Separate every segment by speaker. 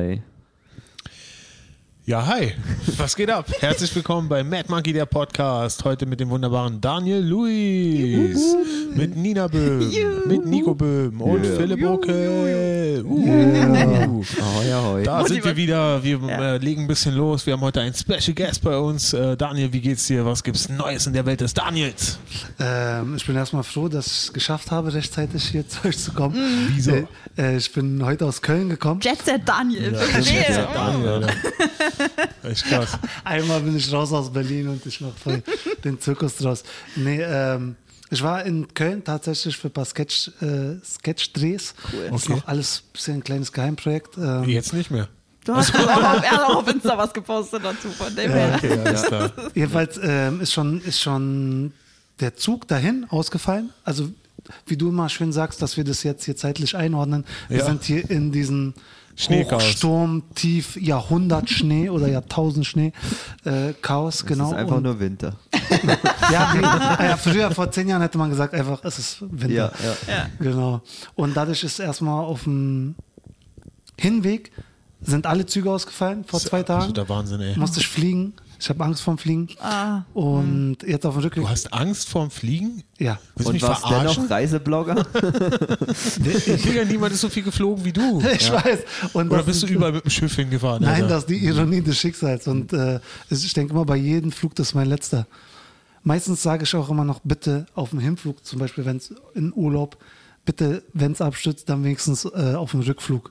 Speaker 1: Hey.
Speaker 2: Ja, hi. Was geht ab? Herzlich willkommen bei Mad Monkey, der Podcast. Heute mit dem wunderbaren Daniel Luis, mit Nina Böhm, mit Nico Böhm und
Speaker 1: Yeah.
Speaker 2: Philipp Ocke. Uh.
Speaker 1: Ahoi, ahoi.
Speaker 2: Da sind wir wieder. Wir äh, legen ein bisschen los. Wir haben heute einen Special Guest bei uns. Äh, Daniel, wie geht's dir? Was gibt's Neues in der Welt des Daniels?
Speaker 3: Ähm, ich bin erstmal froh, dass ich es geschafft habe, rechtzeitig hier zu euch zu kommen.
Speaker 2: Mhm. Wieso?
Speaker 3: Äh, äh, ich bin heute aus Köln gekommen.
Speaker 4: Jet Set Daniel.
Speaker 2: Ja, Daniel,
Speaker 3: Oh.
Speaker 2: Alter. Echt krass.
Speaker 3: Einmal bin ich raus aus Berlin und ich mache voll den Zirkus draus. Nee, ähm, ich war in Köln tatsächlich für ein paar Sketch, äh, Sketch-Drehs. Cool. Das ist
Speaker 2: Okay.
Speaker 3: noch alles ein bisschen ein kleines Geheimprojekt. Ähm,
Speaker 2: Jetzt nicht mehr.
Speaker 4: Du hast auch auf, er hat auch auf Insta was gepostet dazu von dem her.
Speaker 2: Okay, alles klar.
Speaker 3: Jedenfalls ähm, ist, schon, ist schon der Zug dahin ausgefallen. Also, wie du immer schön sagst, dass wir das jetzt hier zeitlich einordnen. Wir
Speaker 2: Ja.
Speaker 3: sind hier in diesem
Speaker 2: Schneechaos.
Speaker 3: Hochsturm, Tief, Jahrhundertschnee oder Jahrtausendschnee, äh, Chaos, genau.
Speaker 1: Es ist einfach
Speaker 3: Und-
Speaker 1: nur Winter.
Speaker 3: ja, nee, ah ja, früher, vor zehn Jahren hätte man gesagt, einfach, es ist Winter.
Speaker 1: Ja, ja.
Speaker 3: Genau. Und dadurch ist erstmal auf dem Hinweg sind alle Züge ausgefallen vor zwei Tagen.
Speaker 2: absoluter Wahnsinn, ey.
Speaker 3: Musste ich fliegen. Ich habe Angst vorm Fliegen. Und jetzt auf dem Rückweg.
Speaker 2: Du hast Angst vorm Fliegen?
Speaker 3: Ja.
Speaker 2: Willst du
Speaker 1: Und
Speaker 2: mich
Speaker 1: warst
Speaker 2: verarschen?
Speaker 1: dennoch Reiseblogger?
Speaker 2: Digga, niemand ist so viel geflogen wie du.
Speaker 3: Ich weiß. Und
Speaker 2: Oder
Speaker 3: das
Speaker 2: bist du
Speaker 3: ist-
Speaker 2: überall mit dem Schiff hingefahren?
Speaker 3: Nein,
Speaker 2: Alter?
Speaker 3: das ist die Ironie des Schicksals. Und äh, ich denke immer, bei jedem Flug, das ist mein letzter. Meistens sage ich auch immer noch, bitte auf dem Hinflug, zum Beispiel wenn es in Urlaub, bitte, wenn es abstürzt, dann wenigstens äh, auf dem Rückflug.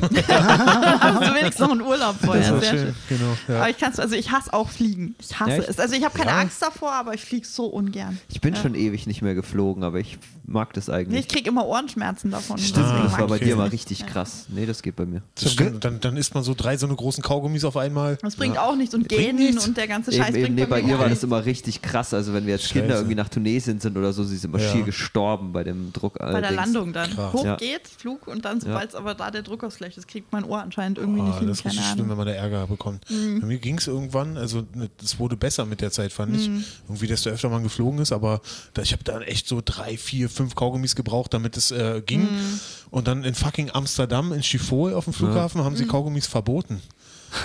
Speaker 4: Hast du wenigstens Also noch einen Urlaub vorher.
Speaker 2: war
Speaker 4: Sehr
Speaker 2: schön,
Speaker 4: schön.
Speaker 2: genau, ja.
Speaker 4: Aber ich kann's, also ich hasse auch Fliegen. Ich hasse
Speaker 1: Echt?
Speaker 4: es. Also ich habe keine
Speaker 2: Ja.
Speaker 4: Angst davor, aber ich fliege so ungern.
Speaker 1: Ich bin
Speaker 4: ja.
Speaker 1: schon ewig nicht mehr geflogen, aber ich mag das
Speaker 4: Nee, Ich
Speaker 1: eigentlich.
Speaker 4: krieg immer Ohrenschmerzen davon.
Speaker 1: Stimmt,
Speaker 4: deswegen
Speaker 1: das
Speaker 4: mag
Speaker 1: war bei
Speaker 4: ich
Speaker 1: dir
Speaker 4: es
Speaker 1: mal
Speaker 4: nicht.
Speaker 1: richtig krass. Nee, das geht bei mir.
Speaker 2: Das stimmt. Dann, dann isst man so drei so eine großen Kaugummis auf einmal.
Speaker 4: Das bringt auch nichts und
Speaker 2: Bringt
Speaker 4: Gähnen
Speaker 2: nichts.
Speaker 4: und der ganze Scheiß
Speaker 1: Eben, eben,
Speaker 4: bringt
Speaker 1: nee, bei mir
Speaker 4: mir
Speaker 1: war das immer richtig krass. Also wenn wir als Kinder
Speaker 2: Scheiße.
Speaker 1: irgendwie nach Tunesien sind oder so, sie sind immer
Speaker 2: Ja.
Speaker 1: schier gestorben bei dem Druck.
Speaker 4: bei der Landung dann.
Speaker 2: Krass.
Speaker 4: Hoch
Speaker 1: Ja.
Speaker 4: geht, Flug und dann, sobald es aber da der Druck ausgleicht ist, kriegt mein Ohr anscheinend irgendwie
Speaker 2: Ah,
Speaker 4: nicht hin.
Speaker 2: das ist
Speaker 4: Keine
Speaker 2: richtig
Speaker 4: Ahnung. Mhm.
Speaker 2: schlimm, wenn man da Ärger bekommt. Bei mir ging es irgendwann, also es wurde besser mit der Zeit, fand ich.
Speaker 4: Mhm.
Speaker 2: Irgendwie, desto öfter man geflogen ist, aber da, ich habe dann echt so drei, vier, fünf Kaugummis gebraucht, damit es äh, ging.
Speaker 4: Mhm.
Speaker 2: Und dann in fucking Amsterdam, in Schiphol auf dem Flughafen, haben
Speaker 4: Mhm.
Speaker 2: sie Kaugummis verboten.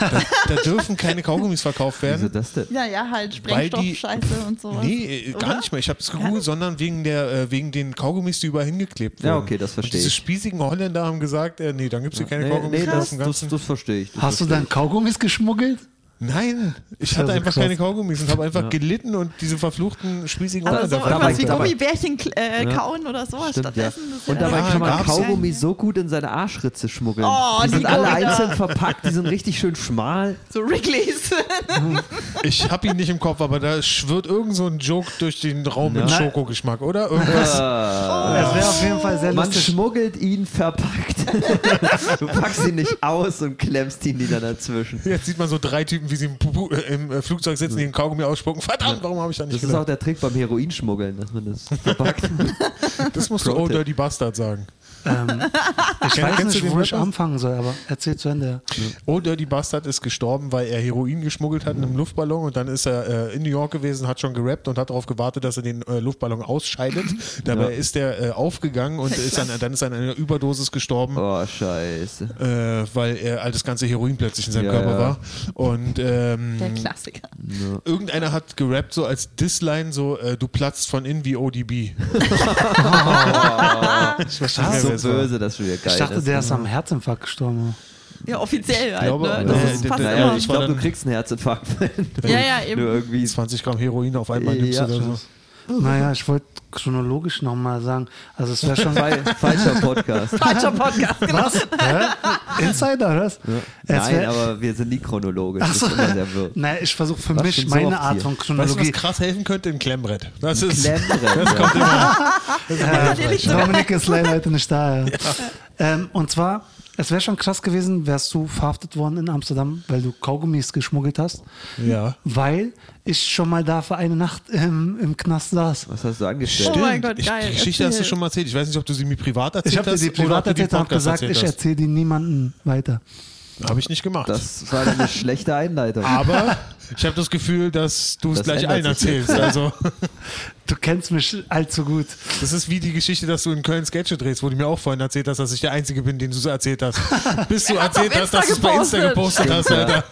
Speaker 2: Da, da dürfen keine Kaugummis verkauft werden.
Speaker 1: Wieso das denn?
Speaker 4: Ja, ja, halt
Speaker 2: Weil die-
Speaker 4: Sprengstoffscheiße und sowas.
Speaker 2: Nee, äh, gar
Speaker 4: Oder?
Speaker 2: nicht mehr. Ich habe es gegoogelt, sondern wegen, der, äh, wegen den Kaugummis, die überall hingeklebt wurden.
Speaker 1: Ja, okay, das verstehe
Speaker 2: Und diese
Speaker 1: ich.
Speaker 2: spießigen Holländer haben gesagt, äh, nee, dann gibt's hier keine
Speaker 1: Nee,
Speaker 2: Kaugummis
Speaker 1: nee
Speaker 2: mehr auf
Speaker 1: das,
Speaker 2: dem
Speaker 1: das,
Speaker 2: ganzen.
Speaker 1: das verstehe ich. Das
Speaker 3: Hast du
Speaker 1: verstehe
Speaker 3: dann Kaugummis geschmuggelt?
Speaker 2: Nein, ich hatte
Speaker 3: Also
Speaker 2: einfach
Speaker 3: krass.
Speaker 2: keine Kaugummis und habe einfach gelitten und diese verfluchten spießigen
Speaker 4: Aber so
Speaker 2: Holländer
Speaker 1: dabei-
Speaker 4: irgendwas wie
Speaker 1: dabei-
Speaker 4: Gummibärchen kl- äh,
Speaker 1: Ja.
Speaker 4: kauen oder sowas
Speaker 1: ich. Stimmt, ja.
Speaker 4: stattdessen. das ist
Speaker 1: Und dabei
Speaker 2: Ja,
Speaker 1: kann man
Speaker 2: gab's.
Speaker 1: Kaugummi so gut in seine Arschritze schmuggeln.
Speaker 4: Oh,
Speaker 1: die sind
Speaker 4: Nico
Speaker 1: alle
Speaker 4: wieder.
Speaker 1: einzeln verpackt, die sind richtig schön schmal.
Speaker 4: So Wrigley's.
Speaker 2: Ich habe ihn nicht im Kopf, aber da schwirrt irgend so ein Joke durch den Raum mit
Speaker 3: Ja.
Speaker 2: Schokogeschmack, oder? Irgendwas.
Speaker 3: Das wäre auf jeden Fall sehr
Speaker 1: Man
Speaker 3: lustig.
Speaker 1: schmuggelt ihn verpackt. du packst ihn nicht aus und klemmst ihn wieder dazwischen.
Speaker 2: Jetzt sieht man so drei Typen, wie sie im, Pupu, äh, im äh, Flugzeug sitzen, die den Kaugummi ausspucken. Verdammt, warum habe ich da nicht
Speaker 1: Das
Speaker 3: Genau.
Speaker 1: ist auch
Speaker 2: gedacht?
Speaker 1: der Trick beim Heroinschmuggeln, dass man das verpackt.
Speaker 2: Das musst du Oh
Speaker 1: Pro-Tipp.
Speaker 2: Dirty Bastard sagen.
Speaker 3: Ähm, ich weiß
Speaker 2: kennst du den
Speaker 3: nicht, wo ich
Speaker 2: Rapper?
Speaker 3: anfangen soll, aber erzähl zu Ende.
Speaker 2: Oh, Dirty Bastard ist gestorben, weil er Heroin geschmuggelt hat in einem Luftballon und dann ist er äh, in New York gewesen, hat schon gerappt und hat darauf gewartet, dass er den äh, Luftballon ausscheidet. Dabei ist er äh, aufgegangen und ist an, dann ist er an einer Überdosis gestorben,
Speaker 1: Oh, scheiße.
Speaker 2: äh, weil er all das ganze Heroin plötzlich in seinem
Speaker 1: Ja,
Speaker 2: Körper
Speaker 1: ja.
Speaker 2: war. Und ähm,
Speaker 4: Der Klassiker.
Speaker 2: irgendeiner hat gerappt so als Disline so, äh, du platzt von innen wie ODB. ich weiß nicht
Speaker 1: so
Speaker 2: mehr, wer es war.
Speaker 1: böse, dass du dir geil
Speaker 3: Ich dachte,
Speaker 1: ist.
Speaker 3: der
Speaker 2: genau-
Speaker 3: ist am Herzinfarkt gestorben.
Speaker 4: Ja, offiziell halt.
Speaker 2: glaube,
Speaker 4: ne?
Speaker 2: äh,
Speaker 4: Das ist
Speaker 2: d-
Speaker 4: fast
Speaker 2: d-
Speaker 1: Naja,
Speaker 4: immer.
Speaker 1: ich
Speaker 2: war
Speaker 1: glaube, du
Speaker 2: dann-
Speaker 1: kriegst einen Herzinfarkt. wenn du-
Speaker 4: Ja, ja,
Speaker 1: wenn
Speaker 4: eben.
Speaker 1: Du irgendwie
Speaker 2: 20 Gramm Heroin auf einmal nimmst
Speaker 1: Ja,
Speaker 2: oder so.
Speaker 3: Naja, ich wollte chronologisch nochmal sagen. Also es wäre schon
Speaker 1: Fal- falscher Podcast.
Speaker 4: Falscher Podcast. Genau.
Speaker 3: Was? Hä? Insider, oder was? Es
Speaker 1: Nein,
Speaker 3: wär-
Speaker 1: aber wir sind nie chronologisch. Das ist immer sehr wirr.
Speaker 3: Nein, ich versuche für
Speaker 1: Was
Speaker 3: mich
Speaker 1: denn so
Speaker 3: meine
Speaker 1: oft
Speaker 3: Art
Speaker 1: hier?
Speaker 3: von
Speaker 2: Weißt du, was
Speaker 3: Chronologie.
Speaker 2: krass helfen könnte? Ein Klemmbrett. Das ist
Speaker 1: Klemmbrett.
Speaker 4: Natürlich so.
Speaker 3: Dominik ist leider heute nicht da. Ja. Ähm, und zwar, es wäre schon krass gewesen, wärst du verhaftet worden in Amsterdam, weil du Kaugummis geschmuggelt hast,
Speaker 2: Ja.
Speaker 4: Oh
Speaker 3: weil ich schon mal da für eine Nacht im, im Knast saß.
Speaker 1: Was hast du angestellt?
Speaker 4: Oh mein Gott,
Speaker 2: ich,
Speaker 4: geil,
Speaker 2: Die Geschichte hast du
Speaker 4: erzähl.
Speaker 2: schon mal erzählt. Ich weiß nicht, ob du sie mir privat erzählt
Speaker 3: Ich habe dir
Speaker 2: hast.
Speaker 3: die privat erzählt und hab gesagt, ich erzähle die niemandem weiter.
Speaker 2: Habe ich nicht gemacht.
Speaker 1: Das war eine schlechte
Speaker 3: Ah,
Speaker 1: Einleitung.
Speaker 2: aber ich habe das Gefühl, dass du es
Speaker 1: Das
Speaker 2: gleich
Speaker 1: ändert
Speaker 2: allen
Speaker 1: sich
Speaker 2: erzählst.
Speaker 1: jetzt.
Speaker 2: Also,
Speaker 3: Du kennst mich allzu gut.
Speaker 2: Das ist wie die Geschichte, dass du in Köln Sketche drehst, wo du mir auch vorhin erzählt hast, dass ich der Einzige bin, den du so erzählt hast. Bis du erzählt hast, dass du es bei Insta gepostet hast, Alter.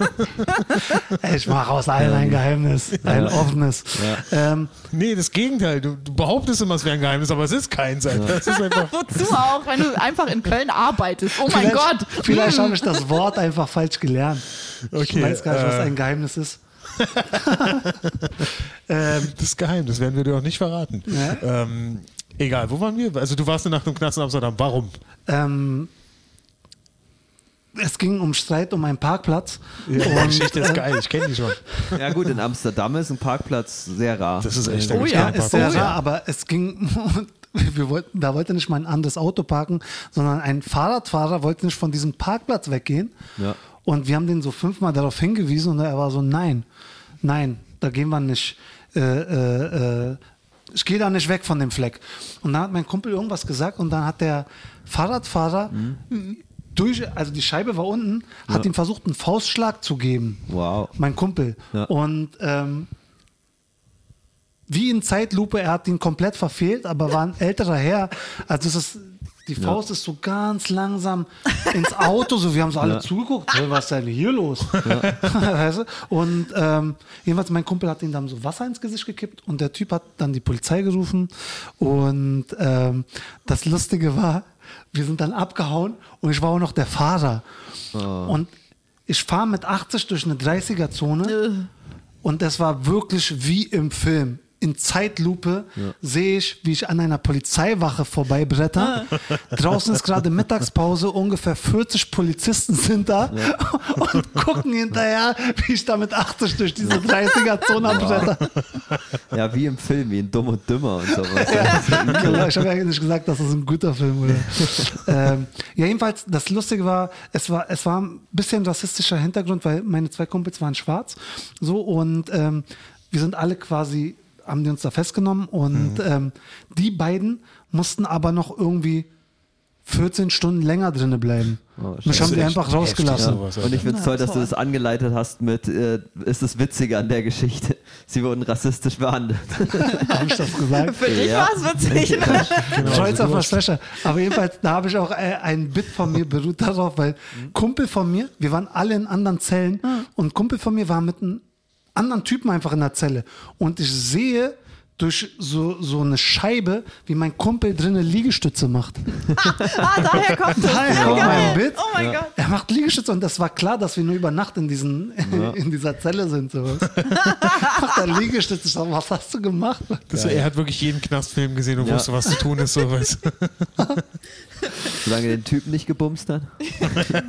Speaker 3: Ey, Ich mache aus allen
Speaker 2: Ähm,
Speaker 3: ein Geheimnis, ein offenes. Ähm,
Speaker 5: Oh
Speaker 2: Nee, das Gegenteil. Du, du behauptest immer, es wäre ein Geheimnis, aber es ist keins, Alter. Es ist einfach,
Speaker 5: Wozu auch, wenn du einfach in Köln arbeitest? Oh mein
Speaker 3: vielleicht-
Speaker 5: Gott.
Speaker 3: Vielleicht habe ich das Wort einfach falsch gelernt. ich
Speaker 2: Okay,
Speaker 3: weiß gar nicht, was
Speaker 2: äh,
Speaker 3: ein Geheimnis ist. ähm,
Speaker 2: das Geheimnis werden wir dir auch nicht verraten.
Speaker 3: Ja.
Speaker 2: Ähm, egal, wo waren wir? Also du warst eine Nacht im Knast in Amsterdam. Warum?
Speaker 3: ähm, es ging um Streit um einen Parkplatz. äh,
Speaker 2: die Geschichte ist geil, ich kenne die schon.
Speaker 1: Ja gut, in Amsterdam ist ein Parkplatz sehr rar.
Speaker 2: Das ist echt
Speaker 1: Äh,
Speaker 2: ein
Speaker 5: Oh
Speaker 3: Ja,
Speaker 5: ja,
Speaker 3: ist sehr rar, aber es ging. Und wir wollten, da wollte nicht mal ein anderes Auto parken, sondern ein Fahrradfahrer wollte nicht von diesem Parkplatz weggehen.
Speaker 1: Ja.
Speaker 3: Und wir haben den so fünfmal darauf hingewiesen und er war so: Nein, nein, da gehen wir nicht. Äh, äh, äh, ich gehe da nicht weg von dem Fleck. Und dann hat mein Kumpel irgendwas gesagt und dann hat der Fahrradfahrer. Durch, also die Scheibe war unten, hat ihm versucht, einen Faustschlag zu geben.
Speaker 1: Wow.
Speaker 3: Mein Kumpel.
Speaker 1: Ja.
Speaker 3: Und ähm, wie in Zeitlupe, er hat ihn komplett verfehlt, aber war ein älterer Herr. Also es ist, die Faust ist so ganz langsam ins Auto, so wir haben so alle zugeguckt, "Hey, was ist denn hier los? weißt du? Und ähm, jedenfalls, mein Kumpel hat ihm dann so Wasser ins Gesicht gekippt und der Typ hat dann die Polizei gerufen. Und ähm, das Lustige war, wir sind dann abgehauen und ich war auch noch der Fahrer. Und ich fahre mit 80 durch eine 30er-Zone. Und es war wirklich wie im Film. In Zeitlupe sehe ich, wie ich an einer Polizeiwache vorbeibretter. Draußen ist gerade Mittagspause, ungefähr 40 Polizisten sind da und gucken hinterher, wie ich da mit 80 durch diese 30er-Zone abbretter.
Speaker 1: Ja, wie im Film, wie in Dumm und Dümmer und sowas. Ja.
Speaker 3: Ich habe ja nicht gesagt, dass es ein guter Film wurde. ähm, ja, jedenfalls, das Lustige war, es war, es war ein bisschen rassistischer Hintergrund, weil meine zwei Kumpels waren schwarz. So und ähm, wir sind alle quasi, haben die uns da festgenommen und
Speaker 2: Mhm.
Speaker 3: ähm, die beiden mussten aber noch irgendwie 14 Stunden länger drinnen bleiben. Mich
Speaker 1: scheiße.
Speaker 3: haben
Speaker 2: Oh,
Speaker 3: die
Speaker 2: Echt
Speaker 3: einfach
Speaker 2: heftig,
Speaker 3: rausgelassen.
Speaker 2: sowas, Alter.
Speaker 1: Und ich finde es toll, dass du das angeleitet hast mit, äh, ist das Witzige an der Geschichte. Sie wurden rassistisch behandelt.
Speaker 3: Hab ich das gesagt?
Speaker 4: Hm. Für dich
Speaker 1: Ja.
Speaker 4: war es witzig.
Speaker 2: Genau, also
Speaker 3: Stolz auf Versprecher. Aber jedenfalls, da habe ich auch äh, ein Bit von mir beruht darauf, weil
Speaker 2: Mhm.
Speaker 3: Kumpel von mir, wir waren alle in anderen Zellen und Kumpel von mir war mit einem anderen Typen einfach in der Zelle. Und ich sehe durch so, so eine Scheibe, wie mein Kumpel drinnen Liegestütze macht.
Speaker 4: Ah, daher kommt es.
Speaker 3: Daher kommt mein Bit.
Speaker 4: Oh mein Gott.
Speaker 3: Er macht Liegestütze und das war klar, dass wir nur über Nacht in, diesen, in dieser Zelle sind. So. macht er Liegestütze. Ich sag, was hast du gemacht?
Speaker 2: Das, er hat wirklich jeden Knastfilm gesehen und
Speaker 1: Ja.
Speaker 2: wusste, was zu tun ist. So, weißt. du.
Speaker 1: Solange den Typen nicht gebumst hat.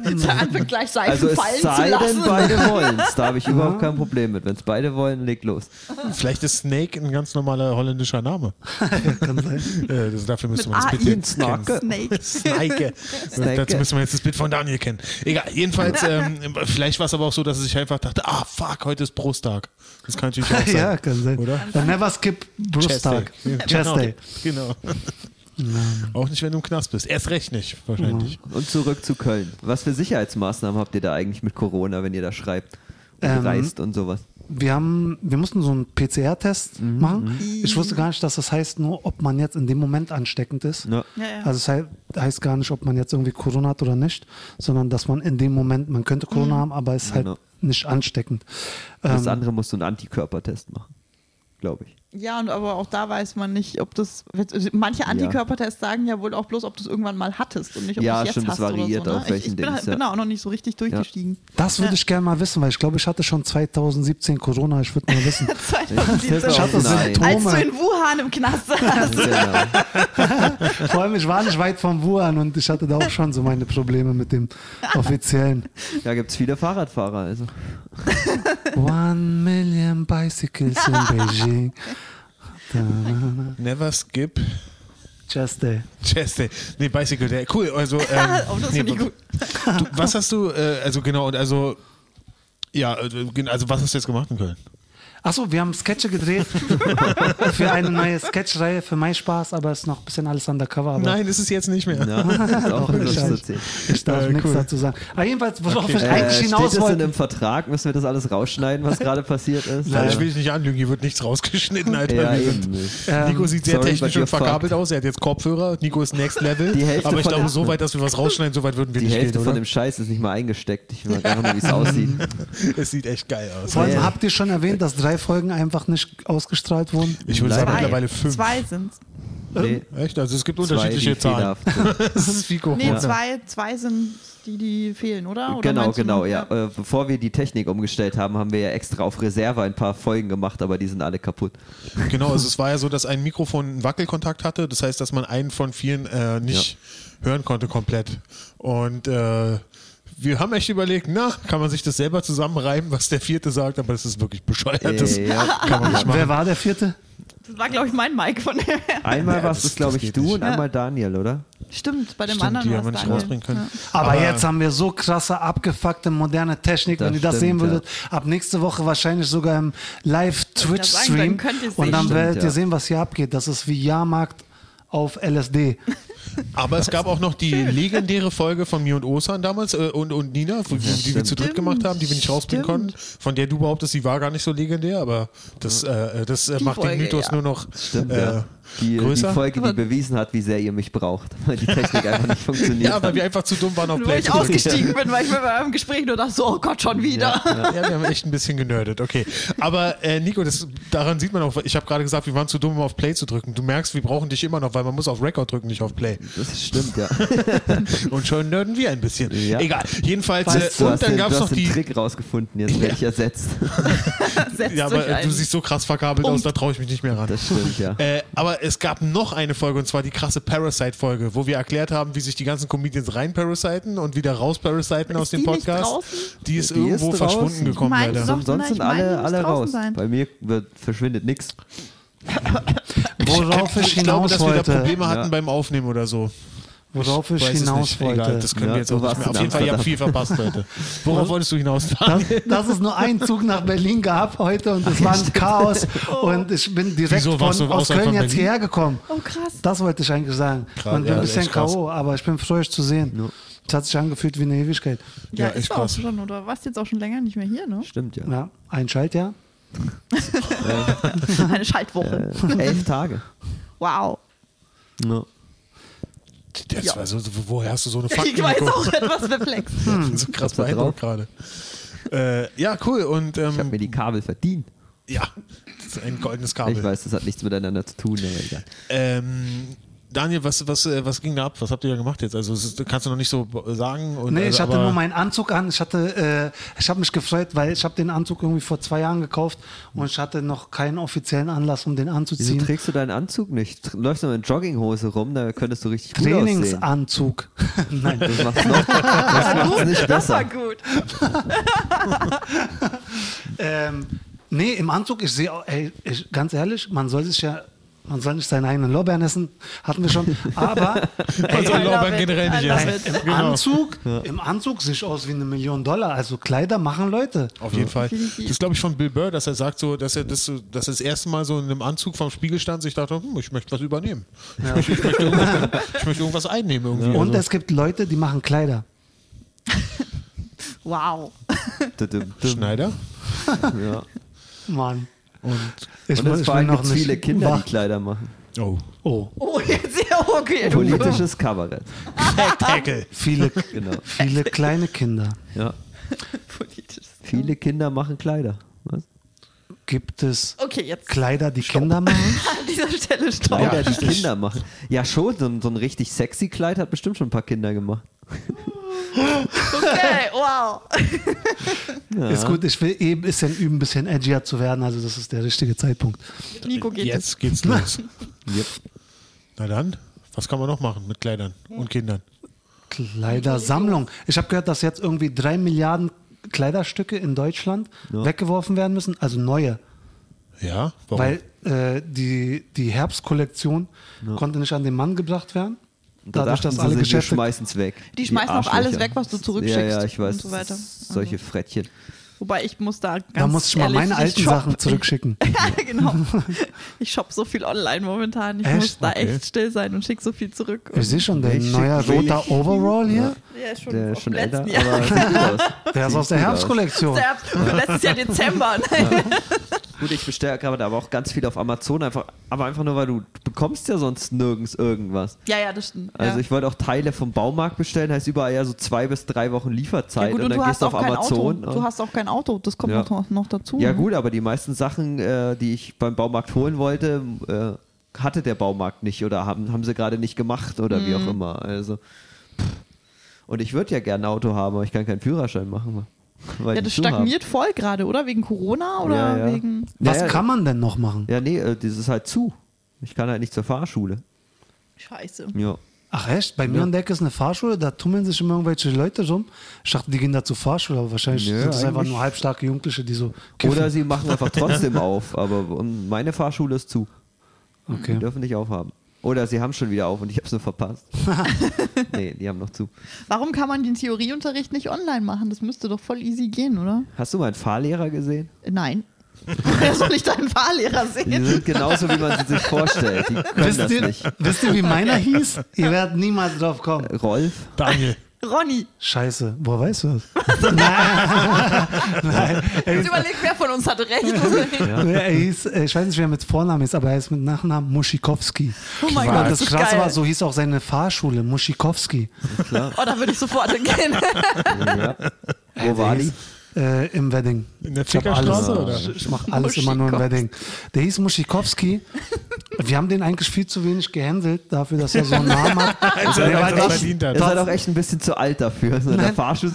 Speaker 5: Jetzt anfängt gleich Seifen
Speaker 1: Also es
Speaker 5: fallen
Speaker 1: sei
Speaker 5: zu
Speaker 1: denn,
Speaker 5: lassen.
Speaker 1: beide wollen Da habe ich überhaupt kein Problem mit. Wenn es beide wollen, leg los.
Speaker 2: Vielleicht ist Snake ein ganz normaler holländischer Name. Äh, das, dafür müsste man das
Speaker 4: AI.
Speaker 2: Bild kennen.
Speaker 1: Snake.
Speaker 4: Snake.
Speaker 2: Snake.
Speaker 1: Snake.
Speaker 2: Dazu müssen wir jetzt das Bild von Daniel kennen. Egal, jedenfalls, ähm, vielleicht war es aber auch so, dass ich einfach dachte, ah fuck, heute ist Brusttag. Das kann natürlich auch sein.
Speaker 3: ja, kann sein.
Speaker 2: Oder?
Speaker 3: Dann never skip Bruce Tag. Chest Day.
Speaker 2: Genau. genau. Auch nicht, wenn du im Knast bist. Erst recht nicht, wahrscheinlich.
Speaker 1: Und zurück zu Köln. Was für Sicherheitsmaßnahmen habt ihr da eigentlich mit Corona, wenn ihr da schreibt und
Speaker 3: Ähm,
Speaker 1: reist und sowas?
Speaker 3: wir haben, wir mussten so einen PCR-Test
Speaker 1: Mhm.
Speaker 3: machen. Ich wusste gar nicht, dass das heißt, nur ob man jetzt in dem Moment ansteckend ist.
Speaker 1: Ja.
Speaker 4: Ja, ja.
Speaker 3: Also es heißt, heißt gar nicht, ob man jetzt irgendwie Corona hat oder nicht, sondern dass man in dem Moment, man könnte Corona
Speaker 4: Mhm.
Speaker 3: haben, aber es ist halt
Speaker 1: Genau.
Speaker 3: nicht ansteckend. Ähm,
Speaker 1: Das andere musst du einen Antikörpertest machen, glaube ich.
Speaker 4: Ja, und aber auch da weiß man nicht, ob das. also Manche Antikörpertests sagen ja wohl auch bloß, ob du es irgendwann mal hattest und nicht, ob
Speaker 1: Ja,
Speaker 4: du es jetzt
Speaker 1: stimmt, das
Speaker 4: hast. oder
Speaker 1: variiert
Speaker 4: so, ne?
Speaker 1: auf welchen
Speaker 4: ich, ich bin,
Speaker 1: Dings, ja.
Speaker 4: bin da auch noch nicht so richtig durchgestiegen.
Speaker 3: Das würde ich gerne mal wissen, weil ich glaube, ich hatte schon 2017 Corona. Ich würde mal wissen.
Speaker 4: 2017.
Speaker 3: Ich hatte
Speaker 1: Nein.
Speaker 4: Als du
Speaker 3: Symptome.
Speaker 4: in Wuhan im Knast saßt.
Speaker 1: Genau.
Speaker 3: Vor allem, ich war nicht weit von Wuhan und ich hatte da auch schon so meine Probleme mit dem offiziellen.
Speaker 1: Da gibt es viele Fahrradfahrer. Also.
Speaker 3: One million bicycles in Beijing.
Speaker 2: Never skip
Speaker 3: Just day.
Speaker 2: Chest Day. Nee, Bicycle Day. Cool. Also, ähm,
Speaker 4: oh, das
Speaker 2: nee,
Speaker 4: finde ich gut.
Speaker 2: Du, was hast du, äh, also genau, und also, ja, äh, gen- also was hast du jetzt gemacht in Köln?
Speaker 3: Achso, wir haben Sketche gedreht für eine neue Sketchreihe für mein Spaß, aber ist noch ein bisschen alles undercover. Aber
Speaker 2: Nein, ist es jetzt nicht mehr.
Speaker 1: Ja, das ist auch
Speaker 3: Ich
Speaker 1: lustig.
Speaker 3: darf-
Speaker 1: zu erzählen.
Speaker 3: Ich darf
Speaker 2: Äh,
Speaker 3: nichts
Speaker 2: cool.
Speaker 3: dazu sagen. Aber jedenfalls, worauf ich
Speaker 1: Äh,
Speaker 3: eigentlich
Speaker 1: steht
Speaker 3: hinaus
Speaker 1: das in
Speaker 3: wollte.
Speaker 1: einem Vertrag? Müssen wir das alles rausschneiden, was gerade passiert ist?
Speaker 2: Nein, ich will dich nicht anlügen, hier wird nichts rausgeschnitten, Alter.
Speaker 1: ja,
Speaker 2: Wir
Speaker 1: eben.
Speaker 2: sind-
Speaker 1: nicht.
Speaker 3: Ähm,
Speaker 2: Nico sieht sehr
Speaker 1: sorry, but
Speaker 2: technisch
Speaker 1: you're
Speaker 2: und verkabelt aus. Er hat jetzt Kopfhörer. Nico ist Next Level.
Speaker 1: Die Hälfte
Speaker 2: Aber ich
Speaker 1: von
Speaker 2: glaube,
Speaker 1: der-
Speaker 2: so weit, dass wir was rausschneiden, so weit würden wir
Speaker 1: Die
Speaker 2: nicht
Speaker 1: Hälfte
Speaker 2: gehen,
Speaker 1: von
Speaker 2: oder?
Speaker 1: dem Scheiß ist nicht mal eingesteckt. Ich will mal gar nicht, wie es aussieht.
Speaker 2: Es sieht echt geil aus.
Speaker 3: Vor allem
Speaker 1: Ja.
Speaker 3: habt ihr schon erwähnt, dass drei Folgen einfach nicht ausgestrahlt wurden.
Speaker 2: Ich würde sagen,
Speaker 1: Zwei.
Speaker 2: mittlerweile fünf.
Speaker 4: Zwei sind
Speaker 1: Nee,
Speaker 2: Echt? Also es gibt
Speaker 1: zwei,
Speaker 2: unterschiedliche
Speaker 1: die
Speaker 2: Zahlen.
Speaker 1: fehlerhaft sind.
Speaker 2: Das ist wie Corona.
Speaker 4: Nee, zwei, zwei sind die, die fehlen, Ah, oder? oder
Speaker 1: Genau,
Speaker 4: meinst du
Speaker 1: genau,
Speaker 4: noch?
Speaker 1: ja. Äh, bevor wir die Technik umgestellt haben, haben wir ja extra auf Reserve ein paar Folgen gemacht, aber die sind alle kaputt.
Speaker 2: Genau, also es war ja so, dass ein Mikrofon einen Wackelkontakt hatte. Das heißt, dass man einen von vielen äh, nicht hören konnte komplett. Und äh, wir haben echt überlegt, na, kann man sich das selber zusammenreimen, was der vierte sagt, aber das ist wirklich bescheuert. Das
Speaker 1: Äh, ja.
Speaker 2: kann man nicht
Speaker 3: Wer
Speaker 2: machen.
Speaker 3: war der vierte?
Speaker 4: Das war, glaube ich, mein Mic von der.
Speaker 1: Einmal
Speaker 2: Ja,
Speaker 1: warst
Speaker 2: das-
Speaker 1: es, glaube
Speaker 2: das
Speaker 1: ich,
Speaker 2: geht
Speaker 1: du
Speaker 2: nicht.
Speaker 1: und einmal Daniel, oder?
Speaker 4: Stimmt, bei dem
Speaker 2: Stimmt,
Speaker 4: anderen
Speaker 2: die
Speaker 4: war
Speaker 2: haben wir
Speaker 4: es
Speaker 2: nicht
Speaker 4: Daniel.
Speaker 2: rausbringen können.
Speaker 3: Aber,
Speaker 2: Aber-
Speaker 3: jetzt haben wir so krasse, abgefuckte, moderne Technik.
Speaker 1: Das
Speaker 3: Wenn ihr das
Speaker 1: stimmt,
Speaker 3: sehen würdet, ab nächste Woche wahrscheinlich sogar im
Speaker 4: Ich wollte
Speaker 3: Live-Twitch-Stream.
Speaker 4: gerade sagen, dann könnt ihr sehen.
Speaker 3: Und dann
Speaker 1: Stimmt,
Speaker 3: werdet
Speaker 1: ja.
Speaker 3: ihr sehen, was hier abgeht. Das ist wie Jahrmarkt auf LSD.
Speaker 2: Aber es gab auch noch die legendäre Folge von mir und Osan damals äh, und, und Nina, wo- die, die wir zu dritt gemacht haben, die wir nicht rausbringen
Speaker 4: Stimmt.
Speaker 2: konnten, von der du behauptest, die war gar nicht so legendär, aber das, äh, das äh,
Speaker 4: Die
Speaker 2: macht den
Speaker 4: Folge,
Speaker 2: Mythos
Speaker 4: ja.
Speaker 2: nur noch
Speaker 1: Stimmt,
Speaker 2: äh,
Speaker 1: ja. Die, die
Speaker 2: größer.
Speaker 1: Folge, die bewiesen hat, wie sehr ihr mich braucht, weil die Technik einfach nicht funktioniert
Speaker 2: ja, weil wir einfach zu dumm waren, auf
Speaker 4: Wo
Speaker 2: Play
Speaker 4: ich
Speaker 2: zu drücken.
Speaker 4: ausgestiegen bin, weil ich mir bei einem Gespräch nur dachte, so, oh Gott, schon wieder.
Speaker 1: Genau.
Speaker 2: Ja, wir haben echt ein bisschen genördet, okay. Aber äh, Nico, das, daran sieht man auch, ich habe gerade gesagt, wir waren zu dumm, um auf Play zu drücken. Du merkst, wir brauchen dich immer noch, weil man muss auf Record drücken, nicht auf Play.
Speaker 1: Das stimmt, ja.
Speaker 2: Und schon nörden wir ein bisschen.
Speaker 1: Ja.
Speaker 2: Egal. Jedenfalls,
Speaker 1: Weißt
Speaker 2: äh,
Speaker 1: du,
Speaker 2: und
Speaker 1: hast
Speaker 2: dann
Speaker 1: den,
Speaker 2: gab
Speaker 1: du
Speaker 2: es
Speaker 1: hast
Speaker 2: noch
Speaker 1: den
Speaker 2: die...
Speaker 1: Trick rausgefunden, jetzt werde ich ersetzt.
Speaker 4: Setzt
Speaker 2: Ja, aber
Speaker 4: euch
Speaker 2: äh, du
Speaker 4: ein.
Speaker 2: siehst so krass verkabelt aus, da traue ich mich nicht mehr ran.
Speaker 1: Das stimmt, ja.
Speaker 2: Äh, aber es gab noch eine Folge, und zwar die krasse Parasite-Folge, wo wir erklärt haben, wie sich die ganzen Comedians reinparasiten und wieder rausparasiten aus dem
Speaker 4: die nicht
Speaker 2: Podcast.
Speaker 4: draußen?
Speaker 2: Die ist
Speaker 1: Die ist
Speaker 2: irgendwo
Speaker 1: draußen.
Speaker 2: verschwunden gekommen,
Speaker 4: Ich meine,
Speaker 2: leider.
Speaker 4: doch,
Speaker 1: Sonst sind
Speaker 4: ich meine,
Speaker 1: alle,
Speaker 4: muss
Speaker 1: alle
Speaker 4: draußen
Speaker 1: raus.
Speaker 4: sein.
Speaker 1: Bei mir wird, verschwindet nichts.
Speaker 3: Worauf ich
Speaker 2: ich glaube,
Speaker 3: hinaus
Speaker 2: dass wir da
Speaker 3: wollte.
Speaker 2: Probleme hatten
Speaker 1: Ja.
Speaker 2: beim Aufnehmen oder so.
Speaker 3: Worauf
Speaker 2: Ich
Speaker 3: ich
Speaker 2: weiß es
Speaker 3: hinaus
Speaker 2: nicht. Egal,
Speaker 3: wollte.
Speaker 2: das können
Speaker 1: Ja,
Speaker 2: wir jetzt
Speaker 1: du
Speaker 2: auch nicht
Speaker 1: warst
Speaker 2: mehr.
Speaker 1: in
Speaker 2: Auf jeden Fall, ihr habt viel
Speaker 1: Amsterdam.
Speaker 2: verpasst, Leute. Worauf wolltest du hinaus? Daniel?
Speaker 3: Dass es nur einen Zug nach Berlin gab heute und es war ein Chaos. Und ich bin direkt
Speaker 2: Oh. Wieso, warst
Speaker 3: von,
Speaker 2: du
Speaker 3: aus
Speaker 2: außerhalb von
Speaker 3: Köln jetzt
Speaker 2: Berlin?
Speaker 3: hierher gekommen.
Speaker 4: Oh krass.
Speaker 3: Das wollte ich eigentlich sagen.
Speaker 2: Krass,
Speaker 3: und bin
Speaker 2: ja,
Speaker 3: ein
Speaker 2: das ist
Speaker 3: bisschen
Speaker 2: echt krass.
Speaker 3: K.O., aber ich bin froh, euch zu sehen. Es hat sich angefühlt wie eine Ewigkeit.
Speaker 2: Ja,
Speaker 4: Ja,
Speaker 2: echt
Speaker 4: ist auch
Speaker 2: krass.
Speaker 4: schon, oder warst jetzt auch schon länger nicht mehr hier, ne?
Speaker 1: Stimmt, ja.
Speaker 3: Ja, ein Schaltjahr.
Speaker 4: Eine Schaltwoche.
Speaker 1: Äh, elf Tage.
Speaker 4: Wow.
Speaker 1: Ja.
Speaker 2: Das
Speaker 4: Ja.
Speaker 2: war so, so- woher hast du so eine
Speaker 4: Ich war jetzt
Speaker 2: Fakten?
Speaker 4: auch etwas perplex.
Speaker 2: so krass
Speaker 1: Hab's da
Speaker 2: beeindruckt gerade. Äh, ja, cool. Und
Speaker 1: Ich habe
Speaker 2: ähm,
Speaker 1: mir die Kabel verdient.
Speaker 2: ja, das ist ein goldenes
Speaker 1: Ich
Speaker 2: Kabel.
Speaker 1: weiß, das hat nichts miteinander zu tun, aber egal.
Speaker 2: Ähm, Daniel, was, was, äh, was ging da ab? Was habt ihr da gemacht jetzt? Also, das ist, kannst du noch nicht so b- sagen. Und,
Speaker 3: Nee,
Speaker 2: also,
Speaker 3: ich hatte
Speaker 2: aber-
Speaker 3: nur meinen Anzug an. Ich hatte, äh, ich habe mich gefreut, weil ich habe den Anzug irgendwie vor zwei Jahren gekauft und ich hatte noch keinen offiziellen Anlass, um den
Speaker 1: Wieso
Speaker 3: anzuziehen.
Speaker 1: trägst du deinen Anzug nicht? Tr- Läufst du nur in Jogginghose rum, da könntest du richtig gut aussehen.
Speaker 3: Trainingsanzug. Nein.
Speaker 1: Das macht's noch, das macht's nicht
Speaker 4: Das war
Speaker 1: besser.
Speaker 4: gut.
Speaker 3: Ähm, nee, im Anzug, ich sehe, auch- ey, ich, ganz ehrlich, man soll sich ja, man soll nicht seinen eigenen Lorbeeren essen, hatten wir schon, aber
Speaker 2: Man
Speaker 3: ey,
Speaker 2: soll
Speaker 4: I love
Speaker 2: also Lorbeeren
Speaker 4: it,
Speaker 2: generell
Speaker 4: I
Speaker 2: nicht
Speaker 4: love
Speaker 2: essen.
Speaker 3: im
Speaker 2: Genau.
Speaker 3: Anzug, im Anzug sehe ich aus wie eine Million Dollar, also Kleider machen Leute.
Speaker 2: Auf jeden Fall. Das ist, glaube ich, von Bill Burr, dass er sagt, so, dass er das, so- dass er das erste Mal so in einem Anzug vom Spiegel stand und ich dachte, hm, ich möchte was übernehmen. Ich, möchte, ich, möchte irgendwas, ich möchte irgendwas einnehmen irgendwie.
Speaker 3: Und
Speaker 2: also,
Speaker 3: es gibt Leute, die machen Kleider.
Speaker 4: Wow.
Speaker 1: Tudum, tudum.
Speaker 2: Schneider.
Speaker 1: Ja.
Speaker 3: Mann.
Speaker 2: Und
Speaker 3: Ich,
Speaker 1: Und
Speaker 3: will-
Speaker 1: es
Speaker 3: ich
Speaker 1: vor
Speaker 3: will
Speaker 1: allem
Speaker 3: noch
Speaker 1: gibt's
Speaker 3: nicht
Speaker 1: viele Kinder,
Speaker 3: wach.
Speaker 1: die Kleider machen.
Speaker 2: oh.
Speaker 3: Oh,
Speaker 4: Oh, jetzt sehr okay.
Speaker 1: Politisches Kabarett.
Speaker 2: Tactacle.
Speaker 3: viele,
Speaker 1: Genau.
Speaker 3: viele kleine Kinder.
Speaker 1: Ja.
Speaker 4: Politisches.
Speaker 1: Viele Kinder machen Kleider. Was?
Speaker 3: Gibt es
Speaker 4: Okay, jetzt
Speaker 3: Kleider, die Kinder machen?
Speaker 4: an dieser Stelle stopp.
Speaker 1: Kleider, die
Speaker 2: richtig.
Speaker 1: Kinder machen. Ja, schon, so ein, so ein richtig sexy Kleid hat bestimmt schon ein paar Kinder gemacht.
Speaker 4: Okay, wow.
Speaker 3: Ist gut, ich will eben ein bisschen üben, ein bisschen edgier zu werden, also das ist der richtige Zeitpunkt.
Speaker 4: Mit Nico geht es.
Speaker 2: Jetzt geht's los.
Speaker 1: Yep.
Speaker 2: Na dann, was kann man noch machen mit Kleidern und Kindern?
Speaker 3: Kleidersammlung. Ich habe gehört, dass jetzt irgendwie drei Milliarden Kleiderstücke in Deutschland weggeworfen werden müssen, also neue.
Speaker 2: Ja, warum?
Speaker 3: Weil äh, die, die Herbstkollektion konnte nicht an den Mann gebracht werden.
Speaker 1: Und da
Speaker 3: Dadurch,
Speaker 1: dachten
Speaker 3: dass
Speaker 1: sie
Speaker 3: alle
Speaker 1: sich,
Speaker 3: Geschäfte.
Speaker 1: Wir schmeißen's weg.
Speaker 4: Die schmeißen auch
Speaker 1: Arschlöcher.
Speaker 4: alles weg, was du zurückschickst
Speaker 1: Ja, ja, ich weiß.
Speaker 4: und so weiter. Mhm.
Speaker 1: das ist Solche Frettchen.
Speaker 4: Wobei ich muss da ganz
Speaker 3: Da muss ich mal
Speaker 4: ehrlich,
Speaker 3: meine
Speaker 4: ich
Speaker 3: alten
Speaker 4: shop-
Speaker 3: Sachen zurückschicken.
Speaker 4: ja, genau. Ich shoppe so viel online momentan. Ich
Speaker 3: Echt?
Speaker 4: muss da
Speaker 2: Okay.
Speaker 4: echt still sein und schicke so viel zurück.
Speaker 3: Ich sehe schon, dein
Speaker 1: Welche
Speaker 3: neuer
Speaker 1: Quelle?
Speaker 3: roter Overall hier,
Speaker 4: Der ist schon,
Speaker 1: Der ist
Speaker 4: vom
Speaker 1: schon älter,
Speaker 4: letzten Jahr.
Speaker 1: aber sieht gut aus.
Speaker 3: der ist aus der
Speaker 1: gut aus.
Speaker 3: Herbstkollektion.
Speaker 4: Der letztes Jahr Dezember. ne?
Speaker 1: Gut, ich bestelle gerade aber auch ganz viel auf Amazon, einfach, aber einfach nur, weil du du bekommst ja sonst nirgends irgendwas.
Speaker 4: Ja, ja, das stimmt.
Speaker 1: Also
Speaker 4: ja.
Speaker 1: ich wollte auch Teile vom Baumarkt bestellen, heißt überall ja so zwei bis drei Wochen Lieferzeit
Speaker 4: ja, gut,
Speaker 1: halt und dann
Speaker 4: du
Speaker 1: gehst
Speaker 4: hast
Speaker 1: du auf
Speaker 4: auch kein
Speaker 1: Amazon.
Speaker 4: Auto.
Speaker 1: und-
Speaker 4: Du hast auch kein Auto. Das kommt
Speaker 1: Ja.
Speaker 4: noch, noch dazu.
Speaker 1: ja
Speaker 4: ne?
Speaker 1: gut, aber die meisten Sachen, äh, die ich beim Baumarkt holen wollte, äh, hatte der Baumarkt nicht oder haben, haben sie gerade nicht gemacht oder wie
Speaker 4: Mhm.
Speaker 1: auch immer. Also pff. und ich würde ja gerne ein Auto haben, aber ich kann keinen Führerschein machen. Weil
Speaker 4: Ja,
Speaker 1: die
Speaker 4: das
Speaker 1: zu haben.
Speaker 4: stagniert voll gerade, oder? Wegen Corona oder
Speaker 1: Ja, ja.
Speaker 4: wegen.
Speaker 3: Was
Speaker 1: Naja,
Speaker 3: kann man denn noch machen?
Speaker 1: Ja, nee, äh, das ist halt zu. Ich kann halt nicht zur Fahrschule.
Speaker 4: Scheiße.
Speaker 1: Ja.
Speaker 3: Ach echt? Bei mir an der Ecke ist eine Fahrschule, da tummeln sich immer irgendwelche Leute rum. Ich dachte, die gehen da zur Fahrschule, aber wahrscheinlich
Speaker 1: Nö,
Speaker 3: sind das einfach
Speaker 1: eigentlich-
Speaker 3: nur halbstarke Jugendliche, die so kiffen.
Speaker 1: Oder sie machen einfach trotzdem auf, aber um, meine Fahrschule ist zu. Die
Speaker 3: okay.
Speaker 1: dürfen nicht aufhaben. Oder sie haben schon wieder auf und ich habe es nur verpasst. nee, die haben noch zu.
Speaker 4: Warum kann man den Theorieunterricht nicht online machen? Das müsste doch voll easy gehen, oder?
Speaker 1: Hast du meinen Fahrlehrer gesehen?
Speaker 4: Äh, Nein. Wer soll ich deinen Fahrlehrer
Speaker 1: Die
Speaker 4: sehen?
Speaker 1: sind genauso, wie man sie sich vorstellt. Die können
Speaker 3: Wisst
Speaker 1: das
Speaker 3: ihr,
Speaker 1: nicht.
Speaker 3: wisst ihr, wie meiner hieß? Ihr werdet niemals drauf kommen.
Speaker 1: Rolf?
Speaker 2: Daniel.
Speaker 4: Ronny.
Speaker 3: Scheiße, woher weißt du das? Nein. Nein.
Speaker 5: Jetzt überleg, wer von uns hatte recht.
Speaker 3: Er hieß, äh, ich weiß nicht, wer mit Vornamen ist, aber er ist mit Nachnamen Muschikowski.
Speaker 4: Oh mein
Speaker 3: Und
Speaker 4: Gott,
Speaker 3: das
Speaker 4: wie
Speaker 3: Krasse
Speaker 4: geil.
Speaker 3: war, so hieß auch seine Fahrschule, Muschikowski.
Speaker 1: Klar.
Speaker 5: Oh, da würde ich sofort hingehen.
Speaker 1: Ja. Wo war die?
Speaker 3: Äh, Im Wedding.
Speaker 2: In der
Speaker 3: Ich hab alles,
Speaker 2: Fickerstraße, oder?
Speaker 3: Ich mache alles immer nur im Wedding. Der hieß Muschikowski. Wir haben den eigentlich viel zu wenig gehandelt, dafür, dass er so einen Namen hat.
Speaker 2: Als er
Speaker 3: Der war
Speaker 2: das
Speaker 3: echt-
Speaker 2: verdient
Speaker 1: Ihr
Speaker 2: hat.
Speaker 1: seid auch echt ein bisschen zu alt dafür. So in der Fahrschule.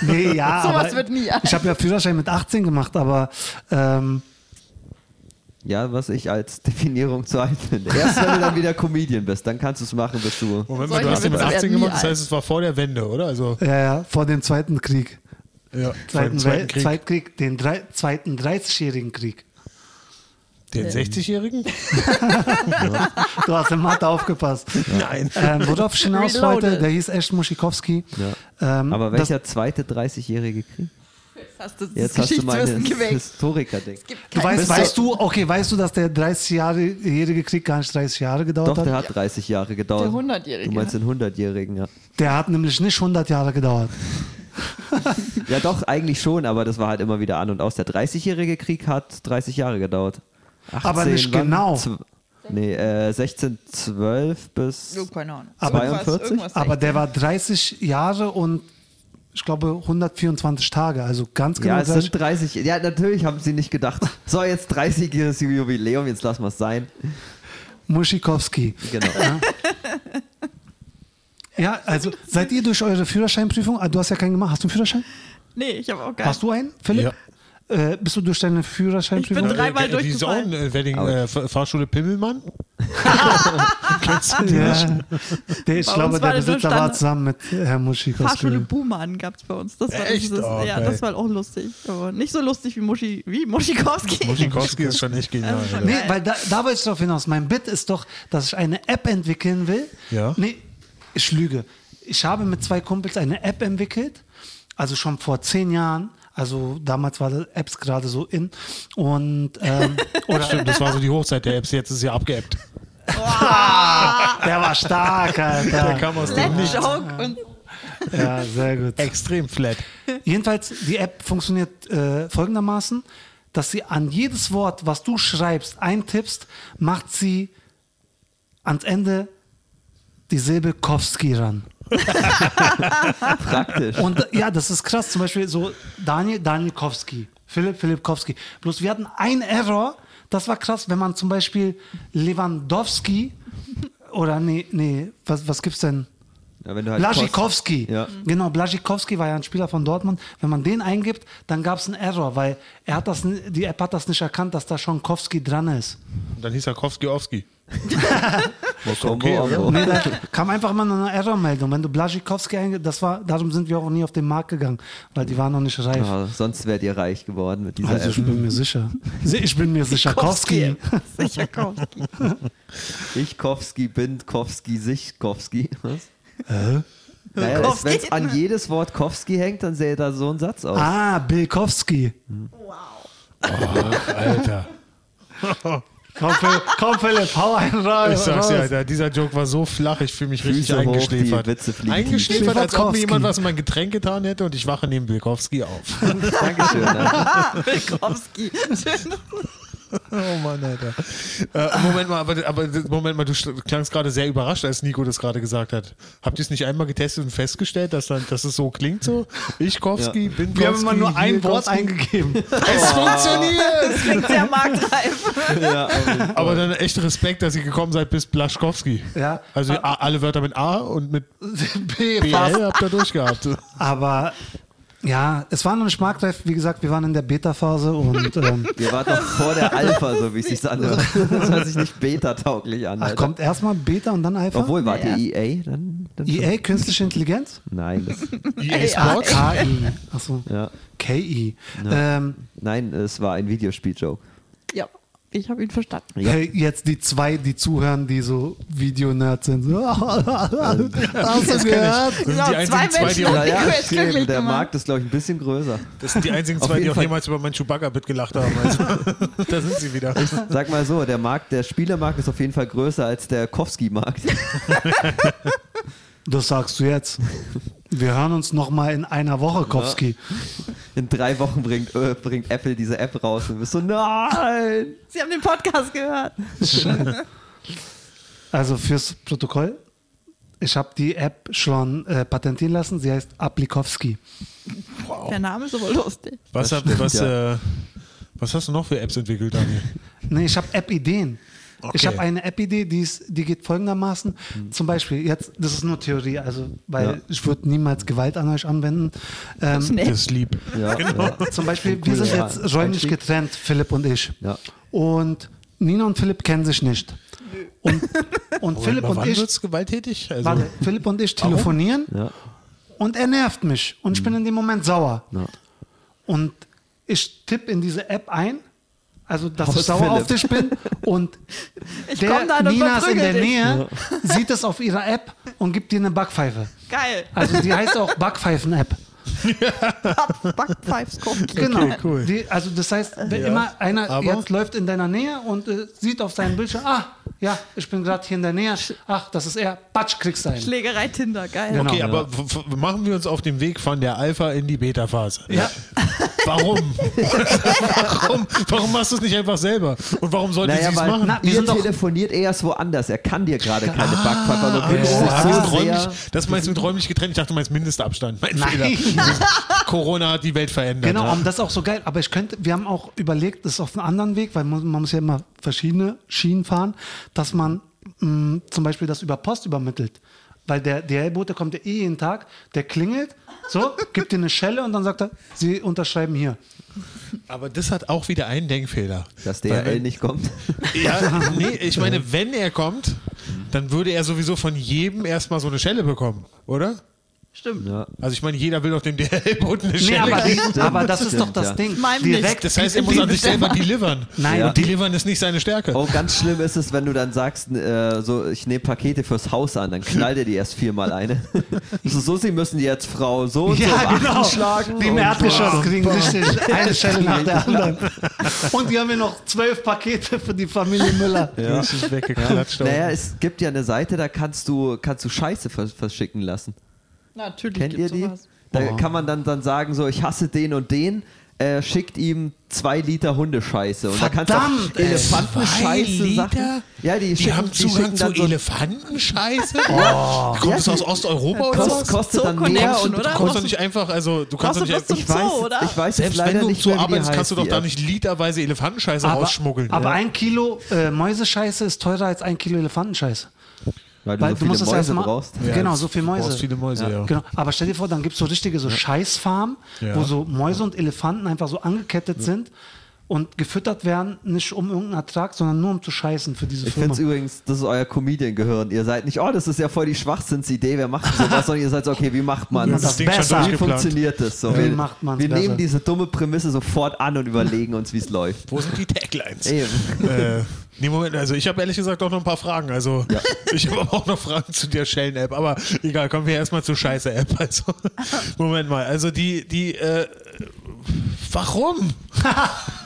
Speaker 3: Nee, ja.
Speaker 4: Sowas
Speaker 3: aber
Speaker 4: wird nie.
Speaker 3: Ich habe ja Führerschein mit 18 gemacht, aber ähm,
Speaker 1: Ja, was ich als Definierung zu alt finde. Erst wenn du dann wieder Comedian bist, dann kannst du es machen, bis du.
Speaker 2: Moment mal,
Speaker 4: Solche
Speaker 2: du hast den mit
Speaker 4: Witze werden
Speaker 2: 18
Speaker 4: nie
Speaker 2: gemacht, das
Speaker 4: alt.
Speaker 2: heißt, es war vor der Wende, oder? Also,
Speaker 3: ja, ja, vor dem Zweiten Krieg.
Speaker 2: ja, vor dem
Speaker 3: Zweiten,
Speaker 2: Zweiten
Speaker 3: Wel-
Speaker 2: Krieg.
Speaker 3: Zweitkrieg, den drei, zweiten 30-jährigen Krieg.
Speaker 2: Den 60-Jährigen?
Speaker 3: Du hast in Mathe aufgepasst.
Speaker 2: Nein.
Speaker 3: Ähm, worauf ich hinaus
Speaker 4: Reloaded.
Speaker 3: wollte, der hieß echt Muschikowski.
Speaker 1: Ja.
Speaker 3: Ähm,
Speaker 1: Aber
Speaker 3: das,
Speaker 1: welcher zweite 30-jährige Krieg?
Speaker 4: Jetzt hast du das
Speaker 1: Jetzt hast du
Speaker 4: Geschichtswissen
Speaker 1: meinen
Speaker 4: geweckt.
Speaker 1: Historiker-Ding.
Speaker 3: du weißt,
Speaker 1: Bist du-
Speaker 3: weißt du, okay, weißt du, dass der 30-jährige Krieg gar nicht 30 Jahre gedauert
Speaker 1: Doch, der
Speaker 3: hat?
Speaker 1: hat 30 Jahre gedauert.
Speaker 4: Der 100-Jährige.
Speaker 1: Du meinst den 100-Jährigen, ja.
Speaker 3: Der hat nämlich nicht 100 Jahre gedauert.
Speaker 1: Ja, doch, eigentlich schon, aber das war halt immer wieder an und aus. Der 30-jährige Krieg hat 30 Jahre gedauert. 18,
Speaker 3: Aber nicht
Speaker 1: wann?
Speaker 3: genau.
Speaker 1: Zw- Nee, äh, 1612 bis.
Speaker 4: Oh, keine Ahnung.
Speaker 1: Aber-
Speaker 4: Irgendwas, irgendwas
Speaker 3: Aber der war 30 Jahre und ich glaube 124 Tage, also ganz genau
Speaker 1: Ja, es
Speaker 3: gleich.
Speaker 1: sind 30. Ja, natürlich haben sie nicht gedacht. So, jetzt 30-jähriges Jubiläum, jetzt lassen wir es sein.
Speaker 3: Muschikowski.
Speaker 1: Genau.
Speaker 3: Ja, also seid ihr durch eure Führerscheinprüfung, ah, du hast ja keinen gemacht, hast du einen Führerschein?
Speaker 4: Nee, ich habe auch gar
Speaker 3: Hast du einen, Philipp? Äh, bist du durch deine
Speaker 4: Ich bin
Speaker 3: Führerscheinprüfung?
Speaker 4: dreimal
Speaker 2: Äh, Die
Speaker 4: durchgefallen.
Speaker 2: Sauen-Fahrschule Pimmelmann?
Speaker 3: Ja. Der, ich
Speaker 4: Bei uns
Speaker 3: glaube, der
Speaker 4: war der nur
Speaker 3: Besitzer war
Speaker 4: Standard.
Speaker 3: zusammen mit Herrn Muschikowski.
Speaker 4: Fahrschule Buhmann gab es bei uns. Das war,
Speaker 2: Echt?
Speaker 4: Dieses,
Speaker 2: Oh,
Speaker 4: ja,
Speaker 2: geil.
Speaker 4: das war auch lustig. Aber nicht so lustig wie Muschi, wie Muschikowski.
Speaker 2: Muschikowski ist schon echt genial.
Speaker 4: Das ist schon
Speaker 2: oder?
Speaker 3: Nee, weil da, da wollte ich drauf hinaus. Mein Bit ist doch, dass ich eine App entwickeln will.
Speaker 2: Ja.
Speaker 3: Nee, ich lüge. Ich habe mit zwei Kumpels eine App entwickelt, also schon vor zehn Jahren. Also damals waren Apps gerade so in. Und ähm, oder
Speaker 2: Stimmt, das war so die Hochzeit der Apps, jetzt ist sie abgeappt.
Speaker 3: der war stark,
Speaker 2: Der
Speaker 3: Alter.
Speaker 2: kam aus dem
Speaker 4: Flat
Speaker 2: Nichts.
Speaker 4: Joke und
Speaker 3: Ja, sehr gut.
Speaker 2: Extrem flat.
Speaker 3: Jedenfalls, die App funktioniert äh, folgendermaßen, dass sie an jedes Wort, was du schreibst, eintippst, macht sie ans Ende die Silbe Kowski ran.
Speaker 1: Praktisch.
Speaker 3: Und äh, ja, das ist krass. Zum Beispiel so Daniel, Daniel Kowski, Philipp, Philipp Kowski. Bloß wir hatten einen Error, das war krass, wenn man zum Beispiel Lewandowski oder nee, nee, was, was gibt's denn?
Speaker 1: Ja, wenn du halt
Speaker 3: Blaschikowski.
Speaker 1: Ja.
Speaker 3: Genau, Blaschikowski war ja ein Spieler von Dortmund. Wenn man den eingibt, dann gab es einen Error, weil er hat das, n- die App hat das nicht erkannt, dass da schon Kowski dran ist.
Speaker 2: Und dann hieß er Kowski-Owski.
Speaker 1: Kost,
Speaker 2: Okay, oder?
Speaker 1: Combo,
Speaker 3: Nee, da kam einfach mal eine Errormeldung. Wenn du Blaschikowski eingibst, das war, darum sind wir auch nie auf den Markt gegangen, weil die waren noch nicht reif.
Speaker 1: Ja, sonst wärt ihr reich geworden mit dieser
Speaker 3: Also ich
Speaker 1: App.
Speaker 3: bin mir sicher. Ich bin mir sicher, Kowski.
Speaker 4: Sicher Kowski.
Speaker 1: Ich Kowski, bin Kowski, sich Kowski. Was? Naja,
Speaker 5: Kowski.
Speaker 1: wenn es an jedes Wort Kowski hängt, dann sähe da so ein Satz aus.
Speaker 3: Ah, Bilkowski.
Speaker 2: Alter.
Speaker 3: Komm, Philipp, komm, Philipp hau einen rein.
Speaker 2: Ich sag's dir,
Speaker 3: raus.
Speaker 2: Alter, dieser Joke war so flach, ich fühle mich richtig
Speaker 1: Füße hoch,
Speaker 2: eingeschläfert.
Speaker 1: die Witze fliegen.
Speaker 2: eingeschläfert, als ob mir
Speaker 3: Bilkowski.
Speaker 2: jemand was in mein Getränk getan hätte und ich wache neben Bilkowski auf.
Speaker 1: Dankeschön. Alter.
Speaker 5: Wilkowski. Schön.
Speaker 2: Oh Mann, Alter. Äh, Moment mal, aber, aber Moment mal, du sch- klangst gerade sehr überrascht, als Nico das gerade gesagt hat. Habt ihr es nicht einmal getestet und festgestellt, dass, dann, dass es so klingt so? Ich, Kowski,
Speaker 1: Ja.
Speaker 2: bin
Speaker 3: Wir haben immer nur ein Wort
Speaker 2: eingegeben.
Speaker 3: eingegeben.
Speaker 2: Es funktioniert!
Speaker 5: Klingt sehr marktreif.
Speaker 2: Aber dann echt Respekt, dass ihr gekommen seid bis Blaschkowski.
Speaker 3: Ja.
Speaker 2: Also a- alle Wörter mit A und mit
Speaker 3: B,
Speaker 2: BL
Speaker 3: fast.
Speaker 2: habt ihr durchgehabt.
Speaker 3: Aber ja, es war noch nicht marktreif. Wie gesagt, wir waren in der Beta-Phase und ähm,
Speaker 1: Ihr wart doch vor der Alpha, so wie es sich anhört. Das hört sich nicht beta-tauglich an.
Speaker 3: ach,
Speaker 1: Alter.
Speaker 3: kommt erstmal Beta und dann Alpha.
Speaker 1: Obwohl, wart
Speaker 4: Ja.
Speaker 1: ihr EA? Dann, dann schon.
Speaker 3: EA, künstliche Intelligenz?
Speaker 1: Nein, das,
Speaker 2: EA
Speaker 3: Ah,
Speaker 2: Sports?
Speaker 3: KI. Achso.
Speaker 1: ja.
Speaker 3: KI. Ähm,
Speaker 1: Nein, es war ein Videospiel-Joke.
Speaker 4: Ja, ich habe ihn verstanden.
Speaker 1: Ja.
Speaker 3: Hey, jetzt die zwei, die zuhören, die so Videonerds sind. So, Hast du gehört?
Speaker 2: Das sind
Speaker 4: Genau,
Speaker 2: die einzigen
Speaker 4: zwei
Speaker 2: zwei, die
Speaker 4: Menschen.
Speaker 2: auch,
Speaker 4: Ja, ja, jetzt
Speaker 1: eben,
Speaker 4: glücklich
Speaker 1: der
Speaker 4: gemacht.
Speaker 1: Markt ist, glaube ich, ein bisschen größer.
Speaker 2: das sind die einzigen
Speaker 1: Auf
Speaker 2: zwei, die
Speaker 1: jeden
Speaker 2: auch
Speaker 1: Fall.
Speaker 2: jemals über mein Chewbacca-Bit gelacht haben. Also, da sind sie wieder.
Speaker 1: Sag mal so, der Markt, der Spielemarkt ist auf jeden Fall größer als der Kowski-Markt.
Speaker 3: Das sagst du jetzt. Wir hören uns nochmal in einer Woche, Kowski.
Speaker 1: In drei Wochen bringt, äh, bringt Apple diese App raus und du bist so, nein!
Speaker 4: Äh, Sie haben den Podcast gehört.
Speaker 3: Also fürs Protokoll. Ich habe die App schon äh, patentieren lassen. Sie heißt Aplikowski.
Speaker 4: Der Name ist aber lustig.
Speaker 2: Was,
Speaker 1: Das
Speaker 2: hab,
Speaker 1: stimmt,
Speaker 2: was,
Speaker 1: ja.
Speaker 2: äh, was hast du noch für Apps entwickelt, Daniel?
Speaker 3: Nee, ich habe App-Ideen. Ich
Speaker 2: Okay. Hm.
Speaker 3: habe eine App-Idee, die, ist, die geht folgendermaßen. Zum Beispiel, jetzt, das ist nur Theorie, also, weil
Speaker 1: Ja.
Speaker 3: ich würde niemals Gewalt an euch anwenden. Ähm,
Speaker 4: Nee.
Speaker 2: Das ist lieb.
Speaker 1: Ja, ja.
Speaker 3: Zum Beispiel, wir sind
Speaker 1: Ja.
Speaker 3: jetzt räumlich
Speaker 1: Einstieg.
Speaker 3: getrennt, Philipp und ich.
Speaker 1: Ja.
Speaker 3: Und Nina und Philipp kennen sich nicht. Und, und Philipp
Speaker 2: Aber
Speaker 3: und
Speaker 2: wann
Speaker 3: ich,
Speaker 2: wird's gewalttätig? Also,
Speaker 3: warte, Philipp und ich telefonieren
Speaker 1: Ja.
Speaker 3: und er nervt mich. Und ich bin
Speaker 2: Mhm.
Speaker 3: in dem Moment sauer. Und ich tippe in diese App ein, also dass ich
Speaker 1: Haut
Speaker 3: sauer auf
Speaker 1: Philipp.
Speaker 3: dich bin. Und
Speaker 4: Ich
Speaker 3: der
Speaker 4: komm dann und
Speaker 3: Nina ist in der
Speaker 4: verprügel dich.
Speaker 3: Nähe, sieht es auf ihrer App und gibt dir eine Backpfeife.
Speaker 4: Geil.
Speaker 3: Also die heißt auch Backpfeifen-App.
Speaker 4: Backpfeifs kommt.
Speaker 3: Genau.
Speaker 2: Okay, cool.
Speaker 3: Die, also das heißt, wenn immer einer
Speaker 2: aber-
Speaker 3: jetzt läuft in deiner Nähe und äh, sieht auf seinem Bildschirm, ah, ja, ich bin gerade hier in der Nähe, ach, das ist er, batsch, kriegst du einen.
Speaker 4: Schlägerei Tinder, geil.
Speaker 3: Genau.
Speaker 2: okay, aber w- w- machen wir uns auf den Weg von der Alpha in die Beta-Phase.
Speaker 3: Ja.
Speaker 2: Warum? warum? Warum machst du es nicht einfach selber? Und warum sollte
Speaker 1: Naja,
Speaker 2: sie es
Speaker 1: weil
Speaker 2: machen?
Speaker 3: Na, wir
Speaker 1: ihr
Speaker 3: sind doch- ah,
Speaker 1: telefoniert eher so woanders. Er kann dir gerade keine Backpfeife. Also wünscht
Speaker 2: Oh,
Speaker 1: sich
Speaker 2: hab ich's
Speaker 1: so
Speaker 2: räumlich,
Speaker 1: sehr.
Speaker 2: das meinst du mit räumlich getrennt? Ich dachte, du meinst Mindestabstand. Mein
Speaker 3: Nein.
Speaker 2: Fehler. Corona hat die Welt verändert.
Speaker 3: Genau, und das ist auch so geil. Aber ich könnte, wir haben auch überlegt, das auf einen anderen Weg, weil man, man muss ja immer verschiedene Schienen fahren, dass man mh, zum Beispiel das über Post übermittelt. Weil der DL-Bote kommt ja eh jeden Tag, der klingelt, so, gibt dir eine Schelle und dann sagt er, sie unterschreiben hier.
Speaker 2: Aber das hat auch wieder einen Denkfehler.
Speaker 1: Dass
Speaker 2: Weil
Speaker 1: DRL
Speaker 2: wenn-
Speaker 1: nicht kommt.
Speaker 2: Ja, nee, ich meine, wenn er kommt, dann würde er sowieso von jedem erstmal so eine Schelle bekommen, oder?
Speaker 4: Stimmt.
Speaker 1: Ja.
Speaker 2: Also ich meine, jeder will auf dem DL-Boten eine
Speaker 3: Nee,
Speaker 2: Schelle.
Speaker 3: aber,
Speaker 2: kriegen.
Speaker 1: Stimmt,
Speaker 3: aber das
Speaker 1: stimmt,
Speaker 3: ist doch das
Speaker 1: ja.
Speaker 3: Ding.
Speaker 4: Meinem nicht.
Speaker 3: Direkt
Speaker 2: das heißt, er muss an sich selber delivern.
Speaker 3: Nein,
Speaker 1: Ja.
Speaker 2: Und delivern ist nicht seine Stärke.
Speaker 1: Oh, ganz schlimm ist es, wenn du dann sagst, äh, so, ich nehme Pakete fürs Haus an, dann knallt er die erst viermal eine. so, so, sie müssen jetzt Frau so und so
Speaker 3: Ja,
Speaker 1: auf
Speaker 3: genau.
Speaker 1: Achten schlagen.
Speaker 3: Die im
Speaker 1: und-
Speaker 3: Erdgeschoss kriegen richtig eine Schelle nach der anderen. Und die haben hier noch zwölf Pakete für die Familie Müller.
Speaker 2: Ja. Das ist weggeklatscht.
Speaker 1: Naja, es gibt ja eine Seite, da kannst du, kannst du Scheiße vers verschicken lassen.
Speaker 4: Natürlich
Speaker 1: Kennt ihr
Speaker 4: gibt's
Speaker 1: die?
Speaker 4: sowas.
Speaker 1: Da kann man dann, dann sagen, so, ich hasse den und den. Äh, schickt ihm zwei Liter Hundescheiße. Und da kannst
Speaker 3: Verdammt,
Speaker 1: du auch
Speaker 3: ey.
Speaker 1: Elefantenscheiße
Speaker 2: Zwei
Speaker 1: Sachen.
Speaker 2: Liter?
Speaker 1: Ja, die,
Speaker 2: Die
Speaker 1: schicken,
Speaker 2: haben
Speaker 1: die
Speaker 2: Zugang
Speaker 1: schicken
Speaker 2: zu
Speaker 1: dann so
Speaker 2: Elefantenscheiße? Ja. Kommst du
Speaker 1: Ja,
Speaker 2: aus
Speaker 1: die-
Speaker 2: Osteuropa oder
Speaker 1: Kost,
Speaker 2: was?
Speaker 1: kostet
Speaker 4: Zoo
Speaker 1: dann mehr
Speaker 4: Connection,
Speaker 1: und
Speaker 2: Du
Speaker 4: oder?
Speaker 2: kommst doch nicht einfach, also du kannst
Speaker 4: Brauchst
Speaker 2: doch
Speaker 4: du
Speaker 2: nicht
Speaker 4: bloß
Speaker 2: einfach,
Speaker 4: zum
Speaker 1: ich weiß,
Speaker 4: Zoo, oder?
Speaker 1: ich weiß jetzt
Speaker 2: selbst
Speaker 1: leider
Speaker 2: wenn du
Speaker 1: nicht
Speaker 2: zu
Speaker 1: mehr, wie die
Speaker 2: arbeitest,
Speaker 1: heißt,
Speaker 2: kannst du doch
Speaker 1: die äh.
Speaker 2: da
Speaker 1: App.
Speaker 2: nicht literweise Elefantenscheiße
Speaker 3: Aber,
Speaker 2: rausschmuggeln.
Speaker 3: aber ein Kilo äh, Mäusescheiße ist teurer als ein Kilo Elefantenscheiße.
Speaker 1: Weil du
Speaker 3: Weil
Speaker 1: so
Speaker 3: du
Speaker 1: viele
Speaker 3: musst das
Speaker 1: Mäuse
Speaker 3: erstmal.
Speaker 1: brauchst.
Speaker 2: Ja,
Speaker 3: genau,
Speaker 2: das-
Speaker 3: so viel
Speaker 2: du
Speaker 3: Mäuse.
Speaker 2: brauchst viele Mäuse, ja.
Speaker 3: Genau. Aber stell dir vor, dann gibt es so richtige so Scheißfarmen,
Speaker 2: Ja.
Speaker 3: wo so Mäuse und Elefanten einfach so angekettet sind und gefüttert werden, nicht um irgendeinen Ertrag, sondern nur um zu scheißen für diese
Speaker 1: Ich
Speaker 3: Firma.
Speaker 1: finde es übrigens, das ist euer Comedian-Gehirn. Ihr seid nicht, oh, das ist ja voll die Schwachsinnsidee, wer macht denn sowas, sondern ihr seid so, okay, wie macht man
Speaker 3: Das
Speaker 1: das?
Speaker 2: das Ding schon
Speaker 3: besser.
Speaker 1: Wie
Speaker 2: durchgeplant.
Speaker 1: funktioniert das? So,
Speaker 3: Wie
Speaker 1: wir
Speaker 3: macht man's
Speaker 1: wir
Speaker 3: besser?
Speaker 1: nehmen diese dumme Prämisse sofort an und überlegen uns, wie es läuft.
Speaker 2: Wo sind die Taglines?
Speaker 1: Eben.
Speaker 2: Äh, Nee, Moment, also ich habe ehrlich gesagt auch noch ein paar Fragen. Also ich habe aber auch noch Fragen zu der Schellen-App, aber egal, kommen wir erstmal zur Scheiße-App. Also, Moment mal, also die, die, äh, warum?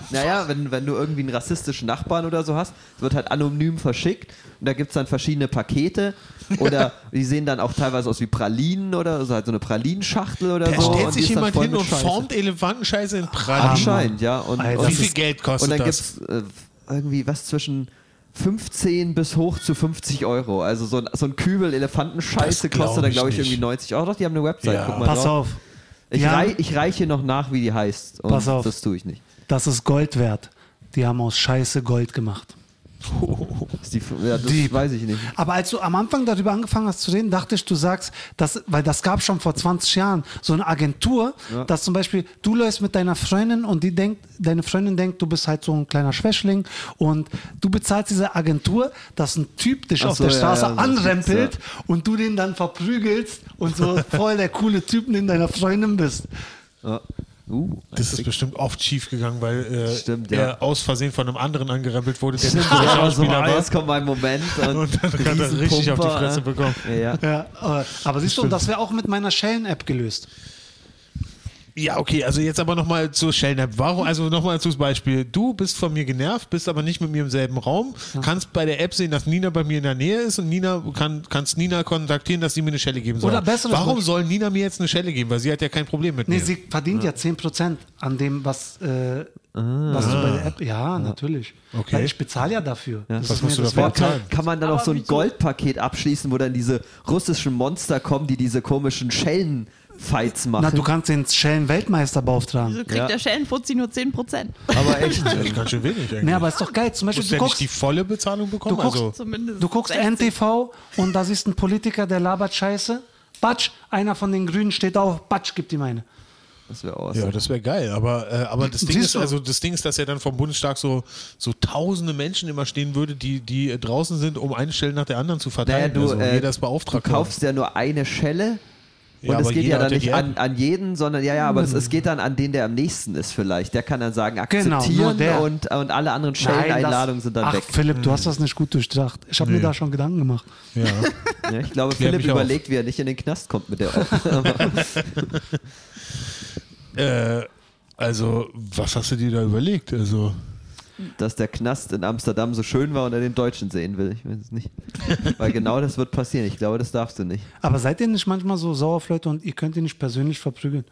Speaker 1: Naja, wenn, wenn du irgendwie einen rassistischen Nachbarn oder so hast, es wird halt anonym verschickt und da gibt es dann verschiedene Pakete oder die sehen dann auch teilweise aus wie Pralinen oder so, halt so eine Pralinschachtel oder
Speaker 2: Da
Speaker 1: so.
Speaker 2: stellt
Speaker 1: und Also, die
Speaker 2: sich
Speaker 1: ist dann
Speaker 2: jemand
Speaker 1: voll
Speaker 2: hin
Speaker 1: mit
Speaker 2: und
Speaker 1: Scheiße.
Speaker 2: formt Elefantenscheiße in Pralinen.
Speaker 1: Anscheinend, ja. Und,
Speaker 3: Alter,
Speaker 1: und
Speaker 2: Wie
Speaker 3: das
Speaker 2: viel
Speaker 3: ist-
Speaker 2: Geld kostet
Speaker 1: Und dann gibt
Speaker 2: das?
Speaker 1: es äh, irgendwie was zwischen 15 bis hoch zu 50 Euro. Also so ein, so ein Kübel Elefantenscheiße
Speaker 2: Das glaub
Speaker 1: kostet dann,
Speaker 2: ich
Speaker 1: glaube ich,
Speaker 2: nicht.
Speaker 1: irgendwie 90 Euro. Doch, die haben eine Website.
Speaker 2: Ja.
Speaker 1: Guck mal
Speaker 3: Pass
Speaker 1: drauf.
Speaker 3: auf,
Speaker 1: Ich,
Speaker 3: Ja.
Speaker 1: rei ich reiche noch nach, wie die heißt. Und
Speaker 3: Pass auf.
Speaker 1: Das tue ich nicht.
Speaker 3: das ist Gold wert. Die haben aus Scheiße Gold gemacht. Oh.
Speaker 1: Das ist die, ja, das
Speaker 3: Deep.
Speaker 1: weiß ich nicht.
Speaker 3: Aber als du am Anfang darüber angefangen hast zu reden, dachte ich, du sagst, dass, weil das gab schon vor 20 Jahren so eine Agentur,
Speaker 1: Ja.
Speaker 3: dass zum Beispiel du läufst mit deiner Freundin und die denkt, deine Freundin denkt, du bist halt so ein kleiner Schwächling und du bezahlst diese Agentur, dass ein Typ dich
Speaker 1: Ach
Speaker 3: auf
Speaker 1: so,
Speaker 3: der
Speaker 1: ja,
Speaker 3: Straße
Speaker 1: ja, das
Speaker 3: anrempelt
Speaker 1: gibt's,
Speaker 3: und du den dann verprügelst und so voll der coole Typ neben deiner Freundin bist.
Speaker 1: Ja. Uh,
Speaker 2: Das ist bestimmt oft schief gegangen, weil äh,
Speaker 1: Stimmt,
Speaker 2: er
Speaker 1: ja.
Speaker 2: aus Versehen von einem anderen angerempelt wurde, der
Speaker 1: Stimmt,
Speaker 2: nicht der
Speaker 1: ja, so
Speaker 2: Schauspieler
Speaker 1: war,
Speaker 2: war.
Speaker 1: jetzt kommt mein Moment. Und,
Speaker 2: Und dann hat er richtig auf die
Speaker 1: Riesenpumper,
Speaker 2: Fresse
Speaker 1: äh,
Speaker 2: bekommen.
Speaker 1: Ja.
Speaker 3: Ja, aber, aber siehst du, und das wäre auch mit meiner Schellen-App gelöst.
Speaker 2: Ja, okay, also jetzt aber nochmal zur Shellnap. Warum, also nochmal zum Beispiel, du bist von mir genervt, bist aber nicht mit mir im selben Raum, kannst bei der App sehen, dass Nina bei mir in der Nähe ist und Nina kann, kannst Nina kontaktieren, dass sie mir eine Schelle geben soll.
Speaker 3: Oder besseres
Speaker 2: Warum
Speaker 3: Beispiel.
Speaker 2: soll Nina mir jetzt eine Schelle geben? Weil sie hat ja kein Problem mit
Speaker 3: Nee,
Speaker 2: mir.
Speaker 3: sie verdient ja, 10% an dem, was, äh, was du bei der App. Ja, natürlich.
Speaker 2: Okay.
Speaker 3: Weil ich bezahle ja dafür. Das
Speaker 2: Was
Speaker 3: ist
Speaker 2: musst
Speaker 3: mir
Speaker 2: du
Speaker 3: das
Speaker 2: dafür
Speaker 3: wert.
Speaker 2: bezahlen?
Speaker 1: Kann man dann auch so ein Goldpaket abschließen, wo dann diese russischen Monster kommen, die diese komischen Schellen-Fights machen?
Speaker 3: Na, du kannst den Schellen-Weltmeister beauftragen.
Speaker 4: Wieso Also kriegt
Speaker 1: Ja.
Speaker 4: der Schellenfuzzi nur 10%?
Speaker 1: aber echt.
Speaker 2: Das ist ganz schön wenig eigentlich.
Speaker 3: Nee, aber ist doch geil. Zum Beispiel,
Speaker 2: Muss
Speaker 3: du
Speaker 2: der nicht die
Speaker 3: guckst,
Speaker 2: volle Bezahlung bekommen?
Speaker 3: guckst-
Speaker 2: also,
Speaker 4: Zumindest.
Speaker 3: du guckst
Speaker 4: 60.
Speaker 3: NTV und da siehst einen Politiker, der labert Scheiße. Batsch, einer von den Grünen steht auf. Batsch, gibt ihm eine.
Speaker 1: Das wäre awesome.
Speaker 2: Ja, das wäre geil, aber, äh, aber das Ding
Speaker 3: Siehst
Speaker 2: ist,
Speaker 3: du?
Speaker 2: also das Ding ist, dass ja dann vom Bundestag so, so tausende Menschen immer stehen würde, die, die äh, draußen sind, um eine Stelle nach der anderen zu
Speaker 1: Naja,
Speaker 2: verteilen.
Speaker 1: du,
Speaker 2: also,
Speaker 1: äh,
Speaker 2: jeder ist beauftragt.
Speaker 1: du kaufst ja nur eine Schelle und
Speaker 2: Ja,
Speaker 1: es
Speaker 2: aber
Speaker 1: geht
Speaker 2: jeder
Speaker 1: ja
Speaker 2: hat
Speaker 1: dann
Speaker 2: ja
Speaker 1: nicht
Speaker 2: die Hm.
Speaker 1: an, an jeden, sondern ja, ja, aber es, es geht dann an den, der am nächsten ist vielleicht. Der kann dann sagen,
Speaker 3: Genau, nur
Speaker 1: akzeptieren
Speaker 3: der.
Speaker 1: und, und alle anderen
Speaker 3: das-
Speaker 1: Schelleneinladungen sind dann
Speaker 3: Ach,
Speaker 1: weg.
Speaker 3: Philipp, du hast das nicht gut durchdacht. Ich habe mir da schon Gedanken gemacht.
Speaker 2: ja.
Speaker 1: Ja, ich glaube,
Speaker 2: Klär
Speaker 1: Philipp
Speaker 2: mich auf.
Speaker 1: überlegt, wie er nicht in den Knast kommt mit der App.
Speaker 2: Äh, also, was hast du dir da überlegt? Also,
Speaker 1: dass der Knast in Amsterdam so schön war und er den Deutschen sehen will. Ich weiß es nicht. Weil genau das wird passieren. Ich glaube, das darfst du nicht.
Speaker 3: Aber seid ihr nicht manchmal so sauer, auf Leute, und ihr könnt ihn nicht persönlich verprügeln?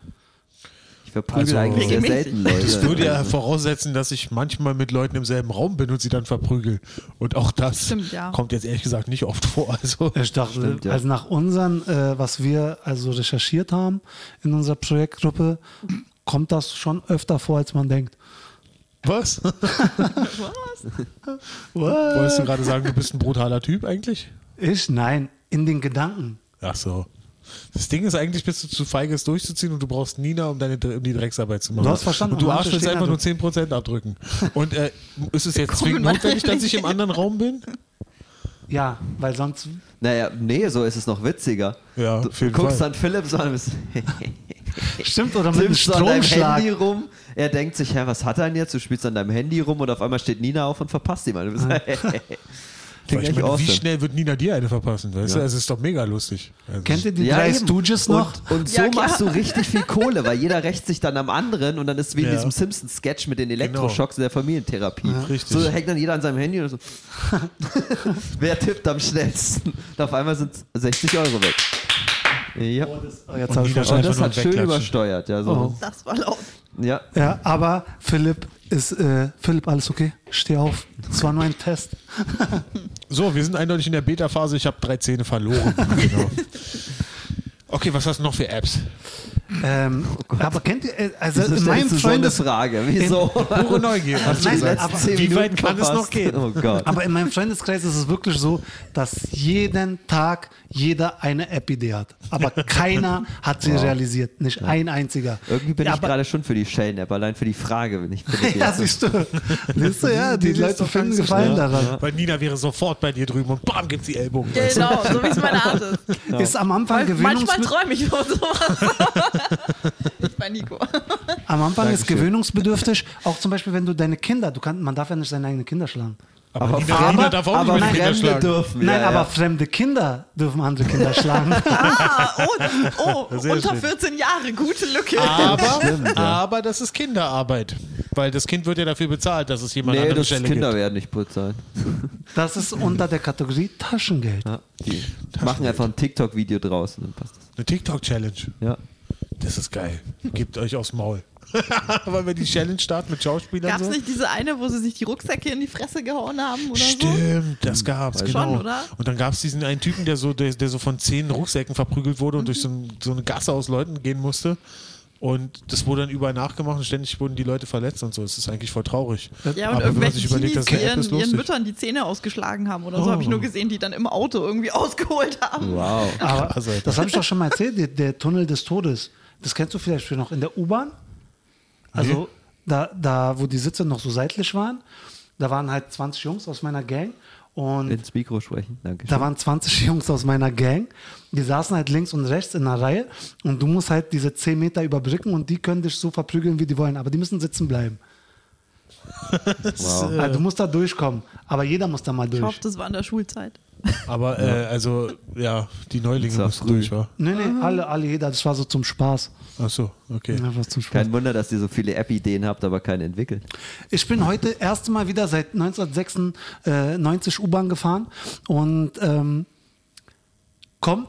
Speaker 1: Ich verprügel
Speaker 2: Also-
Speaker 1: eigentlich sehr
Speaker 4: Regelmäßig.
Speaker 1: selten Leute.
Speaker 2: das würde ja voraussetzen, dass ich manchmal mit Leuten im selben Raum bin und sie dann verprügel. Und auch das
Speaker 4: Stimmt, ja.
Speaker 2: kommt jetzt ehrlich gesagt nicht oft vor. Also,
Speaker 3: Ich dachte,
Speaker 1: Stimmt, ja.
Speaker 3: also nach unseren, äh, was wir also recherchiert haben in unserer Projektgruppe, kommt das schon öfter vor, als man denkt.
Speaker 2: was?
Speaker 4: Was?
Speaker 2: Wolltest du gerade sagen, du bist ein brutaler Typ eigentlich?
Speaker 3: Ich? Nein, in den Gedanken.
Speaker 2: Ach so. Das Ding ist eigentlich, bist du zu feige, es durchzuziehen und du brauchst Nina, um, deine, um die Drecksarbeit zu machen.
Speaker 3: Du hast verstanden,
Speaker 2: Und du
Speaker 3: am
Speaker 2: Arsch willst
Speaker 3: Anfang
Speaker 2: einfach nur
Speaker 3: stehen
Speaker 2: 10% abdrücken. Und äh, ist es jetzt zwingend
Speaker 4: mal
Speaker 2: notwendig, dass ich im anderen Raum bin?
Speaker 3: Ja, weil sonst.
Speaker 1: Naja, nee, so ist es noch witziger.
Speaker 2: Ja,
Speaker 1: du
Speaker 2: auf jeden
Speaker 1: guckst
Speaker 2: Fall.
Speaker 1: dann Philipp so an, bist-
Speaker 3: Stimmt, oder mit einem
Speaker 1: klimpst so an deinem
Speaker 3: Stromschlag.
Speaker 1: Handy rum. Er denkt sich, hä, was hat er denn jetzt? Du spielst an deinem Handy rum und auf einmal steht Nina auf und verpasst ihn. Du bist,
Speaker 2: Ah. Weil
Speaker 1: Klingt
Speaker 2: ich
Speaker 1: echt
Speaker 2: meine, wie
Speaker 1: awesome.
Speaker 2: schnell wird Nina dir eine verpassen? Weißt du, Also, es ist doch mega lustig. Also,
Speaker 3: Kennt ihr die
Speaker 1: Ja,
Speaker 3: drei
Speaker 1: eben.
Speaker 3: Stooges noch?
Speaker 1: Und, und so
Speaker 4: Ja, klar.
Speaker 1: machst du richtig viel Kohle, weil jeder rächt sich dann am anderen und dann ist wie in
Speaker 2: Ja.
Speaker 1: diesem Simpsons-Sketch mit
Speaker 3: Genau.
Speaker 1: den Elektroschocks in der Familientherapie.
Speaker 2: Richtig.
Speaker 1: So hängt dann jeder an seinem Handy und so. Wer tippt am schnellsten? Und auf einmal sind 60 Euro weg. Ja.
Speaker 3: Oh, jetzt
Speaker 2: Und
Speaker 3: hab ich
Speaker 2: Nina-
Speaker 1: Und
Speaker 3: verstanden.
Speaker 2: Einfach
Speaker 1: das
Speaker 2: nur
Speaker 1: hat schön
Speaker 2: wegklatschen.
Speaker 1: übersteuert. Ja, so.
Speaker 3: Oh.
Speaker 4: Das war laut.
Speaker 1: ja.
Speaker 3: Ja, aber Philipp ist. Äh, Philipp, alles okay? Steh auf. Es war nur ein Test.
Speaker 2: So, wir sind eindeutig in der Beta-Phase. Ich habe drei Zähne verloren. genau. Okay, was hast du noch für Apps?
Speaker 3: Ähm, aber kennt ihr. äh, Also
Speaker 1: Oh Wieso
Speaker 3: in
Speaker 1: stellst
Speaker 3: meinem
Speaker 1: du so eine
Speaker 3: Freundes.
Speaker 1: Frage. Wieso?
Speaker 2: Pure Neugier. Hast du
Speaker 3: Nein,
Speaker 2: gesagt.
Speaker 3: aber-
Speaker 1: Zehn
Speaker 2: Wie weit
Speaker 1: Minuten
Speaker 2: kann es noch
Speaker 1: verpasst.
Speaker 2: gehen?
Speaker 1: Oh Gott.
Speaker 3: Aber in meinem Freundeskreis ist es wirklich so, dass jeden Tag jeder eine App-Idee hat. Aber keiner hat sie realisiert. Nicht ein einziger.
Speaker 1: Irgendwie bin
Speaker 3: ja,
Speaker 1: ich gerade schon für die Shell-App, allein für die Frage bin ich. Bin ich
Speaker 3: Ja,
Speaker 1: jetzt-
Speaker 3: siehst du. Siehst du, ja, die,
Speaker 2: Die ist
Speaker 3: Leute
Speaker 2: doch
Speaker 3: finden
Speaker 2: ganz so
Speaker 3: Gefallen
Speaker 2: schnell.
Speaker 3: daran.
Speaker 2: Weil Nina wäre sofort bei dir drüben und bam, gibt's die Ellbogen. weißt du?
Speaker 4: Genau, so wie es meine Art ist.
Speaker 3: Ist am Anfang
Speaker 4: Manchmal
Speaker 3: Gewinnungsmittel.
Speaker 4: träume ich von sowas. ich bei Nico.
Speaker 3: Am Anfang ist
Speaker 1: Dankeschön.
Speaker 3: gewöhnungsbedürftig, auch zum Beispiel, wenn du deine Kinder, du kann, man darf ja nicht seine eigenen Kinder schlagen.
Speaker 2: Aber, Nina,
Speaker 1: Fremde-
Speaker 2: Nina darf auch nicht
Speaker 1: aber
Speaker 2: meine Kinder
Speaker 1: Fremde
Speaker 2: schlagen.
Speaker 1: dürfen.
Speaker 3: Nein,
Speaker 1: ja,
Speaker 3: aber
Speaker 1: ja.
Speaker 3: fremde Kinder dürfen andere Kinder schlagen.
Speaker 4: Ah, oh, oh
Speaker 2: Sehr
Speaker 4: unter
Speaker 2: schön. Ah,
Speaker 4: 14 Jahre, gute Lücke.
Speaker 2: Aber,
Speaker 1: Stimmt, ja.
Speaker 2: aber das ist Kinderarbeit. Weil das Kind wird ja dafür bezahlt, dass es jemand
Speaker 1: Nee,
Speaker 2: anderem
Speaker 1: das
Speaker 2: Stelle
Speaker 1: Kinder
Speaker 2: gibt.
Speaker 1: werden nicht bezahlt.
Speaker 3: Das ist unter der Kategorie Taschengeld.
Speaker 1: Ja, die machen einfach ein TikTok-Video draus und dann passt das.
Speaker 2: Eine TikTok-Challenge.
Speaker 1: Ja.
Speaker 2: Das ist geil. Gebt euch aufs Maul. Wollen wir die Challenge starten mit Schauspielern?
Speaker 4: Gab es
Speaker 2: so?
Speaker 4: nicht diese eine, wo sie sich die Rucksäcke in die Fresse gehauen haben oder so?
Speaker 2: Stimmt, das gab's,
Speaker 4: Schon,
Speaker 2: genau.
Speaker 4: oder?
Speaker 2: Und dann gab's diesen einen Typen, der so, der, der so von zehn Rucksäcken verprügelt wurde und
Speaker 4: Mhm.
Speaker 2: durch so, ein, so eine Gasse aus Leuten gehen musste. Und das wurde dann überall nachgemacht und ständig wurden die Leute verletzt und so. Das ist eigentlich voll traurig.
Speaker 4: Ja,
Speaker 2: Aber wenn
Speaker 4: und
Speaker 2: man
Speaker 4: irgendwelche
Speaker 2: sich überlegt,
Speaker 4: Teenies,
Speaker 2: dass
Speaker 4: die
Speaker 2: eine App
Speaker 4: ihren,
Speaker 2: ist
Speaker 4: ihren
Speaker 2: lustig. Oh.
Speaker 4: Müttern die Zähne ausgeschlagen haben oder so, habe ich nur gesehen, die dann im Auto irgendwie ausgeholt haben.
Speaker 1: Wow.
Speaker 3: Aber
Speaker 2: Krass, Alter.
Speaker 3: das habe ich doch schon mal erzählt, der, der Tunnel des Todes. Das kennst du vielleicht noch in der U-Bahn. Also
Speaker 2: Nee.
Speaker 3: da, da, wo die Sitze noch so seitlich waren, da waren halt 20 Jungs aus meiner Gang und
Speaker 1: Ins Mikro sprechen. Danke.
Speaker 3: da waren 20 Jungs aus meiner Gang. Die saßen halt links und rechts in einer Reihe und du musst halt diese 10 Meter überbrücken und die können dich so verprügeln, wie die wollen, aber die müssen sitzen bleiben.
Speaker 1: Wow.
Speaker 3: Also du musst da durchkommen, aber jeder muss da mal
Speaker 4: Ich
Speaker 3: durch.
Speaker 4: hoffe, das war in der Schulzeit.
Speaker 2: Aber äh, also, ja, die Neulinge
Speaker 1: Ist ja
Speaker 2: mussten
Speaker 1: früh.
Speaker 2: durch, war.
Speaker 3: Nee, nee, alle, alle, jeder, das war so zum Spaß.
Speaker 2: Achso, okay.
Speaker 3: Ja, was zum Spaß.
Speaker 1: Kein Wunder, dass ihr so viele App-Ideen habt, aber keine entwickelt.
Speaker 3: Ich bin heute erst mal wieder seit 1996 U-Bahn gefahren und ähm, kommt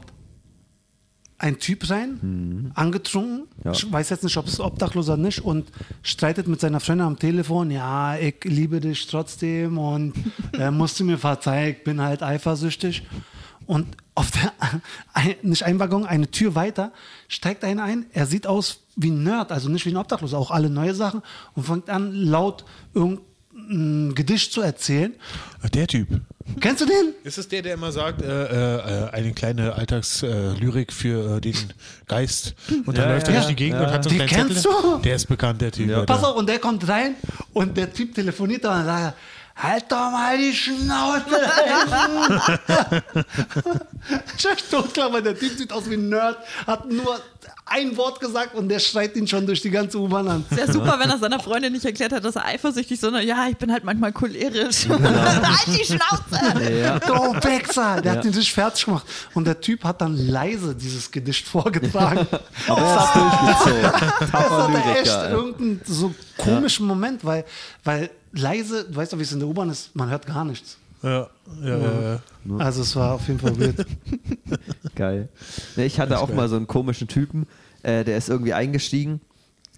Speaker 3: ein Typ rein, angetrunken,
Speaker 1: Ja.
Speaker 3: ich weiß jetzt nicht, ob es obdachlos oder nicht, und streitet mit seiner Freundin am Telefon, ja, ich liebe dich trotzdem und äh, musst du mir verzeihen, ich bin halt eifersüchtig. Und auf der, ein, nicht ein Waggon, eine Tür weiter, steigt ein ein, er sieht aus wie ein Nerd, also nicht wie ein Obdachloser, auch alle neue Sachen und fängt an, laut irgendein Gedicht zu erzählen.
Speaker 2: Ach, Der Typ.
Speaker 3: Kennst du den?
Speaker 2: Ist es der, der immer sagt, äh, äh, äh, eine kleine Alltagslyrik äh, Lyrik für äh, den Geist und dann
Speaker 1: Ja,
Speaker 2: läuft
Speaker 1: ja,
Speaker 2: er durch die Gegend
Speaker 1: ja.
Speaker 2: und hat so einen
Speaker 3: Die
Speaker 2: kleinen
Speaker 3: kennst
Speaker 2: Zettel.
Speaker 3: du?
Speaker 2: Der ist bekannt, der Typ. Alter.
Speaker 3: Pass auf, und der kommt rein und der Typ telefoniert da und sagt, halt doch mal die Schnauze. Elfen." ich hab Totklamm, weil der Typ sieht aus wie ein Nerd, hat nur ein Wort gesagt und der schreit ihn schon durch die ganze U-Bahn an.
Speaker 4: Es wäre super, wenn er seiner Freundin nicht erklärt hat, dass er eifersüchtig ist, sondern ja, ich bin halt manchmal cholerisch. halt die Schnauze! Halt
Speaker 1: Ja.
Speaker 3: Du Pixar, der hat
Speaker 1: Ja.
Speaker 3: ihn sich fertig gemacht. Und der Typ hat dann leise dieses Gedicht vorgetragen.
Speaker 1: Aber er ist durchgezogen.
Speaker 3: Das
Speaker 1: Tapfer
Speaker 3: hatte echt
Speaker 1: Lyriker. ey.
Speaker 3: irgendeinen so komischen Moment, weil, weil leise, du weißt doch, wie es in der U-Bahn ist, man hört gar nichts.
Speaker 2: Ja, ja, ja. ja.
Speaker 3: Also es war auf jeden Fall wild.
Speaker 1: Geil. Ne, ich hatte auch mal so einen komischen Typen, äh, der ist irgendwie eingestiegen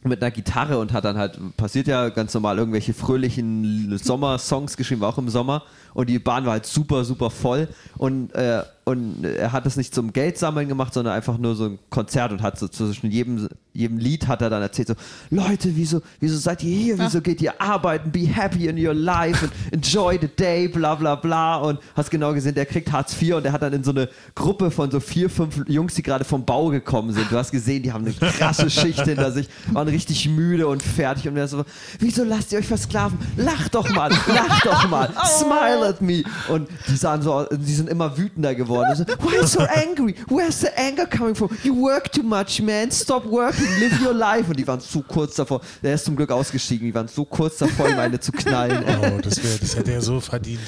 Speaker 1: mit einer Gitarre und hat dann halt, passiert ja ganz normal, irgendwelche fröhlichen L- Sommersongs geschrieben, war auch im Sommer. Und die Bahn war halt super, super voll. Und, äh, und er hat das nicht zum Geldsammeln gemacht, sondern einfach nur so ein Konzert und hat so zwischen jedem, jedem Lied hat er dann erzählt so, Leute, wieso, wieso seid ihr hier? Wieso geht ihr arbeiten? Be happy in your life and enjoy the day, bla bla bla. Und hast genau gesehen, der kriegt Hartz IV und der hat dann in so eine Gruppe von so vier, fünf Jungs, die gerade vom Bau gekommen sind. Du hast gesehen, die haben eine krasse Schicht hinter sich, waren richtig müde und fertig. Und der so, wieso lasst ihr euch versklaven? Lacht doch mal, lacht doch mal, smile at me. Und die sahen so, aus- die sind immer wütender geworden. Und So, Why so angry? Where's the anger coming from? You work too much, man. Stop working, live your life. Und die waren so kurz davor. Der ist zum Glück ausgestiegen. Die waren so kurz davor, ihm eine zu knallen.
Speaker 2: Oh, das, wär, das hätte er so verdient.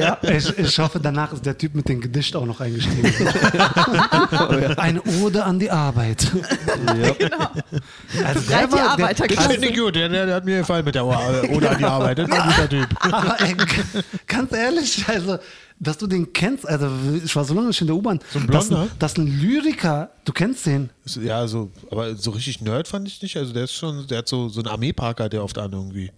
Speaker 1: ja.
Speaker 3: Ich, ich hoffe, danach ist der Typ mit dem Gedicht auch noch eingestiegen. Eine Ode an die Arbeit.
Speaker 2: genau.
Speaker 3: Also
Speaker 4: Befreit die
Speaker 2: Das
Speaker 4: Arbeiterklasse.
Speaker 2: finde ich gut, der, der, der hat mir gefallen mit der Ohr- oder die Arbeit. Das ist ein guter Typ.
Speaker 3: aber Ah, ey, g- ganz ehrlich, also, dass du den kennst, also ich war so lange nicht in der U-Bahn.
Speaker 2: So ein Blonder?
Speaker 3: Dass, dass ein Lyriker, du kennst den.
Speaker 2: Ist- Ja, so, aber so richtig Nerd fand ich nicht. Also der ist schon, der hat so, so einen Armeeparker, der oft an irgendwie.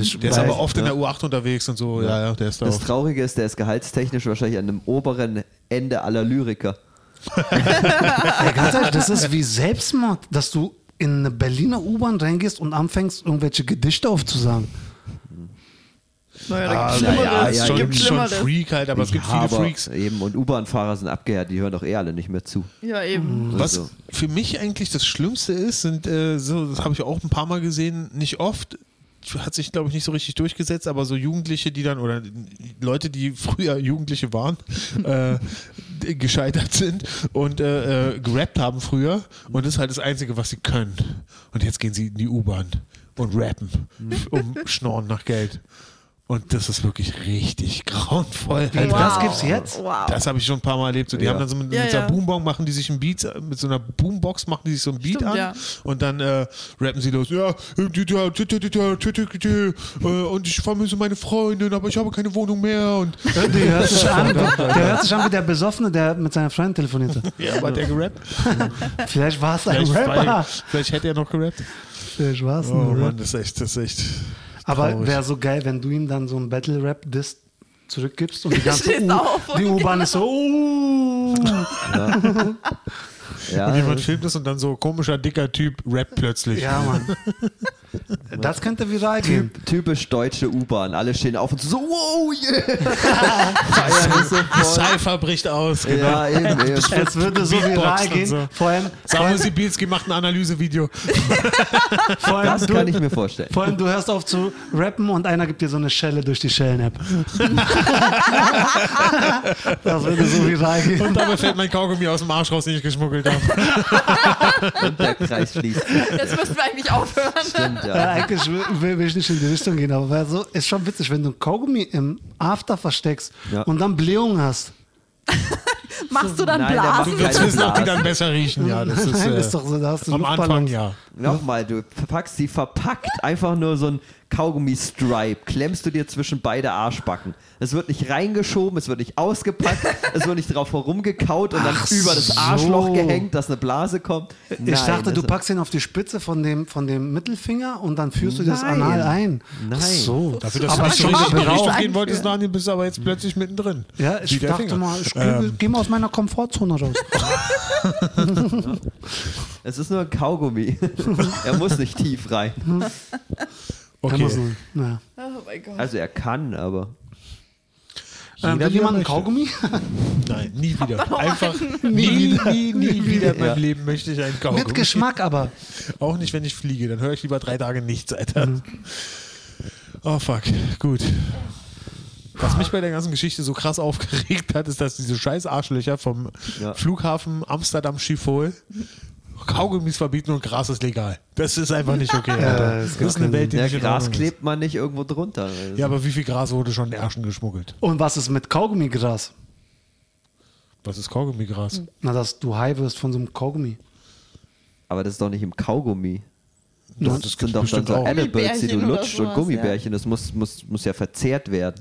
Speaker 3: Ich
Speaker 2: Der ist
Speaker 3: weiß-
Speaker 2: aber oft in der U8 unterwegs und so. Ja, ja, der ist da
Speaker 1: Das
Speaker 2: auch.
Speaker 1: Traurige ist, der ist gehaltstechnisch wahrscheinlich an dem oberen Ende aller Lyriker.
Speaker 3: Ey, ganz ehrlich, das ist wie Selbstmord, dass du in eine Berliner U-Bahn reingehst und anfängst, irgendwelche Gedichte aufzusagen.
Speaker 4: Naja, da
Speaker 2: Ah,
Speaker 4: gibt's
Speaker 1: na ja,
Speaker 4: Schlimmeres.
Speaker 2: ja,
Speaker 1: ja,
Speaker 2: ist schon,
Speaker 1: gibt's
Speaker 2: schon Freak halt, aber es gibt
Speaker 1: Ja,
Speaker 2: viele
Speaker 1: aber
Speaker 2: Freaks.
Speaker 1: Eben, und U-Bahn-Fahrer sind abgehört, die hören doch eh alle nicht mehr zu.
Speaker 4: Ja, eben.
Speaker 2: Was
Speaker 1: Also.
Speaker 2: für mich eigentlich das Schlimmste ist, sind äh, so, das habe ich auch ein paar Mal gesehen, nicht oft, hat sich, glaube ich, nicht so richtig durchgesetzt, aber so Jugendliche, die dann, oder Leute, die früher Jugendliche waren, äh, die gescheitert sind und äh, äh, gerappt haben früher und das ist halt das Einzige, was sie können. Und jetzt gehen sie in die U-Bahn und rappen, um Schnorren nach Geld. Und das ist wirklich richtig grauenvoll.
Speaker 3: Wie,
Speaker 2: Alter.
Speaker 3: Das gibt's jetzt?
Speaker 5: Wow.
Speaker 2: Das habe ich schon ein paar Mal erlebt. So, die
Speaker 1: Ja.
Speaker 2: haben dann so mit,
Speaker 4: Ja,
Speaker 2: mit so
Speaker 4: ja.
Speaker 2: einer Boombox machen die sich einen Beat, mit so einer Boombox machen die sich so einen Beat
Speaker 4: Stimmt,
Speaker 2: an
Speaker 4: ja.
Speaker 2: und dann äh, rappen sie los. Ja, äh, tü- tü- tü- tü- tü- tü- tü- tü- tü- äh, und ich vermisse meine Freundin, aber ich habe keine Wohnung mehr. Und
Speaker 3: Der hört, sich an, der hört sich an wie der Besoffene, der mit seiner Freundin telefonierte.
Speaker 2: ja, aber hat er gerappt?
Speaker 3: Vielleicht war es ein
Speaker 2: Vielleicht,
Speaker 3: Rapper.
Speaker 2: war- vielleicht hätte er noch gerappt.
Speaker 3: Vielleicht war es
Speaker 2: Oh
Speaker 3: ein Rapper.
Speaker 2: Mann, das ist echt, das ist echt.
Speaker 3: Äh, ne? Aber
Speaker 2: traurig.
Speaker 3: wäre so geil, wenn du ihm dann so einen Battle-Rap-Disc zurückgibst und die ganze
Speaker 5: Stehst
Speaker 3: U-
Speaker 5: auf und
Speaker 3: die U-Bahn ist so, uh,
Speaker 1: Ja,
Speaker 2: Und jemand filmt das und dann so komischer, dicker Typ rappt plötzlich.
Speaker 3: ja, Mann. Das könnte viral gehen.
Speaker 1: typ, typisch deutsche U-Bahn. Alle stehen auf und so, wow, yeah. Feiern sofort.
Speaker 2: Cypher bricht aus, genau.
Speaker 1: Ja, eben, eben.
Speaker 3: Es würde so
Speaker 2: Beatboxen
Speaker 3: viral
Speaker 2: und
Speaker 3: gehen.
Speaker 2: so.
Speaker 3: Vor allem, vor
Speaker 2: Samuel
Speaker 3: allem,
Speaker 2: Sibielski macht ein Analysevideo.
Speaker 3: vor allem
Speaker 1: Das
Speaker 3: du,
Speaker 1: kann ich mir vorstellen.
Speaker 3: vor allem du hörst auf zu rappen und einer gibt dir so eine Schelle durch die Schellen-App. das würde so viral gehen.
Speaker 2: Und dabei fällt mein Kaugummi aus dem Arsch raus, den ich geschmuggelt habe.
Speaker 1: Und der Kreis schließt.
Speaker 5: Jetzt müssen wir eigentlich aufhören.
Speaker 1: Stimmt,
Speaker 3: Ja,
Speaker 1: ja.
Speaker 3: eigentlich will, will will ich nicht in die Richtung gehen, aber wär so, ist schon witzig, wenn du Kaugummi im After versteckst
Speaker 1: Ja.
Speaker 3: und dann Blähungen hast.
Speaker 5: Machst du dann
Speaker 1: Nein, der
Speaker 5: Blasen?
Speaker 2: Du willst
Speaker 1: Keine
Speaker 2: wissen, ob die
Speaker 1: Blasen.
Speaker 2: dann besser riechen. Ja, das ist,
Speaker 3: Nein,
Speaker 2: äh,
Speaker 3: das ist doch so, da hast du
Speaker 2: am Anfang
Speaker 3: Luftballons.
Speaker 2: ja.
Speaker 1: Nochmal, du verpackst sie verpackt einfach nur so ein Kaugummi-Stripe, klemmst du dir zwischen beide Arschbacken. Es wird nicht reingeschoben, es wird nicht ausgepackt, es wird nicht drauf herumgekaut und dann
Speaker 3: Ach
Speaker 1: über das
Speaker 3: so.
Speaker 1: Arschloch gehängt, dass eine Blase kommt.
Speaker 3: Ich dachte,
Speaker 1: das-
Speaker 3: du packst ihn auf die Spitze von dem, von dem Mittelfinger und dann führst du das
Speaker 1: Nein.
Speaker 3: anal ein.
Speaker 1: Nein.
Speaker 3: Ach so.
Speaker 2: Dafür, dass
Speaker 3: aber
Speaker 2: du nicht so
Speaker 3: schon
Speaker 2: richtig in die Richtung
Speaker 3: beraubt.
Speaker 2: gehen wolltest, Daniel, bist du aber jetzt plötzlich mittendrin.
Speaker 3: Ja, ich
Speaker 2: Wie der
Speaker 3: dachte
Speaker 2: Finger.
Speaker 3: mal, ich
Speaker 2: Ähm,
Speaker 3: geh mal aus meiner Komfortzone raus.
Speaker 1: Es ist nur ein Kaugummi. er muss nicht tief rein.
Speaker 3: Kann man
Speaker 2: okay.
Speaker 3: so- naja.
Speaker 5: Oh mein Gott.
Speaker 1: Also er kann, aber.
Speaker 3: Ähm,
Speaker 2: Jeder,
Speaker 3: will
Speaker 2: wie er
Speaker 3: jemand einen
Speaker 2: möchte.
Speaker 3: Kaugummi?
Speaker 2: Nein, nie wieder. Einfach nie, nie, nie wieder in
Speaker 1: Ja.
Speaker 2: meinem Leben möchte ich einen Kaugummi.
Speaker 3: Mit Geschmack aber.
Speaker 2: Auch nicht, wenn ich fliege. Dann höre ich lieber drei Tage nichts, Alter.
Speaker 3: Mhm.
Speaker 2: Oh, fuck. Gut. Was mich bei der ganzen Geschichte so krass aufgeregt hat, ist, dass diese scheiß Arschlöcher vom
Speaker 1: Ja.
Speaker 2: Flughafen Amsterdam Schiphol Kaugummis verbieten und Gras ist legal. Das ist einfach nicht okay. Alter.
Speaker 3: das
Speaker 2: das
Speaker 3: gibt's
Speaker 2: ist eine
Speaker 3: nicht.
Speaker 2: Welt, die
Speaker 1: Der
Speaker 2: nicht in
Speaker 1: Gras
Speaker 3: genau.
Speaker 2: Ordnung ist.
Speaker 1: klebt man nicht irgendwo drunter.
Speaker 2: Ja, aber wie viel Gras wurde schon in Ärschen geschmuggelt?
Speaker 3: Und was ist mit Kaugummigras?
Speaker 2: Was ist
Speaker 1: Mhm.
Speaker 2: Kaugummigras?
Speaker 3: Na, dass du high wirst von so einem Kaugummi.
Speaker 1: Aber das ist doch nicht im Kaugummi.
Speaker 3: Ja,
Speaker 1: Das, sind
Speaker 2: das gibt's
Speaker 1: doch dann
Speaker 2: bestimmt
Speaker 1: so
Speaker 2: auch.
Speaker 1: Edibles, die du
Speaker 4: Gummibärchen oder
Speaker 1: lutscht und
Speaker 4: sowas,
Speaker 1: Gummibärchen. Das muss, muss, muss ja verzehrt werden.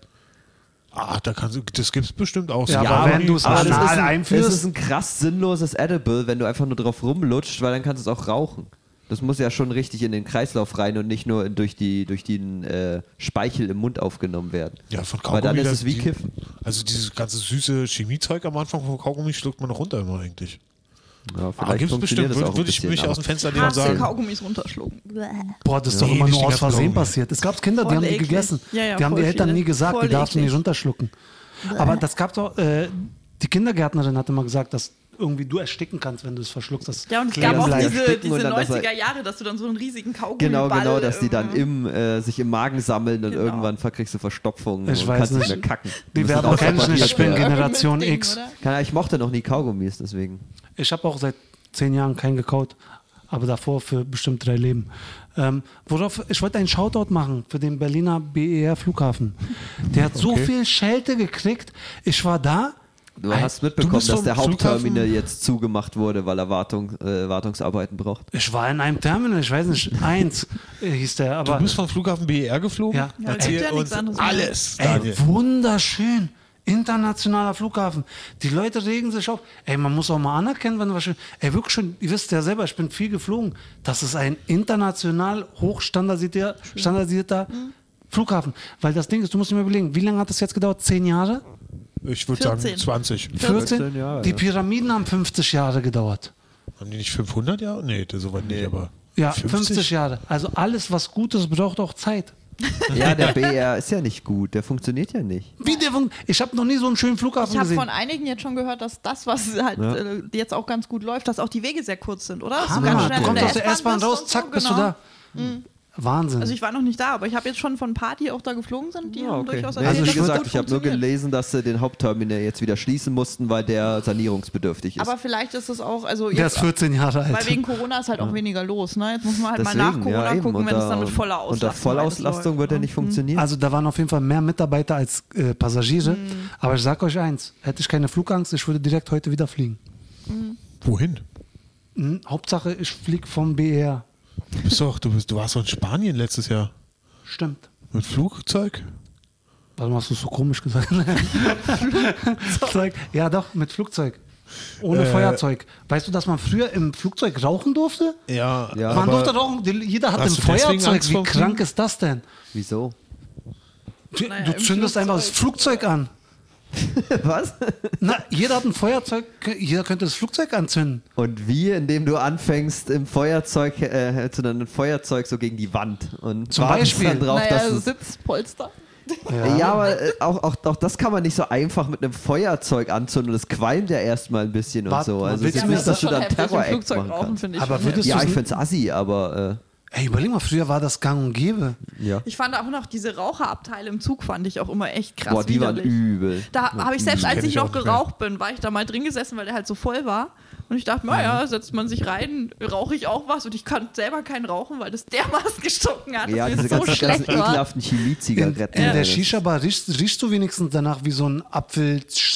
Speaker 2: Ah, da kannst du, das gibt's bestimmt auch.
Speaker 3: Ja, aber wenn du's
Speaker 1: Aber das
Speaker 3: anal
Speaker 1: ist ein,
Speaker 3: einführst-
Speaker 1: das ist ein krass sinnloses Edible, wenn du einfach nur drauf rumlutscht, weil dann kannst du es auch rauchen. Das muss ja schon richtig in den Kreislauf rein und nicht nur durch, die, durch den äh, Speichel im Mund aufgenommen werden.
Speaker 2: ja, von
Speaker 1: Weil
Speaker 2: Kaugummi.
Speaker 1: dann ist
Speaker 2: das-
Speaker 1: es wie
Speaker 2: die-
Speaker 1: Kiffen.
Speaker 2: Also dieses ganze süße Chemiezeug am Anfang von Kaugummi schluckt man noch runter immer eigentlich.
Speaker 1: Ja, vielleicht
Speaker 2: Aber gibt's
Speaker 1: funktioniert
Speaker 2: bestimmt.
Speaker 1: das auch
Speaker 2: Würde
Speaker 1: ein
Speaker 2: würd ich
Speaker 1: bisschen,
Speaker 2: mich
Speaker 1: aber-
Speaker 2: aus dem Fenster lehnen und
Speaker 4: Hast du
Speaker 2: sagen.
Speaker 4: Kaugummis runterschlucken? Bäh.
Speaker 3: Boah, das ist
Speaker 2: Nee,
Speaker 3: doch immer
Speaker 2: nicht
Speaker 3: nur
Speaker 2: den
Speaker 3: aus
Speaker 2: ganzen
Speaker 3: Versehen
Speaker 2: Kaugummi.
Speaker 3: passiert. Es gab Kinder, die
Speaker 4: Voll
Speaker 3: haben die
Speaker 4: eklig.
Speaker 3: gegessen.
Speaker 4: Ja, ja,
Speaker 3: die haben die
Speaker 4: voll
Speaker 3: Eltern
Speaker 4: viele.
Speaker 3: nie gesagt,
Speaker 4: Voll
Speaker 3: die darfst du nicht
Speaker 4: eklig.
Speaker 3: runterschlucken. Aber das gab doch, äh, die Kindergärtnerin hat immer gesagt, dass irgendwie du ersticken kannst, wenn du es verschluckst. dass
Speaker 4: Ja, und es
Speaker 3: kleben
Speaker 4: gab auch
Speaker 1: bleiben.
Speaker 4: diese,
Speaker 1: Ersticken
Speaker 4: diese
Speaker 1: und dann das-
Speaker 4: 90er Jahre, dass du dann so einen riesigen Kaugummi
Speaker 1: Genau, genau, dass die dann im, äh, sich im Magen sammeln und
Speaker 4: Genau.
Speaker 1: irgendwann verkriegst du Verstopfung
Speaker 3: Ich
Speaker 1: und
Speaker 3: weiß
Speaker 1: kannst
Speaker 3: nicht.
Speaker 1: mehr kacken.
Speaker 3: Die
Speaker 1: Müssen
Speaker 3: werden kenn ich nicht, ich bin
Speaker 1: ausoperiert werden.
Speaker 3: Generation X.
Speaker 1: Keine Ahnung, Ich mochte noch nie Kaugummis, deswegen.
Speaker 3: Ich habe auch seit zehn Jahren keinen gekaut, aber davor für bestimmt drei Leben. Ähm, worauf, ich wollte einen Shoutout machen für den Berliner BER Flughafen. Der hat so
Speaker 2: Okay.
Speaker 3: viel Schelte gekriegt. Ich war da.
Speaker 1: Du
Speaker 3: Ein-
Speaker 1: hast
Speaker 2: du
Speaker 1: mitbekommen,
Speaker 2: bist
Speaker 1: dass
Speaker 2: vom
Speaker 1: der Hauptterminal
Speaker 2: Flughafen-
Speaker 1: jetzt zugemacht wurde, weil er Wartung, äh, Wartungsarbeiten braucht.
Speaker 3: Ich war in einem Terminal, ich weiß nicht, eins äh, hieß der, aber
Speaker 2: Du bist vom Flughafen BER geflogen?
Speaker 3: Ja. Ja,
Speaker 4: es gibt
Speaker 2: Erzähl
Speaker 4: ja nichts
Speaker 2: uns
Speaker 4: anderes mehr.
Speaker 2: alles, Daniel.
Speaker 3: ey, wunderschön. Internationaler Flughafen. Die Leute regen sich auf. Ey, man muss auch mal anerkennen, wenn was schön. Ey, wirklich schön, ihr wisst ja selber, ich bin viel geflogen. Das ist ein international hochstandardisierter standardisierter
Speaker 4: Mhm.
Speaker 3: Flughafen. Weil das Ding ist, du musst dir mal überlegen, wie lange hat das jetzt gedauert? Zehn Jahre?
Speaker 2: Ich würde sagen
Speaker 4: 14.
Speaker 2: 20.
Speaker 3: 14?
Speaker 1: 14 Jahre,
Speaker 3: Die
Speaker 1: ja.
Speaker 3: Pyramiden haben 50 Jahre gedauert.
Speaker 2: Haben die nicht 500 Jahre? Nee, das- soweit nicht, aber.
Speaker 3: Ja, 50? Jahre. Also alles, was Gutes, braucht auch Zeit.
Speaker 1: Ja, der BR ist ja nicht gut, der funktioniert ja nicht.
Speaker 3: Wie der Funk- Ich habe noch nie so einen schönen Flughafen
Speaker 4: Ich habe
Speaker 3: gesehen.
Speaker 4: von einigen jetzt schon gehört, dass das, was halt
Speaker 1: Ja.
Speaker 4: äh, jetzt auch ganz gut läuft, dass auch die Wege sehr kurz sind, oder? Dass
Speaker 3: Hammer,
Speaker 4: schnell
Speaker 3: du
Speaker 4: in
Speaker 3: kommst
Speaker 4: der
Speaker 3: aus der S-Bahn
Speaker 4: bist
Speaker 3: raus,
Speaker 4: und
Speaker 3: zack,
Speaker 4: so,
Speaker 3: bist
Speaker 4: genau.
Speaker 3: du da.
Speaker 1: Hm.
Speaker 3: Wahnsinn.
Speaker 4: Also ich war noch nicht da, aber ich habe jetzt schon von ein paar, die auch da geflogen sind, die
Speaker 1: Ja,
Speaker 4: haben
Speaker 1: okay.
Speaker 4: durchaus
Speaker 1: Nee, also
Speaker 4: dass
Speaker 1: wie
Speaker 4: es gut
Speaker 1: gesagt, ich habe nur
Speaker 4: funktioniert.
Speaker 1: gelesen, dass sie den Hauptterminal jetzt wieder schließen mussten, weil der sanierungsbedürftig ist.
Speaker 4: Aber halt vielleicht ist es auch, also
Speaker 3: Der
Speaker 4: jetzt,
Speaker 3: ist 14 Jahre alt.
Speaker 4: weil wegen Corona ist halt auch weniger los. Ne? Jetzt muss man halt
Speaker 1: Deswegen,
Speaker 4: mal nach Corona
Speaker 1: ja, eben.
Speaker 4: gucken, wenn es
Speaker 1: Unter-
Speaker 4: dann mit voller Auslastung ne?
Speaker 1: Unter Vollauslastung
Speaker 4: alles
Speaker 1: wird er
Speaker 4: läuft,
Speaker 1: nicht funktionieren.
Speaker 3: Also da waren auf jeden Fall mehr Mitarbeiter als äh, Passagiere.
Speaker 4: Mhm.
Speaker 3: Aber ich sag euch eins, hätte ich keine Flugangst, ich würde direkt heute wieder fliegen.
Speaker 2: Wohin?
Speaker 3: Hm, Hauptsache, ich fliege vom BER.
Speaker 2: Du, bist doch, du, bist, du warst doch in Spanien letztes Jahr.
Speaker 3: Stimmt.
Speaker 2: Mit Flugzeug?
Speaker 3: Warum hast du es so komisch gesagt? Flugzeug. Ja doch, mit Flugzeug. Ohne
Speaker 2: Äh.
Speaker 3: Feuerzeug. Weißt du, dass man früher im Flugzeug rauchen durfte?
Speaker 2: Ja,
Speaker 1: Ja.
Speaker 3: man
Speaker 2: aber-
Speaker 3: durfte rauchen, die- jeder hat ein
Speaker 2: Hast du deswegen
Speaker 3: Feuerzeug.
Speaker 2: Angst
Speaker 3: Wie
Speaker 2: vor Fliegen?
Speaker 3: krank ist das denn?
Speaker 1: Wieso?
Speaker 3: Du,
Speaker 4: Naja,
Speaker 3: du
Speaker 4: im
Speaker 3: zündest einfach das Flugzeug an.
Speaker 1: Was?
Speaker 3: Na, jeder hat ein Feuerzeug, jeder könnte das Flugzeug anzünden.
Speaker 1: Und wie, indem du anfängst, im Feuerzeug, äh, hältst du dann ein Feuerzeug so gegen die Wand und
Speaker 3: Zum
Speaker 1: wartest
Speaker 3: Beispiel.
Speaker 1: dann drauf,
Speaker 5: naja,
Speaker 1: dass es
Speaker 5: Sitzpolster.
Speaker 1: Ja, aber äh, auch, auch, auch das kann man nicht so einfach mit einem Feuerzeug anzünden. Das qualmt ja erstmal ein bisschen und
Speaker 3: Warte,
Speaker 1: so. Also es
Speaker 3: willst
Speaker 1: ist
Speaker 3: du mir
Speaker 1: nicht, dass
Speaker 3: das-
Speaker 1: du da einen
Speaker 5: heftig, im
Speaker 1: Terror-Act
Speaker 5: Flugzeug
Speaker 1: machen
Speaker 5: rauchen,
Speaker 1: kannst.
Speaker 5: finde ich
Speaker 3: Aber
Speaker 5: schon
Speaker 3: würdest
Speaker 1: Ja,
Speaker 3: du's
Speaker 1: ich
Speaker 3: nicht-
Speaker 1: find's assi, aber
Speaker 3: Ey, überleg mal, früher war das gang und gäbe.
Speaker 1: äh, ja.
Speaker 4: Ich fand auch noch diese Raucherabteile im Zug fand ich auch immer echt krass
Speaker 1: Boah, die waren
Speaker 4: widerlich.
Speaker 1: übel.
Speaker 4: Da habe ich selbst, als
Speaker 2: Hm, kenn ich
Speaker 4: ich noch
Speaker 2: auch nicht
Speaker 4: geraucht bin, war ich da mal drin gesessen, weil der halt so voll war. Und ich dachte,
Speaker 2: Mhm.
Speaker 4: naja, setzt man sich rein, rauche ich auch was. Und ich kann selber keinen rauchen, weil das dermaßen gestunken hat,
Speaker 1: Ja,
Speaker 4: dass mir
Speaker 1: diese
Speaker 4: das so
Speaker 1: ganzen, ganzen
Speaker 4: schlecht war.
Speaker 1: ekelhaften
Speaker 3: In,
Speaker 1: Chemie-Zigaretten.
Speaker 3: in
Speaker 1: Ja,
Speaker 3: der
Speaker 1: das-
Speaker 3: Shisha-Bar riechst, riechst du wenigstens danach wie so ein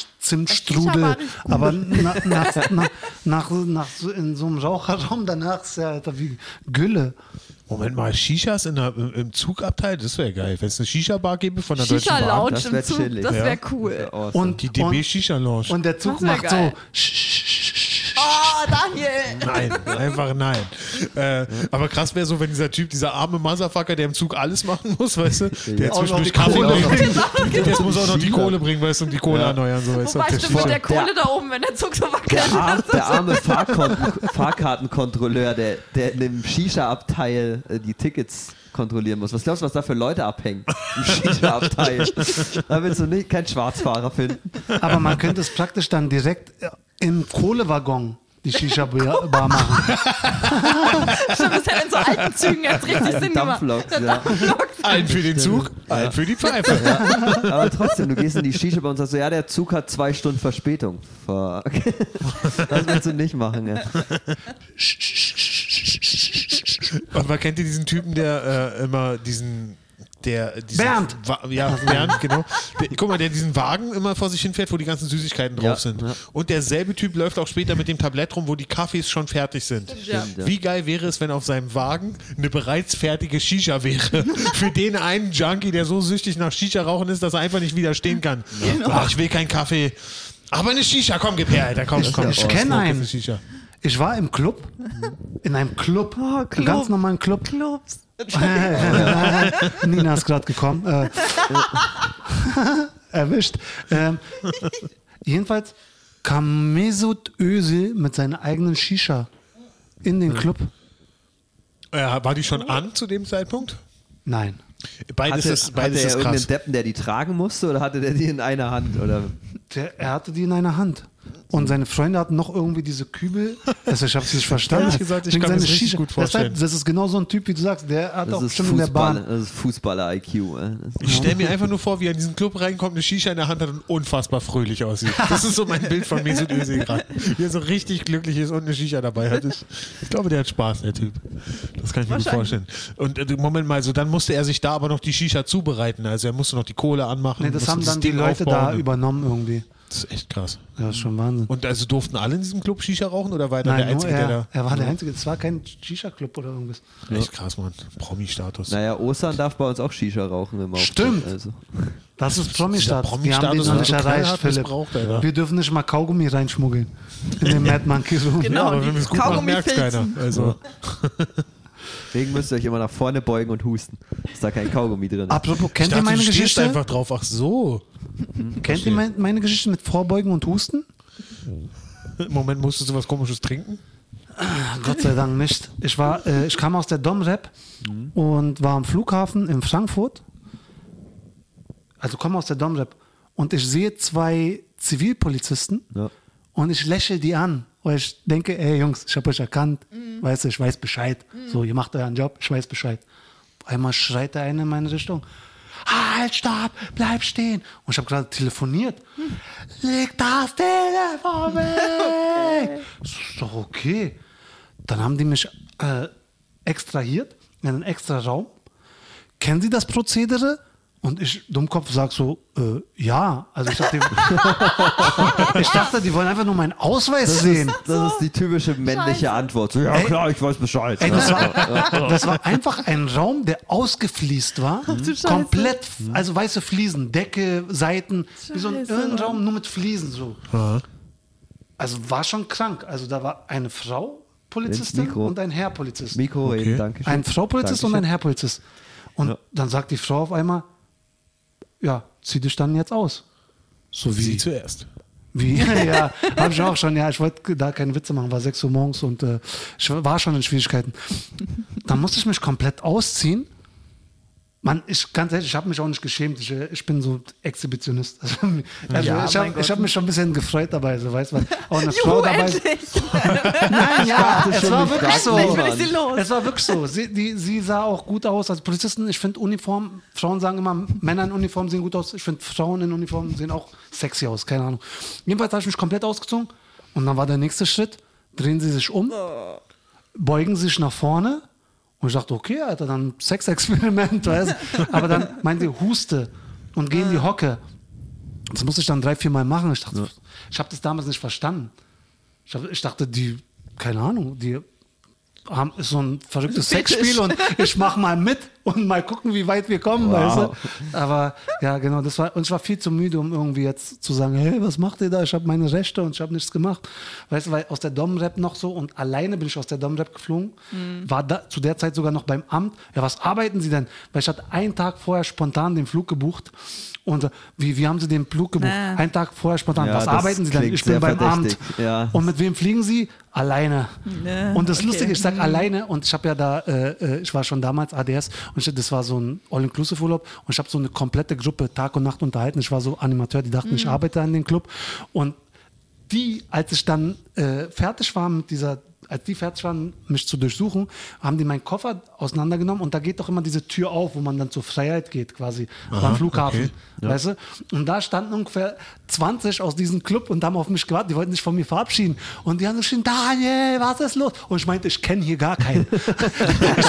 Speaker 4: Shisha-Bar
Speaker 3: Apfel-Zimtstrudel.
Speaker 4: riecht gut.
Speaker 3: Aber na, nach, nach, nach, nach so, in so einem Raucherraum danach ist ja Alter, wie Gülle.
Speaker 2: Moment mal, Shishas in der, im- im Zugabteil? Das wäre geil. Wenn es eine Shisha-Bar gäbe von der Deutschen Bahn.
Speaker 4: Shisha-Lounge
Speaker 1: das
Speaker 4: im
Speaker 1: wär
Speaker 4: Zug,
Speaker 1: chillig,
Speaker 4: das
Speaker 2: ja.
Speaker 4: wäre cool.
Speaker 1: Awesome.
Speaker 3: Und,
Speaker 2: Die DB
Speaker 3: und,
Speaker 2: Shisha-Lounge.
Speaker 3: und der Zug
Speaker 4: Das wär
Speaker 3: macht
Speaker 4: geil.
Speaker 3: so. sch-
Speaker 4: Oh, Daniel!
Speaker 2: Nein, einfach nein. Äh, aber krass wäre so, wenn dieser Typ, dieser arme Motherfucker, der im Zug alles machen muss, weißt du, der
Speaker 3: Auch noch die
Speaker 2: zwischendurch Kaffee
Speaker 3: Kohle.
Speaker 2: bringt, jetzt muss auch noch die
Speaker 1: Shisha.
Speaker 2: Kohle bringen, weißt du, und die Kohle
Speaker 1: Ja.
Speaker 2: erneuern, so weißt du. auf
Speaker 4: Wobei,
Speaker 2: der
Speaker 4: stimmt, mit
Speaker 2: Shisha.
Speaker 4: der Kohle da oben, wenn der Zug so wackelt.
Speaker 1: Der, arm, der arme Fahrkon Fahrkartenkontrolleur, der, der in dem Shisha-Abteil äh, die Tickets kontrollieren muss. Was glaubst du, was da für Leute abhängen im Shisha-Abteil? da willst du nicht keinen Schwarzfahrer finden.
Speaker 3: Aber man könnte es praktisch dann direkt äh, im Kohlewaggon die Shisha-Bar machen.
Speaker 4: Stimmt, das hätte in so alten Zügen jetzt richtig Sinn gemacht.
Speaker 1: Dampfloks, ja.
Speaker 2: Ein für den Zug, ein für die Pfeife.
Speaker 1: Aber trotzdem, du gehst in die Shisha bei uns und sagst so, ja, der Zug hat zwei Stunden Verspätung. Fuck. Das willst du nicht machen, ja.
Speaker 2: Und man kennt ja diesen Typen, der äh, immer diesen. Der, äh, diesen
Speaker 3: Bernd!
Speaker 2: Wa ja, Bernd, genau. Der, guck mal, der diesen Wagen immer vor sich hinfährt, wo die ganzen Süßigkeiten drauf
Speaker 1: Ja,
Speaker 2: sind.
Speaker 1: ja.
Speaker 2: Und derselbe Typ läuft auch später mit dem Tablett rum, wo die Kaffees schon fertig sind.
Speaker 4: Ja.
Speaker 1: ja.
Speaker 2: Wie geil wäre es, wenn auf seinem Wagen eine bereits fertige Shisha wäre? Für den einen Junkie, der so süchtig nach Shisha rauchen ist, dass er einfach nicht widerstehen kann. Ach, ich will keinen Kaffee. Aber eine Shisha, komm, gib her, Alter, komm, komm.
Speaker 3: ich kenn
Speaker 2: Smoke
Speaker 3: einen.
Speaker 2: is a Shisha.
Speaker 3: Ich war im Club, in einem Club,
Speaker 4: Oh, Club.
Speaker 3: ganz normalen Club.
Speaker 4: Clubs.
Speaker 3: Nina ist gerade gekommen. Äh, erwischt. Ähm, jedenfalls kam Mesut Özil mit seiner eigenen Shisha in den Club.
Speaker 2: Ja, Äh, war die schon an zu dem Zeitpunkt?
Speaker 3: Nein.
Speaker 2: Beides
Speaker 1: Hatte,
Speaker 2: ist,
Speaker 1: hatte
Speaker 2: beides
Speaker 1: er
Speaker 2: ist
Speaker 1: irgendeinen
Speaker 2: krass.
Speaker 1: Deppen, der die tragen musste oder hatte der die in einer Hand? Oder?
Speaker 3: Der, er hatte die in einer Hand. Und seine Freunde hatten noch irgendwie diese Kübel. Also ich habe es nicht verstanden.
Speaker 2: Ehrlich gesagt, ich
Speaker 3: Wegen
Speaker 2: kann mir
Speaker 3: seiner
Speaker 2: das richtig gut vorstellen.
Speaker 3: Deshalb, das ist genau so ein Typ, wie du sagst. Der hat
Speaker 1: Das
Speaker 3: auch
Speaker 1: ist,
Speaker 3: bestimmt in der
Speaker 1: Fußball,
Speaker 3: Bahn.
Speaker 1: das ist Fußballer-IQ. ey. Das-
Speaker 2: Ich stelle mir einfach nur vor, wie er in diesen Club reinkommt, eine Shisha in der Hand hat und unfassbar fröhlich aussieht. Das ist so mein Bild von Mesut Özil gerade. Wie er so richtig glücklich ist und eine Shisha dabei hat. Ich, ich glaube, der hat Spaß, der Typ. Das kann ich mir gut vorstellen. Und äh, Moment mal, so dann musste er sich da aber noch die Shisha zubereiten. Also er musste noch die Kohle anmachen.
Speaker 3: Nee, das
Speaker 2: musste
Speaker 3: haben
Speaker 2: dieses
Speaker 3: dann die
Speaker 2: Ding
Speaker 3: Leute da
Speaker 2: aufbauen.
Speaker 3: übernommen irgendwie.
Speaker 2: Das ist echt krass.
Speaker 3: Ja, ist schon Wahnsinn.
Speaker 2: Und also durften alle in diesem Club Shisha rauchen oder war er
Speaker 3: Nein,
Speaker 2: der
Speaker 3: nur
Speaker 2: Einzige,
Speaker 3: er,
Speaker 2: der
Speaker 3: er war der Einzige. Es war kein Shisha-Club oder irgendwas.
Speaker 2: da. Echt krass, Mann. Promi-Status.
Speaker 1: Naja, Osan darf bei uns auch Shisha rauchen im Aufzug,
Speaker 3: Stimmt.
Speaker 1: Also.
Speaker 3: Das ist Promi-Status.
Speaker 2: Dieser
Speaker 3: Wir haben
Speaker 2: Promi-Status
Speaker 3: den noch nicht
Speaker 2: wird total
Speaker 3: erreicht,
Speaker 2: hart
Speaker 3: Philipp.
Speaker 2: missbraucht, Alter.
Speaker 3: Wir dürfen nicht mal Kaugummi reinschmuggeln. In den Mad Monkey Room.
Speaker 4: Genau.
Speaker 2: ja, aber
Speaker 4: die
Speaker 2: wenn wir es Hm, gut machen,
Speaker 4: Kaugummi
Speaker 2: merkt keiner.
Speaker 4: filzen.
Speaker 2: Also.
Speaker 1: Deswegen müsst ihr euch immer nach vorne beugen und husten, dass da kein Kaugummi drin ist.
Speaker 3: Apropos, kennt ihr
Speaker 2: dachte,
Speaker 3: meine
Speaker 2: du stehst
Speaker 3: Geschichte?
Speaker 2: einfach drauf. Ach so.
Speaker 3: Kennt ihr mein, meine Geschichte mit Vorbeugen und Husten?
Speaker 2: Im Moment musstest du was komisches trinken.
Speaker 3: Ah, Gott sei Dank nicht. Ich, war, äh, ich kam aus der Domrep
Speaker 2: Mhm.
Speaker 3: und war am Flughafen in Frankfurt. Also komme aus der Domrep. Und ich sehe zwei Zivilpolizisten
Speaker 1: Ja.
Speaker 3: und ich lächle die an. Und ich denke, ey Jungs, ich habe euch erkannt. Weißt du, ich weiß Bescheid. So, ihr macht euren Job, ich weiß Bescheid. Auf einmal schreit der eine in meine Richtung. Halt, stopp, bleib stehen. Und ich habe gerade telefoniert. Leg das Telefon weg. Ist doch okay. Dann haben die mich äh, extrahiert in einen extra Raum. Kennen Sie das Prozedere? Und ich, Dummkopf, sag so, äh, ja. Also ich dachte, ich dachte, die wollen einfach nur meinen Ausweis
Speaker 1: Das
Speaker 3: sehen.
Speaker 1: ist, das ist die typische männliche Antwort. So, ja,
Speaker 3: Ey.
Speaker 1: klar, ich weiß Bescheid.
Speaker 3: Ey,
Speaker 1: Ja.
Speaker 3: das, war, das war einfach ein Raum, der ausgefliest war.
Speaker 4: du Scheiße.
Speaker 3: Komplett, f- also weiße Fliesen, Decke, Seiten, wie so ein
Speaker 4: Scheiße.
Speaker 3: Irrenraum, nur mit Fliesen so. Also war schon krank. Also da war eine Frau Polizistin
Speaker 1: Ins Mikro.
Speaker 3: und ein Herr Polizist.
Speaker 1: Mikro
Speaker 2: Okay.
Speaker 1: eben, danke schön.
Speaker 3: Ein Frau Polizist und ein Herr Polizist. Und
Speaker 1: Ja.
Speaker 3: dann sagt die Frau auf einmal, ja, zieh dich dann jetzt aus. So
Speaker 2: Sie
Speaker 3: wie,
Speaker 2: zuerst.
Speaker 3: wie, ja, habe ich auch schon. Ja, ich wollte da keine Witze machen, war 6 Uhr morgens und äh, ich war schon in Schwierigkeiten. Dann musste ich mich komplett ausziehen. Mann, ich ganz ehrlich, ich habe mich auch nicht geschämt. Ich, äh, ich bin so Exhibitionist. Also, also
Speaker 1: Ja,
Speaker 3: ich
Speaker 1: mein
Speaker 3: habe
Speaker 1: Gott.
Speaker 3: hab mich schon ein bisschen gefreut dabei, so weißt du, weil auch eine Frau
Speaker 4: Juhu,
Speaker 3: dabei.
Speaker 4: endlich! Oh,
Speaker 3: Nein, ja,
Speaker 1: dachte
Speaker 3: es
Speaker 1: schon,
Speaker 3: war
Speaker 1: die
Speaker 3: wirklich
Speaker 1: fragt
Speaker 3: so.
Speaker 1: mich,
Speaker 4: was ist hier los?
Speaker 3: Es war wirklich so. Sie, die, sie sah auch gut aus als Polizisten. Ich finde Uniform, Frauen sagen immer, Männer in Uniform sehen gut aus. Ich finde Frauen in Uniform sehen auch sexy aus, keine Ahnung. Jedenfalls habe ich mich komplett ausgezogen und dann war der nächste Schritt, drehen sie sich um, beugen sich nach vorne und ich dachte, okay, Alter, dann Sexexperiment, weißt du? Aber dann meinen sie Huste und gehen die Hocke. Das musste ich dann drei, vier Mal machen. Ich dachte, ich habe das damals nicht verstanden. Ich, hab, ich dachte, die, keine Ahnung, die haben ist so ein verrücktes
Speaker 4: Fetisch.
Speaker 3: Sexspiel und ich mach mal mit und mal gucken, wie weit wir kommen,
Speaker 1: Wow.
Speaker 3: weißt du? Aber ja, genau, das war, und ich war viel zu müde, um irgendwie jetzt zu sagen, hey, was macht ihr da? Ich habe meine Rechte und ich habe nichts gemacht. Weißt du, weil aus der Domrep noch so und alleine bin ich aus der Domrep geflogen, war da, zu der Zeit sogar noch beim Amt. Ja, was arbeiten Sie denn? Weil ich hatte einen Tag vorher spontan den Flug gebucht und äh, wie, wie haben Sie den Flug gebucht?
Speaker 4: Nee.
Speaker 3: Einen Tag vorher spontan.
Speaker 1: Ja,
Speaker 3: was
Speaker 1: das
Speaker 3: arbeiten Sie denn?
Speaker 1: klingt
Speaker 3: Ich bin
Speaker 1: sehr
Speaker 3: beim Amt.
Speaker 1: verdächtig. Ja.
Speaker 3: Und mit wem fliegen Sie? Alleine. und das
Speaker 4: okay.
Speaker 3: Lustige, ich sag alleine und ich habe ja da, äh, äh, ich war schon damals ADS und ich, das war so ein All-Inclusive-Urlaub und ich habe so eine komplette Gruppe Tag und Nacht unterhalten. Ich war so Animateur, die dachten, ich arbeite an dem Club. Und die, als ich dann äh, fertig war mit dieser, als die fertig waren, mich zu durchsuchen, haben die meinen Koffer auseinandergenommen und da geht doch immer diese Tür auf, wo man dann zur Freiheit geht quasi, am Flughafen.
Speaker 2: okay.
Speaker 3: Weißt du? Und da standen ungefähr 20 aus diesem Club und haben auf mich gewartet. Die wollten sich von mir verabschieden. Und die haben so geschrien, Daniel, was ist los? Und ich meinte, ich kenne hier gar keinen. ich,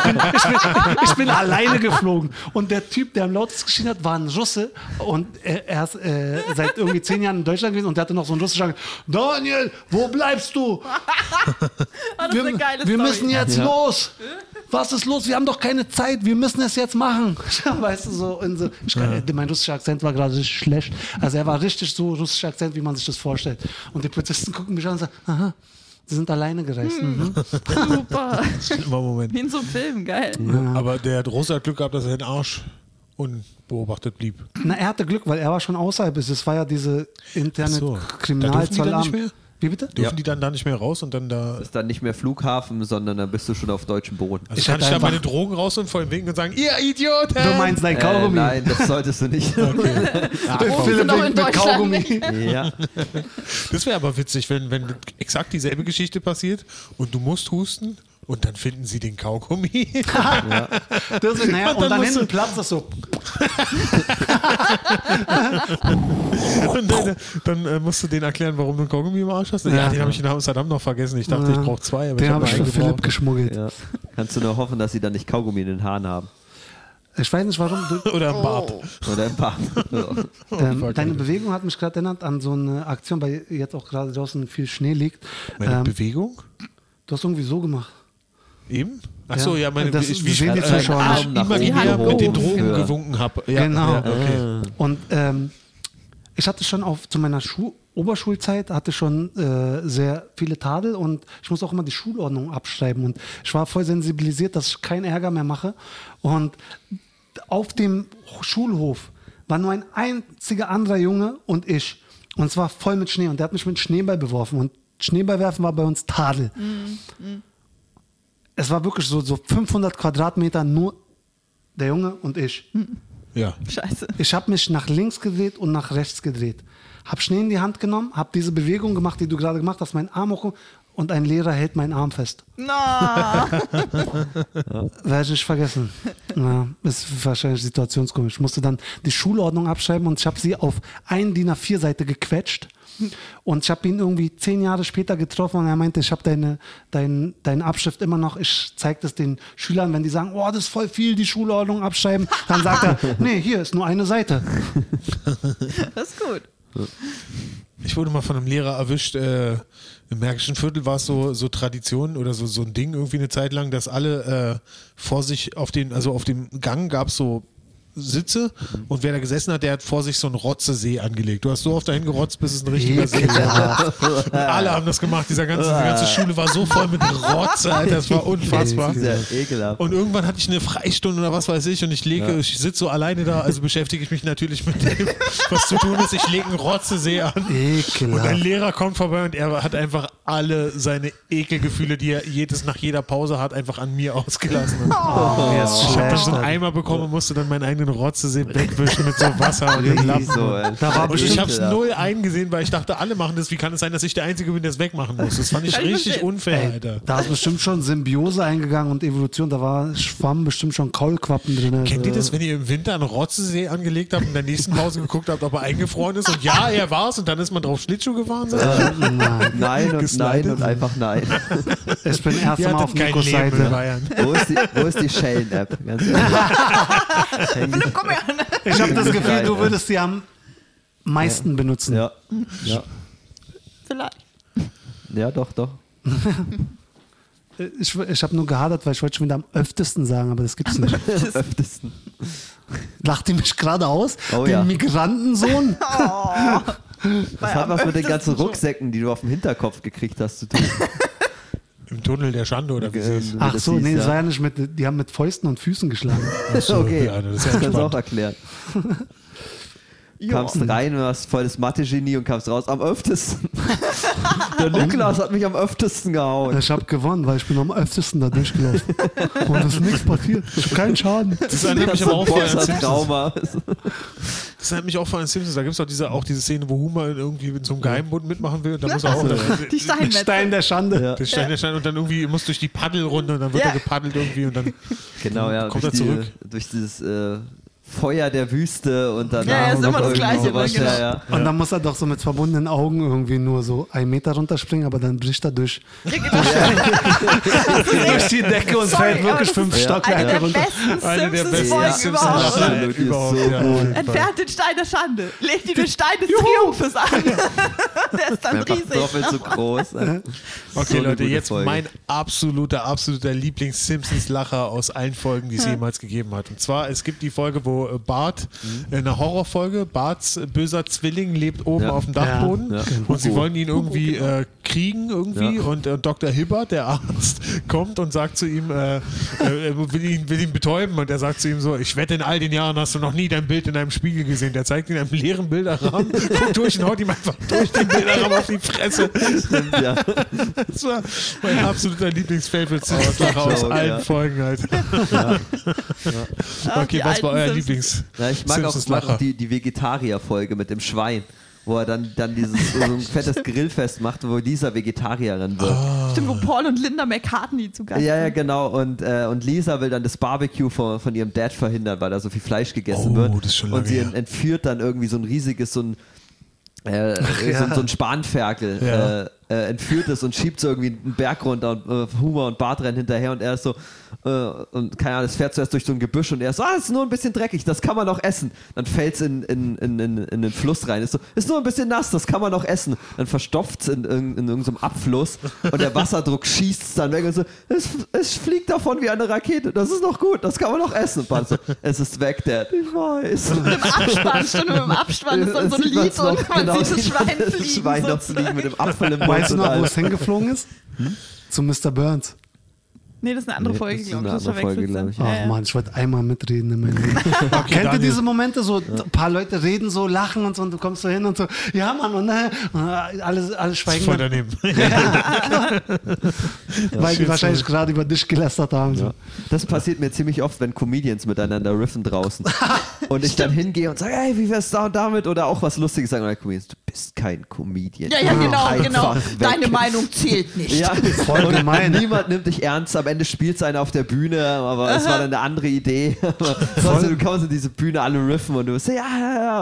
Speaker 3: bin, ich, bin, ich bin alleine geflogen. Und der Typ, der am lautesten geschrien hat, war ein Russe. Und er, er ist äh, seit irgendwie zehn Jahren in Deutschland gewesen und der hatte noch so einen russischen Akzent. Daniel, wo bleibst du?
Speaker 4: Ah, das
Speaker 3: wir,
Speaker 4: ist eine geile
Speaker 3: wir
Speaker 4: Story.
Speaker 3: müssen jetzt
Speaker 1: Ja.
Speaker 3: los. Was ist los? Wir haben doch keine Zeit. Wir müssen es jetzt machen. Weißt du, so, in so ich kann, mein russischer Akzent war gerade richtig schlecht. Also er war richtig so russischer Akzent, wie man sich das vorstellt. Und die Polizisten gucken mich an und sagen, aha, sie sind alleine gereist. Mhm.
Speaker 4: Super.
Speaker 2: Schlimmer Moment.
Speaker 4: Wie in so einem Film, geil.
Speaker 2: Aber der Rose hat Glück gehabt, dass sein Arsch unbeobachtet blieb.
Speaker 3: Na, er hatte Glück, weil er war schon außerhalb. Es war ja diese interne
Speaker 2: Ach so. Da dürfen die dann
Speaker 3: Kriminalzollamt.
Speaker 2: nicht mehr?
Speaker 3: Wie bitte?
Speaker 2: Dürfen die dann da nicht mehr raus und dann da.
Speaker 1: ist dann nicht mehr Flughafen, sondern dann bist du schon auf deutschem Boden.
Speaker 2: Also
Speaker 3: Ich
Speaker 2: kann
Speaker 3: hatte
Speaker 2: ich da
Speaker 3: einfach-
Speaker 2: meine Drogen raus und vor dem Winken und sagen, ihr Idiot!
Speaker 3: Du meinst dein
Speaker 1: Äh,
Speaker 3: Kaugummi.
Speaker 1: nein, das solltest du nicht.
Speaker 2: Ah,
Speaker 4: Drogen
Speaker 3: Philipp
Speaker 4: sind auch in
Speaker 3: winkt mit
Speaker 4: Deutschland
Speaker 3: Kaugummi.
Speaker 1: ja.
Speaker 2: Das wäre aber witzig, wenn, wenn exakt dieselbe Geschichte passiert und du musst husten und dann finden sie den Kaugummi.
Speaker 3: Das ist, naja,
Speaker 2: Und
Speaker 3: und dann,
Speaker 2: dann musst du-
Speaker 3: hinten platzt das so.
Speaker 2: Und dann, dann äh, musst du denen erklären, warum du einen Kaugummi im Arsch hast. Ja,
Speaker 3: Ja.
Speaker 2: den habe ich in Amsterdam noch vergessen. Ich dachte, ich brauche zwei, aber
Speaker 3: Den
Speaker 2: ich habe
Speaker 3: habe
Speaker 2: nur
Speaker 3: ich
Speaker 2: einen
Speaker 3: für Philipp
Speaker 2: gebraucht.
Speaker 3: geschmuggelt.
Speaker 1: ja. Kannst du nur hoffen, dass sie dann nicht Kaugummi in den Haaren haben.
Speaker 3: Ich weiß nicht warum. Du,
Speaker 2: Oder einen Bart.
Speaker 3: Oh.
Speaker 1: Oder ein paar.
Speaker 3: ähm, deine Bewegung hat mich gerade erinnert an so eine Aktion, weil jetzt auch gerade draußen viel Schnee liegt.
Speaker 2: Meine
Speaker 3: Ähm,
Speaker 2: Bewegung?
Speaker 3: du hast irgendwie so gemacht.
Speaker 2: Eben? Achso,
Speaker 3: Ja.
Speaker 2: ja, meine
Speaker 3: Das
Speaker 2: ich,
Speaker 3: sehen die
Speaker 2: äh,
Speaker 3: Zuschauer
Speaker 2: Arsch
Speaker 1: nicht.
Speaker 2: immer
Speaker 1: Die
Speaker 2: wieder
Speaker 1: Hand
Speaker 2: mit den
Speaker 1: gehoben.
Speaker 2: Drogen
Speaker 1: Ja.
Speaker 2: gewunken habe. Ja,
Speaker 3: Genau.
Speaker 2: Ja, okay.
Speaker 3: Und ähm, ich hatte schon auf, zu meiner Schu Oberschulzeit hatte schon äh, sehr viele Tadel und ich muss auch immer die Schulordnung abschreiben. Und ich war voll sensibilisiert, dass ich keinen Ärger mehr mache. Und auf dem Schulhof war nur ein einziger anderer Junge und ich. Und zwar voll mit Schnee. Und der hat mich mit Schneeball beworfen. Und Schneeball werfen war bei uns Tadel. Es war wirklich so, so 500 Quadratmeter nur der Junge und ich.
Speaker 2: Ja.
Speaker 4: Scheiße.
Speaker 3: Ich habe mich nach links gedreht und nach rechts gedreht. Hab Schnee in die Hand genommen, hab diese Bewegung gemacht, die du gerade gemacht hast, meinen Arm hoch und ein Lehrer hält meinen Arm fest.
Speaker 4: Na,
Speaker 3: Werde ich nicht vergessen. Ja, ist wahrscheinlich situationskomisch. Ich musste dann die Schulordnung abschreiben und ich habe sie auf einen DIN A4-Seite gequetscht. Und ich habe ihn irgendwie zehn Jahre später getroffen und er meinte, ich habe deine, dein, deine Abschrift immer noch. Ich zeige das den Schülern, wenn die sagen, oh, das ist voll viel, die Schulordnung abschreiben. Dann sagt er, nee, hier ist nur eine Seite.
Speaker 4: das ist gut.
Speaker 2: Ich wurde mal von einem Lehrer erwischt. Äh, Im Märkischen Viertel war es so, so Tradition oder so, so ein Ding irgendwie eine Zeit lang, dass alle äh, vor sich auf den, also auf dem Gang gab es so Sitze und wer da gesessen hat, der hat vor sich so einen Rotzesee angelegt. Du hast so oft dahin gerotzt, bis es ein richtiger See war. Und alle haben das gemacht. Dieser ganze, diese ganze Schule war so voll mit Rotze, Alter. Das war unfassbar.
Speaker 1: Das ist ja ekelhaft.
Speaker 2: Und irgendwann hatte ich eine Freistunde oder was weiß ich und ich lege, ich sitze so alleine da, also beschäftige ich mich natürlich mit dem, was zu tun ist. Ich lege einen Rotzesee an. Und ein
Speaker 3: Ekelhaft.
Speaker 2: Lehrer kommt vorbei und er hat einfach alle seine Ekelgefühle, die er jedes nach jeder Pause hat, einfach an mir ausgelassen.
Speaker 3: Oh. Er ist
Speaker 2: Ich habe dann
Speaker 3: schlecht.
Speaker 2: so einen Eimer bekommen und musste dann meinen eigenen Rotzesee wegwischen mit so Wasser und dem Lappen.
Speaker 1: So, äh,
Speaker 3: Da war
Speaker 2: Und ich
Speaker 3: bestimmt-
Speaker 2: habe es null eingesehen, weil ich dachte, alle machen das. Wie kann es sein, dass ich der Einzige bin, der es wegmachen muss? Das fand ich
Speaker 4: Kann ich
Speaker 2: richtig
Speaker 4: verstehen.
Speaker 2: unfair, Alter.
Speaker 3: Da ist bestimmt schon Symbiose eingegangen und Evolution. Da war schwamm bestimmt schon Kaulquappen drin.
Speaker 2: Kennt ihr das, wenn ihr im Winter einen Rotzesee angelegt habt und in der nächsten Pause geguckt habt, ob er eingefroren ist? Und ja, er war es und dann ist man drauf Schlittschuh gefahren?
Speaker 3: Äh,
Speaker 2: So?
Speaker 3: Nein,
Speaker 1: Äh, nein und nein
Speaker 2: Geslidet.
Speaker 1: und einfach nein.
Speaker 3: ich Also, bin erst
Speaker 2: Ihr
Speaker 3: mal auf
Speaker 2: hattet kein
Speaker 3: Nikos
Speaker 2: Leben in
Speaker 3: Seite.
Speaker 2: Bayern.
Speaker 1: Wo ist die, wo ist die Schellen-App? Ganz ehrlich.
Speaker 4: Philipp, komm her.
Speaker 3: Ich habe das Gefühl,
Speaker 1: Nein,
Speaker 3: du
Speaker 1: ja.
Speaker 3: würdest sie am meisten benutzen.
Speaker 1: Ja. ja.
Speaker 4: Vielleicht.
Speaker 1: Ja, doch, doch.
Speaker 3: Ich, ich habe nur gehadert, weil ich wollte schon wieder am öftesten sagen, aber das gibt's nicht.
Speaker 1: Öftesten.
Speaker 3: Lacht ihr mich gerade aus?
Speaker 1: Oh
Speaker 3: den
Speaker 1: ja.
Speaker 3: Migrantensohn?
Speaker 1: Das hat was mit den ganzen Rucksäcken, die du auf dem Hinterkopf gekriegt hast, zu tun.
Speaker 2: Im Tunnel der Schande oder
Speaker 3: Äh,
Speaker 2: wie sie
Speaker 1: Ähm,
Speaker 3: Ach
Speaker 1: das
Speaker 3: so,
Speaker 1: hieß,
Speaker 3: nee, das war
Speaker 1: ja.
Speaker 3: ja nicht mit, die haben mit Fäusten und Füßen geschlagen.
Speaker 1: Okay,
Speaker 2: Ja, das ist
Speaker 1: das
Speaker 2: ja
Speaker 1: kannst du
Speaker 2: entspannt.
Speaker 1: auch erklären. Kamst rein und warst voll das Mathe-Genie und kamst raus am öftesten. Der Niklas hat mich am öftesten gehauen.
Speaker 3: Ich habe gewonnen, weil ich bin am öftesten da durchgelaufen. Und es ist nichts passiert. Ich habe keinen Schaden.
Speaker 2: Das erinnert mich aber auch vorher an
Speaker 1: ein
Speaker 2: Simpsons.
Speaker 1: Trauma.
Speaker 2: Das erinnert mich auch vorher an Simpsons. Da gibt es doch diese, auch diese Szene, wo Homer irgendwie in so einem Geheimbund mitmachen will und dann muss er auch
Speaker 4: Die Steinmetze.
Speaker 3: Stein der Schande.
Speaker 1: Ja.
Speaker 2: der Stein der Stein und dann irgendwie muss durch die Paddelrunde und dann wird
Speaker 4: Ja.
Speaker 2: er gepaddelt irgendwie und dann
Speaker 1: Genau, ja.
Speaker 2: Kommt
Speaker 1: durch die-
Speaker 2: er zurück?
Speaker 1: Durch dieses äh, Feuer der Wüste und dann.
Speaker 4: Ja, ja, ist immer das Gleiche, ne,
Speaker 1: Sowas,
Speaker 4: genau.
Speaker 1: ja, ja.
Speaker 3: Und dann muss er doch so mit verbundenen Augen irgendwie nur so einen Meter runterspringen, aber dann bricht er durch, durch die Decke und
Speaker 4: Sorry,
Speaker 3: fällt
Speaker 4: aber
Speaker 3: wirklich
Speaker 4: das
Speaker 3: fünf
Speaker 1: ist
Speaker 3: Stockwerke
Speaker 4: Eine der
Speaker 3: runter.
Speaker 4: besten
Speaker 2: eine der besten
Speaker 1: Ja.
Speaker 4: Simpsons-Folgen
Speaker 2: Simpsons
Speaker 4: überhaupt.
Speaker 1: Absolut,
Speaker 2: Lachen
Speaker 1: die ist
Speaker 2: überhaupt.
Speaker 1: so gut.
Speaker 2: ja.
Speaker 4: Entfernt den Stein der Schande. Legt ihm den Stein des Triumphes an. Der ist dann
Speaker 1: Einfach doppelt
Speaker 4: riesig.
Speaker 1: so groß. ja. So
Speaker 2: Okay,
Speaker 1: eine gute
Speaker 2: Leute, jetzt
Speaker 1: Folge.
Speaker 2: mein absoluter, absoluter Lieblings-Simpsons-Lacher aus allen Folgen, die es jemals gegeben hat. Und zwar, es gibt die Folge, wo äh, Bart, äh, eine Horrorfolge, Barts äh, böser Zwilling lebt oben
Speaker 1: Mhm. Ja.
Speaker 2: auf dem Dachboden
Speaker 1: Ja. Ja.
Speaker 2: und sie wollen ihn irgendwie äh, kriegen irgendwie
Speaker 1: Ja.
Speaker 2: und äh, Dr. Hibbert, der Arzt, kommt und sagt zu ihm, äh, äh, er will, ihn, will ihn betäuben und er sagt zu ihm so, ich wette, in all den Jahren hast du noch nie dein Bild in einem Spiegel gesehen. Der zeigt ihn einem leeren Bilderrahmen, guckt durch und haut ihm einfach durch den Bilderrahmen auf die Fresse.
Speaker 1: Stimmt, ja.
Speaker 2: Das war mein absoluter Lieblings-Favorite-Simpsons-Lacher aus
Speaker 1: Oh, Joke,
Speaker 2: allen
Speaker 1: ja.
Speaker 2: Folgen, Alter.
Speaker 4: Ach,
Speaker 2: Okay,
Speaker 4: die
Speaker 2: was war
Speaker 4: alten
Speaker 2: euer
Speaker 4: Simpsons.
Speaker 2: Lieblings?
Speaker 1: Ja, ich mag auch,
Speaker 2: Simpsons
Speaker 1: mag
Speaker 2: Lacher.
Speaker 1: auch die, die Vegetarier-Folge mit dem Schwein, wo er dann, dann dieses so ein fettes Grillfest macht, wo Lisa Vegetarierin wird.
Speaker 2: Ah.
Speaker 4: Stimmt, wo Paul und Linda McCartney zu Gast
Speaker 1: Ja, ja,
Speaker 4: sind.
Speaker 1: genau. Und, äh, und Lisa will dann das Barbecue von, von ihrem Dad verhindern, weil da so viel Fleisch gegessen
Speaker 2: Oh,
Speaker 1: wird.
Speaker 2: das ist schon
Speaker 1: und
Speaker 2: lange
Speaker 1: sie
Speaker 2: her.
Speaker 1: entführt dann irgendwie so ein riesiges, so ein, äh, so, ein- so ein Spanferkel.
Speaker 2: Ja.
Speaker 1: Äh, äh, entführt es und schiebt so irgendwie einen Berg runter und äh, Humor und Bart rennen hinterher und er ist so, äh, und keine Ahnung, es fährt zuerst durch so ein Gebüsch und er ist so, ah, ist nur ein bisschen dreckig, das kann man auch essen. Dann fällt es in, in, in, in, in den Fluss rein, ist so, ist nur ein bisschen nass, das kann man auch essen. Dann verstopft es in, in, in irgendeinem Abfluss und der Wasserdruck schießt es dann weg und so, es, es fliegt davon wie eine Rakete, das ist noch gut, das kann man auch essen. Und Bart so, es ist weg, Dad, ich weiß.
Speaker 4: Im Abspann, stimmt, im Abspann ist dann so ein
Speaker 1: Sieht man's
Speaker 4: Lied und
Speaker 1: noch?
Speaker 4: man
Speaker 1: Genau,
Speaker 4: sieht das
Speaker 1: man
Speaker 4: Schwein fliegen.
Speaker 1: Das Schwein noch
Speaker 4: sozusagen.
Speaker 1: fliegen mit dem Apfel im Mund.
Speaker 3: Weißt du
Speaker 1: und
Speaker 3: noch, wo
Speaker 1: allem.
Speaker 3: es hingeflogen ist? Zu Mr. Burns.
Speaker 4: Nee, das ist eine andere
Speaker 1: Nee,
Speaker 4: Folge,
Speaker 1: das ist
Speaker 4: glaube ich.
Speaker 1: eine
Speaker 4: Das
Speaker 1: andere Folge,
Speaker 4: verwechselt
Speaker 1: glaub
Speaker 4: sind.
Speaker 1: ich.
Speaker 3: Ach
Speaker 4: Ja, ja.
Speaker 3: man, ich wollte einmal mitreden in meinem Leben. Kennt ihr
Speaker 2: Daniel.
Speaker 3: diese Momente, so ein paar Leute reden so, lachen und so und du kommst so hin und so, ja Mann, und äh, alle, alle
Speaker 2: Das ist
Speaker 3: schweigen,
Speaker 2: voll
Speaker 3: dann,
Speaker 2: daneben.
Speaker 3: weil die
Speaker 2: Schön
Speaker 3: wahrscheinlich
Speaker 2: so.
Speaker 3: gerade über dich gelästert haben. So.
Speaker 1: Ja. Das passiert mir ziemlich oft, wenn Comedians miteinander riffen draußen. und ich dann hingehe und sage, hey, wie wär's da und damit? Oder auch was Lustiges sagen. Und dann Comedians, du bist kein Comedian.
Speaker 6: Ja, ja,
Speaker 1: Geh
Speaker 6: genau,
Speaker 1: einfach
Speaker 6: genau.
Speaker 1: weg.
Speaker 6: Deine Meinung zählt nicht.
Speaker 1: Ja,
Speaker 3: Voll
Speaker 1: und
Speaker 3: gemein.
Speaker 1: Niemand nimmt dich ernst. Am Ende spielt einer auf der Bühne, aber es war dann eine andere Idee. Sonst, du kommst in diese Bühne alle riffen und du bist, ja, ja,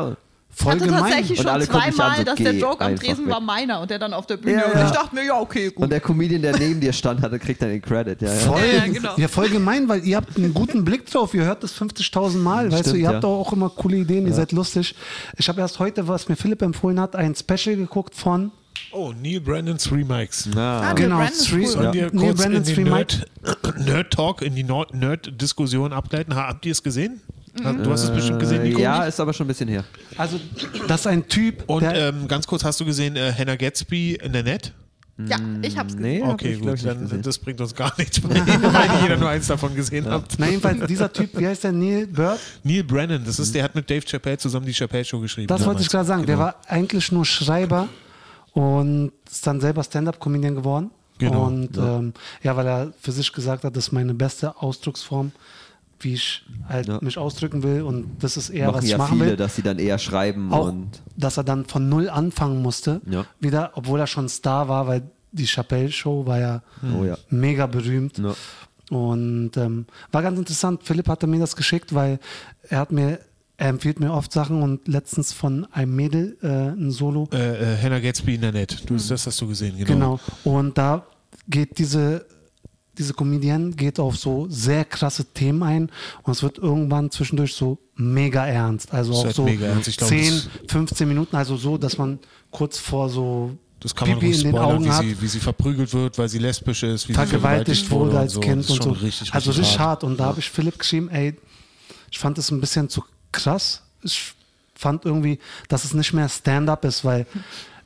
Speaker 1: ja.
Speaker 3: Voll
Speaker 6: hatte
Speaker 3: gemein.
Speaker 6: tatsächlich
Speaker 1: Und
Speaker 6: schon
Speaker 1: alle gucken mich an,
Speaker 6: zweimal,
Speaker 1: so,
Speaker 6: dass der
Speaker 1: geh
Speaker 6: Joke am
Speaker 1: einfach
Speaker 6: Tresen
Speaker 1: weg.
Speaker 6: war meiner und der dann auf der Bühne.
Speaker 1: Ja,
Speaker 6: und
Speaker 1: ja.
Speaker 6: ich dachte mir, ja, okay, gut.
Speaker 1: Und der Comedian, der neben dir stand hatte, kriegt dann den Credit. Ja, ja.
Speaker 3: Voll,
Speaker 4: Ja,
Speaker 3: ja,
Speaker 4: ja, genau.
Speaker 3: voll gemein, weil ihr habt einen guten Blick drauf. Ihr hört das 50.000 Mal, weißt du.
Speaker 1: Stimmt,
Speaker 3: Ihr habt
Speaker 1: ja.
Speaker 3: auch immer coole Ideen, ihr seid lustig. Ich habe erst heute, was mir Philipp empfohlen hat, ein Special geguckt von
Speaker 2: Oh, Neil Brandon's Remakes.
Speaker 4: Ah,
Speaker 1: Na,
Speaker 4: Neil
Speaker 3: genau,
Speaker 4: Brandon ist
Speaker 3: Three,
Speaker 4: cool.
Speaker 2: Sollen wir
Speaker 3: Neil
Speaker 2: kurz in
Speaker 3: Brandon's
Speaker 2: den
Speaker 3: Three Mike.
Speaker 2: Nerd- Nerd-Talk, in die Nord- Nerd-Diskussion abgleiten? Ha- Habt ihr es gesehen? Ha- Du hast es bestimmt gesehen,
Speaker 1: äh,
Speaker 2: Nico.
Speaker 1: ja,
Speaker 2: nicht?
Speaker 1: ist aber schon ein bisschen her.
Speaker 3: Also, das ist ein Typ,
Speaker 2: Und
Speaker 3: der,
Speaker 2: ähm, ganz kurz, hast du gesehen äh, Hannah Gatsby in der Net?
Speaker 4: Ja, ich hab's gesehen.
Speaker 1: Nee, hab
Speaker 2: Okay,
Speaker 1: ich, glaub
Speaker 2: gut,
Speaker 1: ich, nicht
Speaker 2: dann,
Speaker 1: gesehen.
Speaker 2: das bringt uns gar nichts, weil weil jeder nur eins davon gesehen hat.
Speaker 3: na jedenfalls dieser Typ, wie heißt der, Neil Bird?
Speaker 2: Neil Brennan, das ist, der hat mit Dave Chappelle zusammen die Chappelle-Show geschrieben.
Speaker 3: Das wollte
Speaker 2: damals.
Speaker 3: ich gerade sagen. Der
Speaker 2: Genau.
Speaker 3: war eigentlich nur Schreiber und ist dann selber Stand-Up-Comedian geworden.
Speaker 2: Genau,
Speaker 3: Und ja. Ähm, ja, weil er für sich gesagt hat, das ist meine beste Ausdrucksform, wie ich halt
Speaker 1: Ja.
Speaker 3: mich ausdrücken will. Und das ist eher,
Speaker 1: machen
Speaker 3: was ich
Speaker 1: ja
Speaker 3: machen
Speaker 1: viele,
Speaker 3: will.
Speaker 1: dass sie dann eher schreiben
Speaker 3: Auch,
Speaker 1: und
Speaker 3: dass er dann von null anfangen musste.
Speaker 1: Ja.
Speaker 3: Wieder, obwohl er schon Star war, weil die Chappelle-Show war ja,
Speaker 1: Oh ja.
Speaker 3: mega berühmt.
Speaker 1: Ja.
Speaker 3: Und ähm, war ganz interessant. Philipp hatte mir das geschickt, weil er hat mir, er empfiehlt mir oft Sachen und letztens von einem Mädel äh, ein Solo.
Speaker 2: Äh, äh, Hannah Gatsby in der Net. Du, Das hast du gesehen, genau.
Speaker 3: Hm. Genau. Und da geht diese, diese Comedian geht auf so sehr krasse Themen ein und es wird irgendwann zwischendurch so mega ernst. Also
Speaker 2: Es
Speaker 3: auch
Speaker 2: wird
Speaker 3: so
Speaker 2: mega ernst. Ich glaub,
Speaker 3: 10,
Speaker 2: das-
Speaker 3: 15 Minuten, also so, dass man kurz vor so
Speaker 2: Das kann man
Speaker 3: Pipi
Speaker 2: ruhig
Speaker 3: in den
Speaker 2: spoilern,
Speaker 3: Augen
Speaker 2: wie
Speaker 3: hat.
Speaker 2: sie, wie sie verprügelt wird, weil sie lesbisch ist, wie sie
Speaker 3: vergewaltigt wurde
Speaker 2: und
Speaker 3: als
Speaker 2: so.
Speaker 3: Kind
Speaker 2: Das ist
Speaker 3: und so.
Speaker 2: schon Richtig,
Speaker 3: also
Speaker 2: richtig
Speaker 3: richtig hart. Und da habe ich Philipp geschrieben, ey, ich fand es ein bisschen zu krass. Ich fand irgendwie, dass es nicht mehr Stand-up ist, weil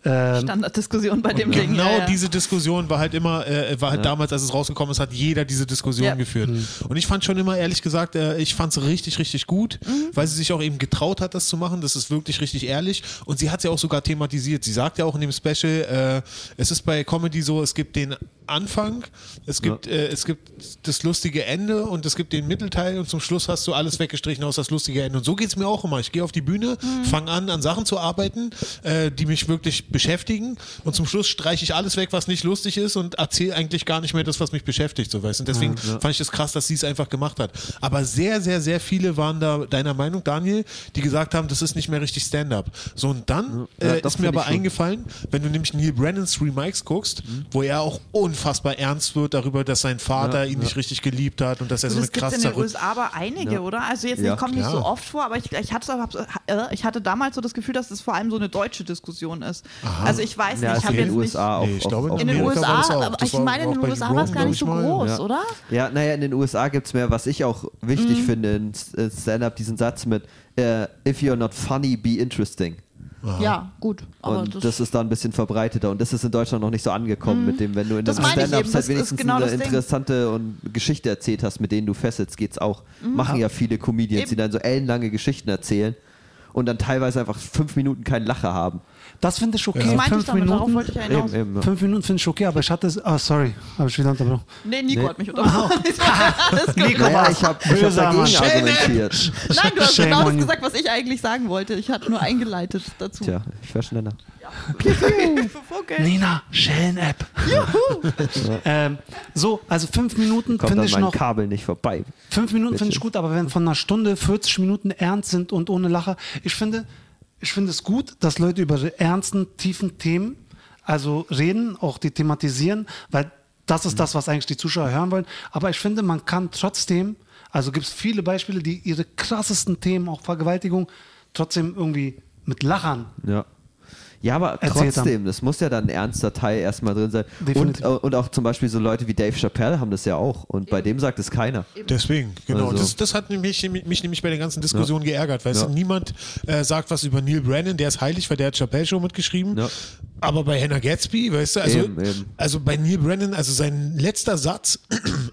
Speaker 3: ähm,
Speaker 4: Standarddiskussion bei dem Ding.
Speaker 2: Genau
Speaker 4: ja, ja.
Speaker 2: diese Diskussion war halt immer, äh, war halt damals, als es rausgekommen ist, hat jeder diese Diskussion
Speaker 4: Ja.
Speaker 2: geführt. Und ich fand schon immer, ehrlich gesagt, äh, ich fand es richtig, richtig gut,
Speaker 4: Mhm.
Speaker 2: weil sie sich auch eben getraut hat, das zu machen. Das ist wirklich richtig ehrlich. Und sie hat es ja auch sogar thematisiert. Sie sagt ja auch in dem Special, äh, es ist bei Comedy so, es gibt den Anfang, es gibt, äh, es gibt das lustige Ende und es gibt den Mittelteil und zum Schluss hast du alles weggestrichen aus das lustige Ende. Und so geht es mir auch immer. Ich gehe auf die Bühne, fange an, an Sachen zu arbeiten, äh, die mich wirklich beschäftigen und zum Schluss streiche ich alles weg, was nicht lustig ist und erzähle eigentlich gar nicht mehr das, was mich beschäftigt. So weißt. du. Und deswegen fand ich das krass, dass sie es einfach gemacht hat. Aber sehr, sehr, sehr viele waren da deiner Meinung, Daniel, die gesagt haben, das ist nicht mehr richtig Stand-up. So und dann
Speaker 1: Ja,
Speaker 2: äh,
Speaker 1: das
Speaker 2: ist
Speaker 1: find
Speaker 2: mir
Speaker 1: ich schon.
Speaker 2: aber
Speaker 1: Mhm.
Speaker 2: eingefallen, gefallen, wenn du nämlich Neil Brennans Remakes guckst, wo er auch unfassbar ernst wird darüber, dass sein Vater ihn nicht richtig geliebt hat und dass er
Speaker 4: Und
Speaker 2: so eine
Speaker 4: Also es gibt
Speaker 2: krass
Speaker 4: in den
Speaker 2: zerrüttet.
Speaker 4: USA aber einige, oder? Also jetzt
Speaker 1: Ja,
Speaker 4: kommt nicht
Speaker 2: klar.
Speaker 4: so oft vor, aber ich, ich, hatte, hab's- äh, ich hatte damals so das Gefühl, dass es vor allem so eine deutsche Diskussion ist. Also ich weiß
Speaker 1: ja,
Speaker 4: nicht, ich
Speaker 1: ist in
Speaker 4: habe
Speaker 1: den
Speaker 4: jetzt
Speaker 1: USA auch.
Speaker 2: Nee, ich
Speaker 1: auf,
Speaker 2: glaube,
Speaker 1: auf
Speaker 4: nicht in den
Speaker 2: Amerika war
Speaker 4: USA,
Speaker 2: das auch.
Speaker 4: aber
Speaker 2: Das
Speaker 4: ich
Speaker 2: war
Speaker 4: meine in
Speaker 2: auch
Speaker 4: den
Speaker 2: bei
Speaker 4: USA
Speaker 2: Rogan,
Speaker 4: war es gar
Speaker 2: glaub
Speaker 4: nicht so
Speaker 2: ich mal.
Speaker 4: groß,
Speaker 1: Ja.
Speaker 4: oder?
Speaker 1: Ja, naja, in den USA gibt es mehr, was ich auch wichtig finde in S- äh, Stand-Up, diesen Satz mit äh, If you're not funny, be interesting.
Speaker 6: Ja, gut.
Speaker 4: Oh,
Speaker 6: Aber
Speaker 1: und das,
Speaker 6: das,
Speaker 1: ist da ein bisschen verbreiteter und das ist in Deutschland noch nicht so angekommen mit dem, wenn du in
Speaker 6: Das
Speaker 1: einem
Speaker 6: meine ich
Speaker 1: Stand-Up
Speaker 6: eben, das
Speaker 1: halt
Speaker 6: ist
Speaker 1: wenigstens
Speaker 6: genau
Speaker 1: eine
Speaker 6: das Ding.
Speaker 1: interessante und Geschichte erzählt hast, mit denen du fesselst, geht's auch. Machen ja viele Comedians, die dann so ellenlange Geschichten erzählen und dann teilweise einfach fünf Minuten keinen Lacher haben.
Speaker 3: das finde ich okay.
Speaker 4: Das meinte ich
Speaker 3: Fünf,
Speaker 4: damit, darauf
Speaker 3: Minuten,
Speaker 4: wollte ich ja hinaus.
Speaker 1: Eben, eben. ja.
Speaker 3: fünf Minuten finde ich okay, aber ich hatte es. Ah, sorry, habe ich wieder unterbrochen.
Speaker 4: Nee, Nico hat mich unterbrochen. Alles gut.
Speaker 1: Naja, ich habe hab
Speaker 3: Böser
Speaker 1: dagegen
Speaker 3: Mann. Shame
Speaker 1: argumentiert.
Speaker 4: Nein, du hast
Speaker 3: Shame
Speaker 4: genau
Speaker 3: on
Speaker 4: das
Speaker 3: you.
Speaker 4: gesagt, was ich eigentlich sagen wollte. Ich hatte nur eingeleitet dazu.
Speaker 1: Tja, ich war schneller.
Speaker 4: Okay.
Speaker 3: Nina, Schellen-App. ähm, so, also fünf Minuten
Speaker 1: Kommt
Speaker 3: finde
Speaker 1: an
Speaker 3: ich
Speaker 1: mein
Speaker 3: noch.
Speaker 1: Kabel nicht vorbei.
Speaker 3: Fünf Minuten finde ich
Speaker 1: Bitte.
Speaker 3: gut, aber wenn von einer Stunde 40 Minuten ernst sind und ohne Lacher, ich finde, ich finde es gut, dass Leute über ihre ernsten, tiefen Themen also reden, auch die thematisieren, weil das
Speaker 1: Mhm.
Speaker 3: ist das, was eigentlich die Zuschauer hören wollen. Aber ich finde, man kann trotzdem, also gibt es viele Beispiele, die ihre krassesten Themen, auch Vergewaltigung, trotzdem irgendwie mit Lachern.
Speaker 1: Ja. Ja, aber
Speaker 3: Erzählt
Speaker 1: trotzdem, das muss ja dann ein ernster Teil erstmal drin sein. Und,
Speaker 3: Definitiv.
Speaker 1: äh, und auch zum Beispiel so Leute wie Dave Chappelle haben das ja auch. Und bei dem sagt es keiner.
Speaker 2: Deswegen, genau.
Speaker 1: Also-
Speaker 2: Das, das hat mich, mich nämlich bei der ganzen Diskussion geärgert, weil
Speaker 1: Ja.
Speaker 2: niemand äh, sagt was über Neil Brennan, der ist heilig, weil der hat Chappelle Show mitgeschrieben.
Speaker 1: Ja.
Speaker 2: Aber bei Hannah Gatsby, weißt du, also,
Speaker 1: Eben, eben.
Speaker 2: also bei Neil Brennan, also sein letzter Satz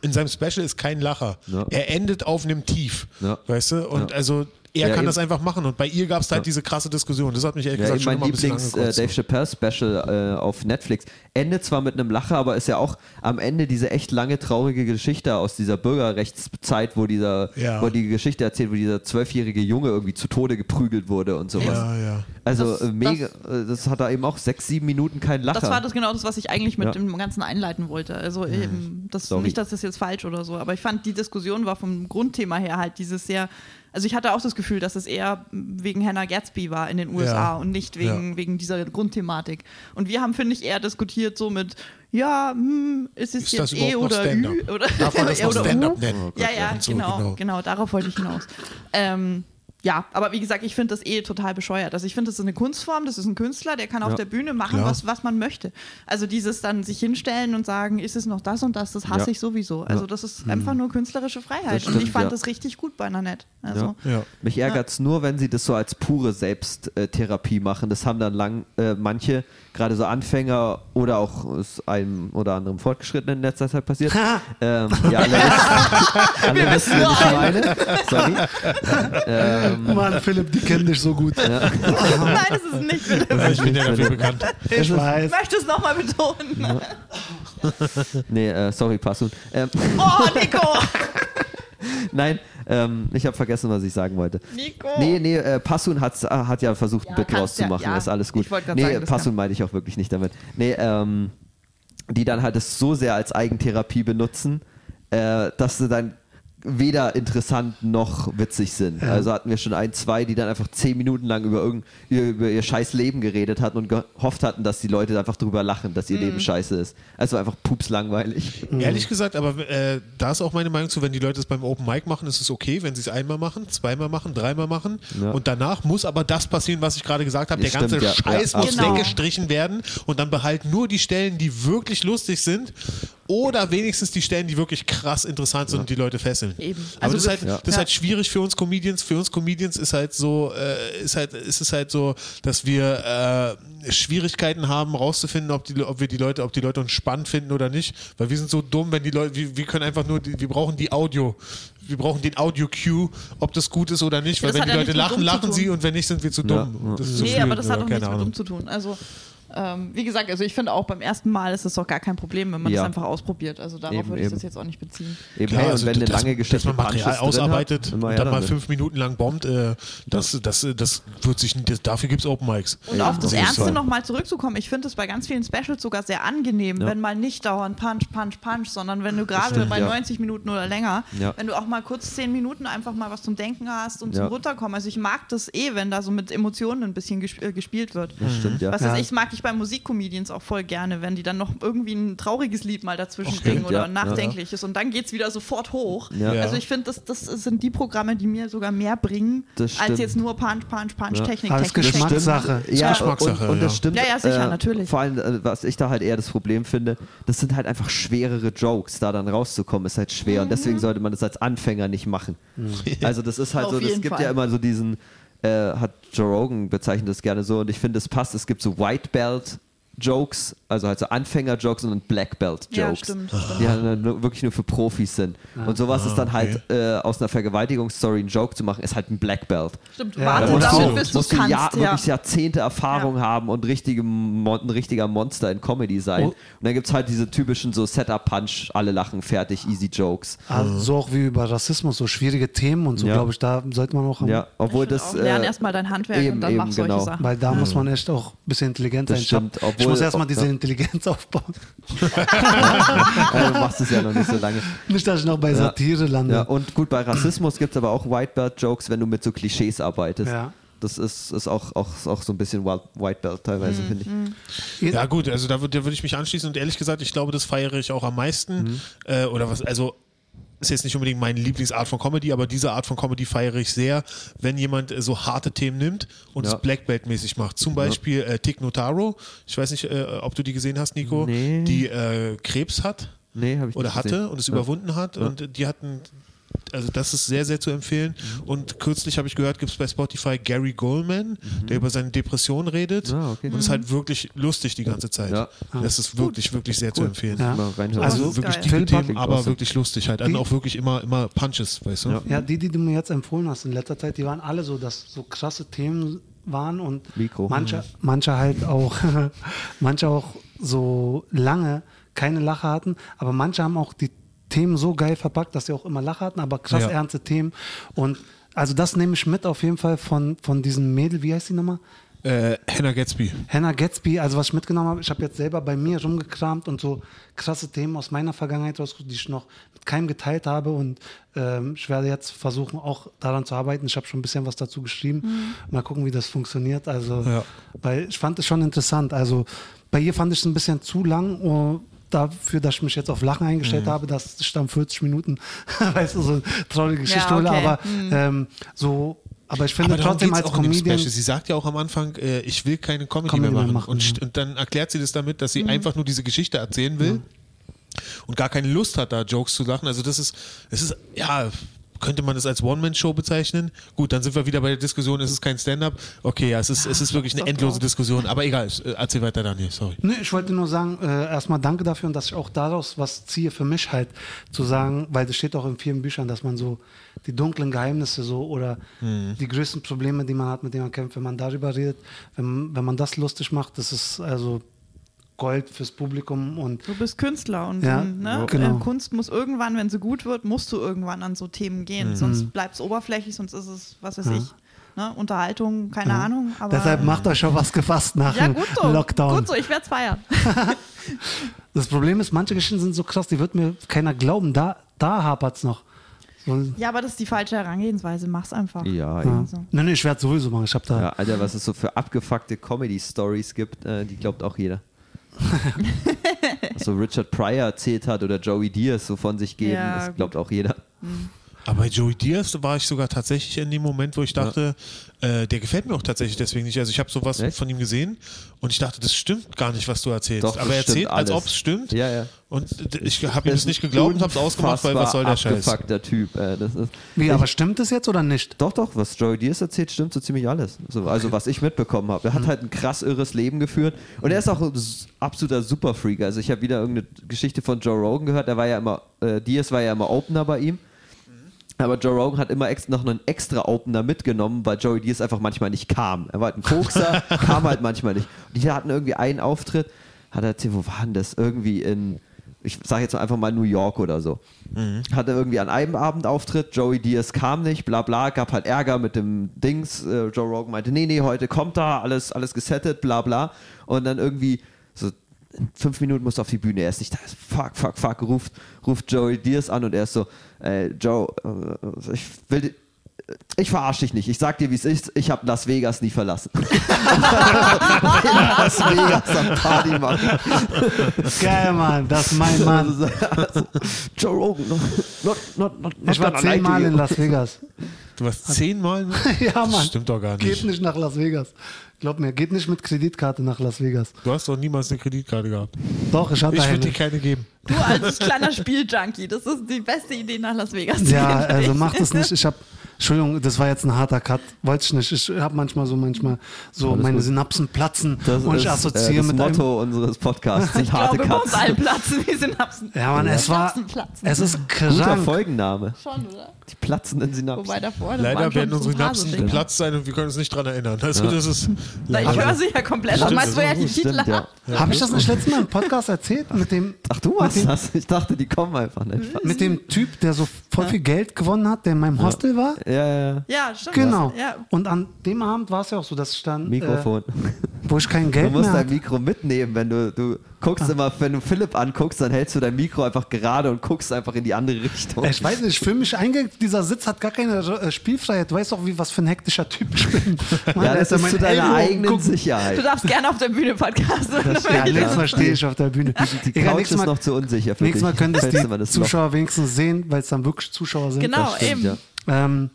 Speaker 2: in seinem Special ist kein Lacher.
Speaker 1: Ja.
Speaker 2: Er endet auf einem Tief,
Speaker 1: Ja.
Speaker 2: weißt du, und also
Speaker 1: Ja,
Speaker 2: Er kann
Speaker 1: eben.
Speaker 2: das einfach machen und bei ihr gab es halt diese krasse Diskussion. Das hat mich ehrlich
Speaker 1: Ja,
Speaker 2: gesagt
Speaker 1: eben
Speaker 2: schon
Speaker 1: mein äh,
Speaker 2: immer ein bisschen
Speaker 1: Lieblings-Dave
Speaker 2: angekotzt.
Speaker 1: Chappelle-Special äh, auf Netflix endet zwar mit einem Lacher, aber ist ja auch am Ende diese echt lange, traurige Geschichte aus dieser Bürgerrechtszeit, wo dieser,
Speaker 2: Ja.
Speaker 1: wo die Geschichte erzählt, wo dieser zwölfjährige Junge irgendwie zu Tode geprügelt wurde und sowas.
Speaker 2: Ja, ja.
Speaker 1: Also
Speaker 6: Das-
Speaker 1: äh, mega, das, das hat da eben auch sechs, sieben Minuten keinen Lacher.
Speaker 4: Das war das genau das, was ich eigentlich mit
Speaker 1: Ja.
Speaker 4: dem Ganzen einleiten wollte. Also eben, das,
Speaker 1: Sorry.
Speaker 4: nicht, dass das jetzt falsch oder so, aber ich fand, die Diskussion war vom Grundthema her halt dieses sehr, also ich hatte auch das Gefühl, dass es eher wegen Hannah Gatsby war in den USA
Speaker 2: Ja.
Speaker 4: und nicht wegen,
Speaker 2: Ja.
Speaker 4: wegen dieser Grundthematik. Und wir haben, finde ich, eher diskutiert so mit, ja, hm, ist es
Speaker 2: Ist das
Speaker 4: jetzt eh
Speaker 2: überhaupt noch
Speaker 4: oder ü
Speaker 2: Stand-up?
Speaker 4: oder, E
Speaker 2: Darf man das noch
Speaker 4: oder u?
Speaker 2: Stand-up nennen?
Speaker 1: Oh
Speaker 4: Ja, ja,
Speaker 2: Und so,
Speaker 4: genau,
Speaker 2: genau.
Speaker 4: genau, darauf wollte ich hinaus. ähm, ja, aber wie gesagt, ich finde das eh total bescheuert. Also ich finde, das ist eine Kunstform, das ist ein Künstler, der kann auf
Speaker 1: Ja.
Speaker 4: der Bühne machen,
Speaker 2: Klar.
Speaker 4: was, was man möchte. Also dieses dann sich hinstellen und sagen, ist es noch das und das, das hasse
Speaker 1: Ja.
Speaker 4: ich sowieso. Also
Speaker 1: Ja. Mhm.
Speaker 4: das ist einfach nur künstlerische Freiheit.
Speaker 1: Das
Speaker 4: und ich
Speaker 1: stimmt,
Speaker 4: fand
Speaker 1: ja.
Speaker 4: das richtig gut bei Nanette. Also,
Speaker 1: ja.
Speaker 2: Ja.
Speaker 1: Mich ärgert es nur, wenn sie das so als pure Selbsttherapie machen. Das haben dann lang äh, manche, gerade so Anfänger oder auch ist einem oder anderem Fortgeschrittenen in letzter Zeit passiert. ähm, ja, alle wissen, alle wissen, wen ich meine. Sorry.
Speaker 3: Mann, Philipp, die kennen dich so gut.
Speaker 4: nein, das ist nicht bitte.
Speaker 2: Also, Ich bin ja dafür bekannt.
Speaker 3: Ich weiß.
Speaker 4: Ich möchte es nochmal betonen.
Speaker 1: Nee, äh, sorry, Passun. Ähm,
Speaker 4: Oh, Nico!
Speaker 1: nein, ähm, ich habe vergessen, was ich sagen wollte.
Speaker 4: Nico!
Speaker 1: Nee, nee, äh, Passun hat's, äh, hat ja versucht, ein Bit
Speaker 4: kannst
Speaker 1: draus zu
Speaker 4: ja,
Speaker 1: machen.
Speaker 4: ja.
Speaker 1: Ist alles gut.
Speaker 4: Ich wollte grad
Speaker 1: nee,
Speaker 4: sagen, das
Speaker 1: Passun meinte ich auch wirklich nicht damit. Nee, ähm, die dann halt es so sehr als Eigentherapie benutzen, äh, dass sie dann weder interessant noch witzig sind. Also hatten wir schon ein, zwei, die dann einfach zehn Minuten lang über, irgend, über ihr scheiß Leben geredet hatten und gehofft hatten, dass die Leute einfach drüber lachen, dass
Speaker 4: Mhm.
Speaker 1: ihr Leben scheiße ist. Also einfach pups langweilig.
Speaker 2: Ehrlich gesagt, aber äh, da ist auch meine Meinung zu, wenn die Leute es beim Open Mic machen, ist es okay, wenn sie es einmal machen, zweimal machen, dreimal machen
Speaker 1: Ja.
Speaker 2: und danach muss aber das passieren, was ich gerade gesagt habe.
Speaker 1: Ja,
Speaker 2: Der ganze
Speaker 1: stimmt, ja.
Speaker 2: Scheiß
Speaker 1: Ja,
Speaker 2: muss
Speaker 4: absolut.
Speaker 2: weggestrichen werden und dann behalten nur die Stellen, die wirklich lustig sind oder wenigstens die Stellen, die wirklich krass interessant sind und die Leute fesseln.
Speaker 4: Eben.
Speaker 2: Aber
Speaker 4: Also
Speaker 2: das, ist halt,
Speaker 4: so-
Speaker 2: das ist
Speaker 4: ja.
Speaker 2: halt schwierig für uns Comedians. Für uns Comedians ist halt so, äh, ist halt, ist es halt so, dass wir äh, Schwierigkeiten haben, rauszufinden, ob, die, ob wir die Leute, ob die Leute uns spannend finden oder nicht. Weil wir sind so dumm, wenn die Leute, wir, wir können einfach nur, die, wir brauchen die Audio, wir brauchen den Audio-Cue, ob das gut ist oder nicht.
Speaker 4: Ja,
Speaker 2: Weil
Speaker 4: das
Speaker 2: wenn die
Speaker 4: hat ja
Speaker 2: Leute
Speaker 4: nichts mit
Speaker 2: lachen,
Speaker 4: dumm zu
Speaker 2: lachen
Speaker 4: tun.
Speaker 2: sie und wenn nicht, sind wir zu
Speaker 1: Ja.
Speaker 2: dumm. Das ist zu
Speaker 4: Nee,
Speaker 2: viel
Speaker 4: aber das hat
Speaker 1: ne?
Speaker 2: oder
Speaker 4: doch
Speaker 2: keine
Speaker 4: nichts mit
Speaker 2: Ahnung.
Speaker 4: dumm zu tun. Also, ähm, wie gesagt, also ich finde auch beim ersten Mal ist es doch gar kein Problem, wenn man
Speaker 1: Ja.
Speaker 4: das einfach ausprobiert. Also darauf
Speaker 1: Eben,
Speaker 4: würde ich
Speaker 1: eben.
Speaker 4: das jetzt auch nicht beziehen.
Speaker 1: Eben,
Speaker 2: Klar,
Speaker 1: hey, und
Speaker 2: also
Speaker 1: wenn eine
Speaker 2: dass-
Speaker 1: lange Geschichte
Speaker 2: dass man Material
Speaker 1: Punches drin hat,
Speaker 2: ausarbeitet
Speaker 1: immer
Speaker 2: und
Speaker 1: her
Speaker 2: dann mal
Speaker 1: damit.
Speaker 2: fünf Minuten lang bombt, äh, das, das, das wird sich nicht, das, dafür gibt es Open Mics.
Speaker 4: Und auf das
Speaker 1: auf jeden
Speaker 4: Ernste
Speaker 1: Fall.
Speaker 4: nochmal zurückzukommen, ich finde es bei ganz vielen Specials sogar sehr angenehm, wenn mal nicht dauernd Punch, Punch, Punch, sondern wenn du gerade
Speaker 1: stimmt,
Speaker 4: bei
Speaker 1: ja.
Speaker 4: 90 Minuten oder länger,
Speaker 1: Ja.
Speaker 4: wenn du auch mal kurz 10 Minuten einfach mal was zum Denken hast und
Speaker 1: Ja.
Speaker 4: zum Runterkommen. Also ich mag das eh, wenn da so mit Emotionen ein bisschen gesp äh, gespielt wird.
Speaker 1: Stimmt, ja.
Speaker 4: Was weiß
Speaker 3: Ja.
Speaker 4: also ich, mag ich bei Musikcomedians auch voll gerne, wenn die dann noch irgendwie ein trauriges Lied mal dazwischen
Speaker 2: Stimmt,
Speaker 4: bringen oder
Speaker 1: ja.
Speaker 4: ein nachdenkliches und dann geht es wieder sofort hoch.
Speaker 1: Ja.
Speaker 2: Ja.
Speaker 4: Also ich finde, das, das sind die Programme, die mir sogar mehr bringen,
Speaker 1: Das
Speaker 4: als
Speaker 1: stimmt.
Speaker 4: jetzt nur Punch, Punch, Punch,
Speaker 1: Ja.
Speaker 4: Technik,
Speaker 3: Alles
Speaker 4: Technik, Technik.
Speaker 3: Geschmackssache.
Speaker 1: Ja,
Speaker 2: Geschmackssache,
Speaker 1: und, und das
Speaker 2: ja.
Speaker 1: stimmt.
Speaker 4: Ja, ja, sicher,
Speaker 1: äh,
Speaker 4: natürlich.
Speaker 1: Vor allem, äh, was ich da halt eher das Problem finde, das sind halt einfach schwerere Jokes, da dann rauszukommen, ist halt schwer. Und deswegen sollte man das als Anfänger nicht machen.
Speaker 2: Mhm.
Speaker 1: Also das ist halt
Speaker 4: Mhm.
Speaker 1: so,
Speaker 4: Auf
Speaker 1: es
Speaker 4: jeden
Speaker 1: gibt
Speaker 4: Fall.
Speaker 1: ja immer so diesen, äh, hat Joe Rogan bezeichnet das gerne so und ich finde, es passt, es gibt so White Belt Jokes, also halt so Anfänger-Jokes und Black Belt-Jokes.
Speaker 4: Ja, stimmt,
Speaker 2: Ah.
Speaker 4: stimmt.
Speaker 1: Die halt dann nur- wirklich nur für Profis sind. Und sowas ist dann halt äh, aus einer Vergewaltigungsstory einen Joke zu machen, ist halt ein Black Belt.
Speaker 4: Stimmt,
Speaker 1: Da
Speaker 4: warte
Speaker 1: musst
Speaker 4: damit,
Speaker 1: du,
Speaker 4: bis Also du es
Speaker 1: musst du
Speaker 4: kannst.
Speaker 1: ja,
Speaker 4: ja.
Speaker 1: wirklich Jahrzehnte Erfahrung haben und richtige, Mon- ein richtiger Monster in Comedy sein.
Speaker 3: Oh.
Speaker 1: Und dann gibt es halt diese typischen so Setup-Punch, alle lachen, fertig, easy Jokes.
Speaker 3: Also so auch wie über Rassismus, so schwierige Themen und so,
Speaker 1: Ja.
Speaker 3: glaube ich, da sollte man auch am
Speaker 1: Ja, obwohl das.
Speaker 4: auch. Lern
Speaker 1: äh, genau.
Speaker 4: erst mal dein Handwerk und dann mach solche Sachen.
Speaker 3: Weil da muss man echt auch ein bisschen intelligent
Speaker 1: Hm. Das
Speaker 3: sein. Ich hab-
Speaker 1: stimmt,
Speaker 3: ich
Speaker 1: obwohl-
Speaker 3: muss erstmal
Speaker 1: ob-
Speaker 3: diese
Speaker 1: ja.
Speaker 3: Intelligenz aufbauen.
Speaker 1: Ja, du machst es ja noch nicht so lange.
Speaker 3: Nicht, dass ich noch bei
Speaker 1: Ja.
Speaker 3: Satire lande.
Speaker 1: Ja, und gut, bei Rassismus gibt es aber auch Whitebelt-Jokes, wenn du mit so Klischees arbeitest.
Speaker 3: Ja.
Speaker 1: Das ist, ist auch, auch, auch so ein bisschen Wild- Whitebelt teilweise,
Speaker 4: Mhm,
Speaker 1: finde ich.
Speaker 2: Ja gut, also da würde da würd ich mich anschließen und ehrlich gesagt, ich glaube, das feiere ich auch am meisten.
Speaker 1: Mhm.
Speaker 2: Äh, oder was, also ist jetzt nicht unbedingt meine Lieblingsart von Comedy, aber diese Art von Comedy feiere ich sehr, wenn jemand äh, so harte Themen nimmt und
Speaker 1: Ja.
Speaker 2: es Black Belt mäßig macht. Zum Beispiel äh, Tick Notaro, ich weiß nicht, äh, ob du die gesehen hast, Nico,
Speaker 1: Nee.
Speaker 2: die äh, Krebs hat
Speaker 1: Nee, habe ich
Speaker 2: oder
Speaker 1: nicht
Speaker 2: hatte
Speaker 1: gesehen.
Speaker 2: und es überwunden hat und die hatten also das ist sehr, sehr zu empfehlen.
Speaker 1: Mhm.
Speaker 2: Und kürzlich habe ich gehört, gibt es bei Spotify Gary Goldman, der über seine Depression redet.
Speaker 1: Mhm. Ah, okay.
Speaker 2: Und ist halt wirklich lustig die ganze Zeit.
Speaker 1: Ja.
Speaker 2: Das ist wirklich, wirklich sehr zu empfehlen.
Speaker 3: Ja.
Speaker 1: Mal reinschauen.
Speaker 2: Also
Speaker 4: Das ist
Speaker 2: wirklich
Speaker 4: geil.
Speaker 2: tiefe
Speaker 3: Phil
Speaker 2: Themen,
Speaker 1: Buckley
Speaker 2: aber
Speaker 1: kostet.
Speaker 2: wirklich lustig halt. Und
Speaker 3: Die-
Speaker 2: auch wirklich immer, immer Punches, weißt du?
Speaker 1: Ja.
Speaker 3: Ja, die, die du mir jetzt empfohlen hast in letzter Zeit, die waren alle so, dass so krasse Themen waren und
Speaker 1: Mikro. Mhm.
Speaker 3: manche, manche halt auch, manche auch so lange keine Lache hatten, aber manche haben auch die Themen so geil verpackt, dass sie auch immer Lache hatten, aber krass
Speaker 2: Ja.
Speaker 3: ernste Themen. Und also das nehme ich mit auf jeden Fall von, von diesem Mädel, wie heißt die nochmal?
Speaker 2: Äh, Hannah Gatsby.
Speaker 3: Hannah Gatsby, also was ich mitgenommen habe, ich habe jetzt selber bei mir rumgekramt und so krasse Themen aus meiner Vergangenheit rausgesucht, die ich noch mit keinem geteilt habe und ähm, ich werde jetzt versuchen, auch daran zu arbeiten. Ich habe schon ein bisschen was dazu geschrieben. Mal gucken, wie das funktioniert. Also,
Speaker 2: Ja.
Speaker 3: weil ich fand es schon interessant. Also, bei ihr fand ich es ein bisschen zu lang. Oh, Dafür, dass ich mich jetzt auf Lachen eingestellt
Speaker 2: Mhm.
Speaker 3: habe, dass ich dann 40 Minuten, weißt du, so eine traurige Geschichte hole,
Speaker 4: okay.
Speaker 3: aber ähm, so, aber ich finde
Speaker 2: Aber darum
Speaker 3: trotzdem
Speaker 2: geht's
Speaker 3: als
Speaker 2: auch in dem
Speaker 3: Comedian.
Speaker 2: Special. Sie sagt ja auch am Anfang, äh, ich will keine Comedy, mehr
Speaker 3: Comedy mehr
Speaker 2: machen.
Speaker 3: machen, Mhm.
Speaker 2: und, st-
Speaker 3: ja.
Speaker 2: und dann erklärt sie das damit, dass sie einfach nur diese Geschichte erzählen will und gar keine Lust hat, da Jokes zu lachen. Also das ist, es ist, ja, könnte man das als One-Man-Show bezeichnen? Gut, dann sind wir wieder bei der Diskussion, ist es kein Stand-Up? Okay, ja, es ist,
Speaker 3: Ah,
Speaker 2: es ist wirklich eine endlose Diskussion, aber egal, ich, äh, erzähl weiter, Daniel, sorry.
Speaker 3: Nee, ich wollte nur sagen, äh, erstmal danke dafür und dass ich auch daraus was ziehe für mich halt zu sagen, weil das steht auch in vielen Büchern, dass man so die dunklen Geheimnisse so oder die größten Probleme, die man hat, mit denen man kämpft, wenn man darüber redet, wenn, wenn man das lustig macht, das ist also Gold fürs Publikum und
Speaker 4: Du bist Künstler und
Speaker 3: Ja,
Speaker 4: ne,
Speaker 3: genau.
Speaker 4: äh, Kunst muss irgendwann, wenn sie gut wird, musst du irgendwann an so Themen gehen.
Speaker 3: Mhm.
Speaker 4: Sonst bleibt es oberflächlich, sonst ist es, was weiß ich, ne, Unterhaltung, keine Ahnung. Aber
Speaker 3: deshalb macht euch schon was gefasst nach
Speaker 4: ja,
Speaker 3: dem
Speaker 4: gut so.
Speaker 3: Lockdown.
Speaker 4: Gut so, ich werde es feiern.
Speaker 3: Das Problem ist, manche Geschichten sind so krass, die wird mir keiner glauben, da, da hapert es noch. So,
Speaker 4: Ja, aber das ist die falsche Herangehensweise. Mach's einfach.
Speaker 1: ja,
Speaker 3: ja.
Speaker 1: eben.
Speaker 4: so.
Speaker 3: Nee, nee, ich werde sowieso machen, ich habe da...
Speaker 1: ja, Alter, was es so für abgefuckte Comedy-Stories gibt, äh, die glaubt auch jeder. Was so Richard Pryor erzählt hat oder Joey Diaz so von sich geben,
Speaker 4: Ja,
Speaker 1: das glaubt auch jeder.
Speaker 2: Aber bei Joey Diaz war ich sogar tatsächlich in dem Moment, wo ich dachte, äh, der gefällt mir auch tatsächlich deswegen nicht. Also ich habe sowas
Speaker 1: Echt?
Speaker 2: von ihm gesehen und ich dachte, das stimmt gar nicht, was du erzählst.
Speaker 1: Doch, das
Speaker 2: Aber er
Speaker 1: stimmt
Speaker 2: erzählt, als
Speaker 1: alles.
Speaker 2: ob es stimmt.
Speaker 1: Ja, ja.
Speaker 2: Und d- ich habe ihm
Speaker 1: Das
Speaker 2: das
Speaker 1: ist
Speaker 2: nicht
Speaker 1: ein
Speaker 2: geglaubt und habe es ausgemacht, weil was soll der
Speaker 1: unfassbar
Speaker 2: Scheiß?
Speaker 1: abgefuckter Typ. Äh, das ist,
Speaker 3: Wie, aber stimmt das jetzt oder nicht?
Speaker 1: Doch, doch, was Joey Diaz erzählt, stimmt so ziemlich alles. So, also, was ich mitbekommen habe. Er hat halt ein krass irres Leben geführt und er ist auch ein s- absoluter Superfreak. Also, ich habe wieder irgendeine Geschichte von Joe Rogan gehört. Er war ja immer, äh, Diaz war ja immer Opener bei ihm. Aber Joe Rogan hat immer ex noch einen extra Opener mitgenommen, weil Joey Diaz einfach manchmal nicht kam. Er war halt ein Kokser, kam halt manchmal nicht. Und die hatten irgendwie einen Auftritt, hat er erzählt, wo war denn das? Irgendwie in, ich sage jetzt einfach mal New York oder so. Hatte irgendwie an einem Abend Auftritt, Joey Diaz kam nicht, bla bla, gab halt Ärger mit dem Dings. Äh, Joe Rogan meinte, nee, nee, heute kommt er, alles, alles gesettet, bla bla. Und dann irgendwie so in fünf Minuten musst du auf die Bühne. Er ist nicht da. Fuck, fuck, fuck. Ruft, ruft Joey Diaz an und er ist so, äh, Joe, äh, ich will, di- ich verarsche dich nicht. Ich sag dir, wie es ist. Ich habe Las Vegas nie verlassen. Las Vegas am Party machen.
Speaker 3: Geil, Mann, das ist mein Mann.
Speaker 1: Also, Joe Rogan, no- not, not, not, not
Speaker 3: Ich war
Speaker 1: gonna lie to
Speaker 3: zehnmal
Speaker 1: you.
Speaker 3: in Las Vegas.
Speaker 2: Du warst zehnmal?
Speaker 3: Ja, Mann.
Speaker 2: Das stimmt doch gar
Speaker 3: Geht
Speaker 2: nicht.
Speaker 3: nicht nach Las Vegas. Glaub mir, geht nicht mit Kreditkarte nach Las Vegas.
Speaker 2: Du hast doch niemals eine Kreditkarte gehabt.
Speaker 3: Doch, ich hatte
Speaker 2: Ich würde
Speaker 3: eine.
Speaker 2: dir keine geben.
Speaker 4: Du als kleiner Spieljunkie, das ist die beste Idee nach Las Vegas. zu
Speaker 3: Ja,
Speaker 4: gehen,
Speaker 3: also
Speaker 4: finde
Speaker 3: mach
Speaker 4: ich.
Speaker 3: das nicht. Ich habe, Entschuldigung, das war jetzt ein harter Cut. Wollte ich nicht. Ich habe manchmal so, manchmal so meine
Speaker 1: gut.
Speaker 3: Synapsen platzen
Speaker 1: Das
Speaker 3: und
Speaker 1: ist
Speaker 3: ich
Speaker 1: äh,
Speaker 3: assoziiere
Speaker 1: das
Speaker 3: mit einem.
Speaker 1: Motto unseres Podcasts. Sind
Speaker 4: Ich
Speaker 1: harte
Speaker 4: glaube, bei uns
Speaker 1: Katzen.
Speaker 4: allen platzen die Synapsen.
Speaker 3: Ja, Mann, es war,
Speaker 6: Synapsen platzen.
Speaker 3: es ist
Speaker 1: Guter
Speaker 3: krank.
Speaker 1: Folgenname.
Speaker 6: Schon, oder?
Speaker 1: Die platzen in Synapsen.
Speaker 6: Wobei davor. das waren
Speaker 2: Leider
Speaker 6: schon
Speaker 2: werden
Speaker 6: so
Speaker 2: unsere Napsen
Speaker 6: Phrase-Dinger.
Speaker 2: geplatzt sein und wir können uns nicht dran erinnern. Also das ist
Speaker 4: Na, Ich
Speaker 2: leider.
Speaker 4: höre sie ja komplett.
Speaker 2: Stimmt,
Speaker 4: Meinst du,
Speaker 2: das
Speaker 4: ja
Speaker 2: ist
Speaker 4: die Titel
Speaker 1: Stimmt, ja.
Speaker 3: Habe ich das nicht letztes Mal im Podcast erzählt mit dem
Speaker 1: Ach, du machst das? Ich dachte, die kommen einfach nicht.
Speaker 3: mit dem Typ, der so voll viel Geld gewonnen hat, der in meinem Hostel war?
Speaker 1: Ja, ja, ja.
Speaker 4: Ja, stimmt.
Speaker 3: Genau.
Speaker 4: Ja.
Speaker 3: Und an dem Abend war es ja auch so, dass ich dann,
Speaker 1: Mikrofon.
Speaker 3: Äh, wo ich kein
Speaker 1: Du
Speaker 3: Geld
Speaker 1: musst
Speaker 3: mehr
Speaker 1: dein
Speaker 3: hatte.
Speaker 1: Mikro mitnehmen, wenn du, du
Speaker 3: Ah.
Speaker 1: guckst immer, wenn du Philipp anguckst, dann hältst du dein Mikro einfach gerade und guckst einfach in die andere Richtung.
Speaker 3: Äh, Ich weiß nicht, ich fühle mich einge... Dieser Sitz hat gar keine äh, Spielfreiheit. Du weißt doch, wie, was für ein hektischer Typ ich bin. Mann,
Speaker 1: ja, das
Speaker 3: Alter,
Speaker 1: ist
Speaker 3: mein
Speaker 1: zu deiner
Speaker 3: Ellbogen
Speaker 1: eigenen
Speaker 3: guckt-
Speaker 4: Du
Speaker 1: Sicherheit.
Speaker 4: darfst gerne auf der Bühne podcasten. wenn du
Speaker 3: Ja,
Speaker 4: willst.
Speaker 3: nächstes Mal stehe ich auf der Bühne.
Speaker 1: Die
Speaker 3: Egal,
Speaker 1: Couch
Speaker 3: nächstes
Speaker 1: ist
Speaker 3: Mal,
Speaker 1: noch zu unsicher für
Speaker 3: nächstes
Speaker 1: dich.
Speaker 3: Mal können das
Speaker 1: Fällst du mal
Speaker 3: die
Speaker 1: das
Speaker 3: Zuschauer Oh, wenigstens sehen, weil es dann wirklich Zuschauer sind.
Speaker 4: Genau,
Speaker 1: Loch. Stimmt,
Speaker 4: eben.
Speaker 1: ja.
Speaker 3: Ähm,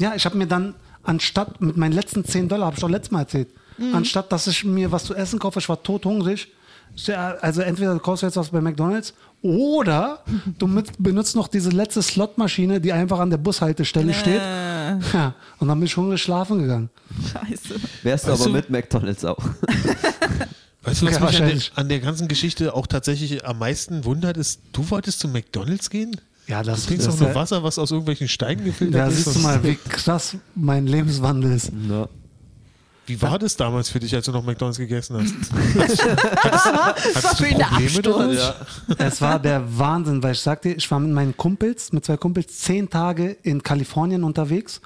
Speaker 3: ja, ich habe mir dann anstatt mit meinen letzten 10 Dollar, habe ich doch letztes Mal erzählt, anstatt dass ich mir was zu essen kaufe, ich war tothungrig, Also entweder du kaufst jetzt was bei McDonalds oder du mit, benutzt noch diese letzte Slotmaschine, die einfach an der Bushaltestelle steht. Ja, und dann bin ich hungrig schlafen gegangen.
Speaker 4: Äh, Scheiße.
Speaker 1: Wärst du
Speaker 2: Weißt
Speaker 1: aber
Speaker 2: du-
Speaker 1: mit McDonalds auch.
Speaker 2: Weißt du, was mich
Speaker 3: Ja,
Speaker 2: an der,
Speaker 3: wahrscheinlich.
Speaker 2: an der ganzen Geschichte auch tatsächlich am meisten wundert, ist, du wolltest zu McDonalds gehen?
Speaker 3: Ja, das,
Speaker 2: Du trinkst
Speaker 3: das
Speaker 2: doch nur
Speaker 3: ja-
Speaker 2: Wasser, was aus irgendwelchen Steinen gefiltert
Speaker 3: Da
Speaker 2: ist.
Speaker 3: siehst du mal, wie krass mein Lebenswandel ist.
Speaker 1: Ja.
Speaker 2: Wie war das damals für dich, als du noch McDonalds gegessen hast?
Speaker 6: Das war für ihn der
Speaker 2: Probleme damit?
Speaker 6: Absturz.
Speaker 3: Es war der Wahnsinn, weil ich sagte, ich war mit meinen Kumpels, mit zwei Kumpels, zehn Tage in Kalifornien unterwegs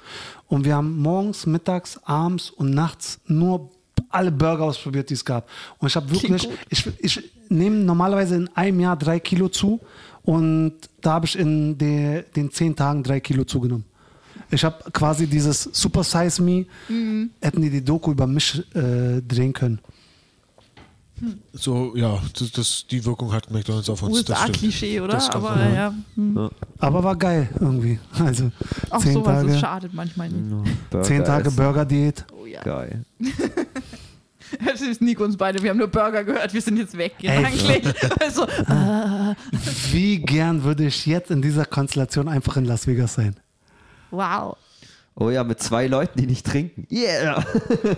Speaker 3: und wir haben morgens, mittags, abends und nachts nur alle Burger ausprobiert, die es gab. Und ich habe wirklich, ich, ich nehme normalerweise in einem Jahr drei Kilo zu und da habe ich in de, den zehn Tagen drei Kilo zugenommen. Ich habe quasi dieses Super Size Me,
Speaker 4: Mhm.
Speaker 3: hätten die die Doku über mich äh, drehen können.
Speaker 2: So, ja, das, das, die Wirkung hat McDonalds auf uns. Das stimmt.
Speaker 4: USA-Klischee, oder?
Speaker 2: Das kann
Speaker 4: Aber
Speaker 2: man-
Speaker 4: ja,
Speaker 3: Aber war geil irgendwie. Also
Speaker 4: auch
Speaker 3: zehn
Speaker 4: sowas
Speaker 3: Tage.
Speaker 4: ist schadet manchmal nicht.
Speaker 1: Burger
Speaker 3: Zehn Tage
Speaker 1: essen.
Speaker 3: Burger-Diät.
Speaker 4: Oh ja.
Speaker 1: Geil.
Speaker 4: Das ist Nico uns beide. Wir haben nur Burger gehört. Wir sind jetzt weg.
Speaker 3: Ey.
Speaker 4: Gedanklich. Also,
Speaker 3: Wie gern würde ich jetzt in dieser Konstellation einfach in Las Vegas sein?
Speaker 4: wow.
Speaker 1: Oh ja, mit zwei Leuten, die nicht trinken. Yeah!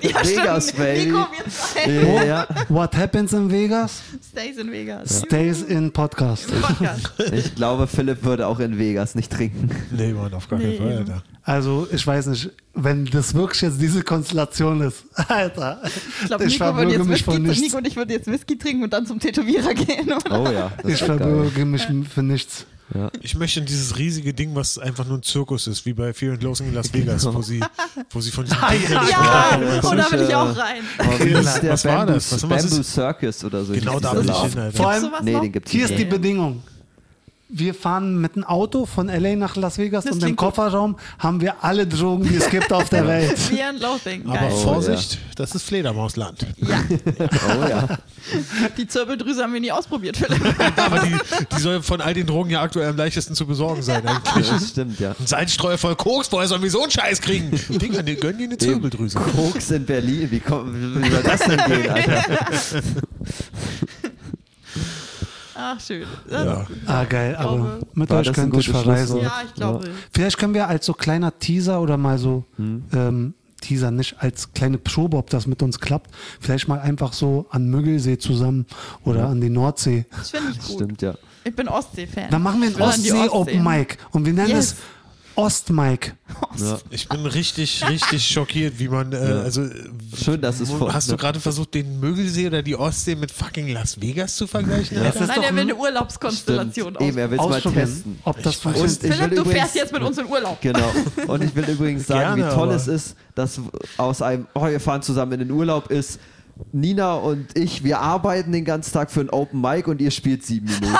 Speaker 4: Ja,
Speaker 1: Vegas,
Speaker 4: stimmt.
Speaker 1: baby.
Speaker 4: Nico, wir zwei.
Speaker 1: Ja, ja.
Speaker 3: What happens in Vegas?
Speaker 4: Stays in Vegas.
Speaker 3: Stays in Podcast.
Speaker 4: Podcast.
Speaker 1: Ich glaube, Philipp würde auch in Vegas nicht trinken.
Speaker 2: Nee, Mann, auf gar keinen Fall, Alter.
Speaker 3: Also, ich weiß nicht, wenn das wirklich jetzt diese Konstellation ist. Alter.
Speaker 4: Ich glaube, Nico,
Speaker 3: ich
Speaker 4: wird
Speaker 3: verbürge
Speaker 4: jetzt
Speaker 3: mich
Speaker 4: Whisky-
Speaker 3: vor nichts.
Speaker 4: Nico und ich würden jetzt Whisky trinken und dann zum Tätowierer gehen.
Speaker 1: Oh ja. das
Speaker 3: Ich
Speaker 1: ist geil.
Speaker 3: verbürge mich für nichts.
Speaker 2: Ich möchte in dieses riesige Ding, was einfach nur ein Zirkus ist, wie bei Fear and Loathing in Las Vegas, wo, sie, wo sie von diesem Ding gesprochen
Speaker 4: Ja,
Speaker 2: haben, weißt du?
Speaker 4: und da will
Speaker 1: ist,
Speaker 4: ich
Speaker 1: äh,
Speaker 4: auch rein.
Speaker 1: Oh, wie hieß der
Speaker 2: Was war
Speaker 1: Bamboo,
Speaker 2: das? Was haben wir-
Speaker 1: Bamboo Circus oder so.
Speaker 2: Genau
Speaker 1: hieß
Speaker 2: da
Speaker 1: dieser
Speaker 2: will ich
Speaker 1: Laden.
Speaker 2: hin, Alter.
Speaker 3: Vor allem,
Speaker 4: Sowas
Speaker 1: Nee,
Speaker 4: noch?
Speaker 1: den gibt's
Speaker 3: hier
Speaker 1: nicht.
Speaker 3: ist die Bedingung. Wir fahren mit einem Auto von LA nach Las Vegas
Speaker 4: Das
Speaker 3: und im
Speaker 4: klingt gut.
Speaker 3: Kofferraum haben wir alle Drogen, die es gibt auf der Welt.
Speaker 4: Wir in Loathing.
Speaker 2: Aber
Speaker 4: Geil.
Speaker 1: Oh,
Speaker 2: Vorsicht, das ist Fledermausland.
Speaker 1: Oh ja.
Speaker 4: Die Zirbeldrüse haben wir nie ausprobiert, Philipp.
Speaker 2: Aber die, die soll von all den Drogen ja aktuell am leichtesten zu besorgen sein. Eigentlich.
Speaker 1: Das stimmt, ja.
Speaker 2: Ein Salzstreuer voll Koks, woher sollen wir so einen Scheiß kriegen? Digga, den gönn dir eine Zirbeldrüse.
Speaker 1: Koks in Berlin. Wie, kommt, wie soll das denn gehen, Alter?
Speaker 4: Ach, schön.
Speaker 2: Ja.
Speaker 3: Ah, geil, aber
Speaker 4: glaube,
Speaker 3: mit
Speaker 1: war
Speaker 3: euch
Speaker 1: das ein
Speaker 3: könnte ich
Speaker 1: gutes
Speaker 3: verreisen.
Speaker 1: Schlusswort?
Speaker 4: Ja, ich glaube.
Speaker 3: Vielleicht können wir als so kleiner Teaser oder mal so ähm, Teaser, nicht als kleine Probe, ob das mit uns klappt, vielleicht mal einfach so an Müggelsee zusammen oder an die Nordsee.
Speaker 4: Das finde ich gut.
Speaker 1: Stimmt, ja.
Speaker 4: Ich bin Ostsee-Fan.
Speaker 3: Dann machen wir
Speaker 4: Ich
Speaker 3: einen
Speaker 4: will an die
Speaker 3: Ostsee, Open Mic und wir nennen
Speaker 4: Yes.
Speaker 3: es Ost-Mic.
Speaker 1: ja.
Speaker 2: Ich bin richtig, richtig schockiert, wie man, äh, also äh,
Speaker 1: Schön, dass es vor-
Speaker 2: Hast du gerade versucht, den Mögelsee oder die Ostsee mit fucking Las Vegas zu vergleichen? Alter?
Speaker 4: Nein, er will eine
Speaker 1: Stimmt.
Speaker 4: Urlaubskonstellation
Speaker 1: Eben,
Speaker 4: aus.
Speaker 1: er will es mal testen.
Speaker 3: Ausprobieren, ob das
Speaker 1: Und
Speaker 3: funktioniert.
Speaker 1: ich
Speaker 4: Philipp,
Speaker 1: will
Speaker 4: du
Speaker 1: übrigens-
Speaker 4: fährst jetzt mit uns in Urlaub.
Speaker 1: Genau. Und ich will übrigens sagen,
Speaker 2: Gerne,
Speaker 1: wie toll
Speaker 2: aber-
Speaker 1: es ist, dass aus einem, oh, wir fahren zusammen in den Urlaub, ist Nina und ich, wir arbeiten den ganzen Tag für ein Open Mic und ihr spielt sieben Minuten.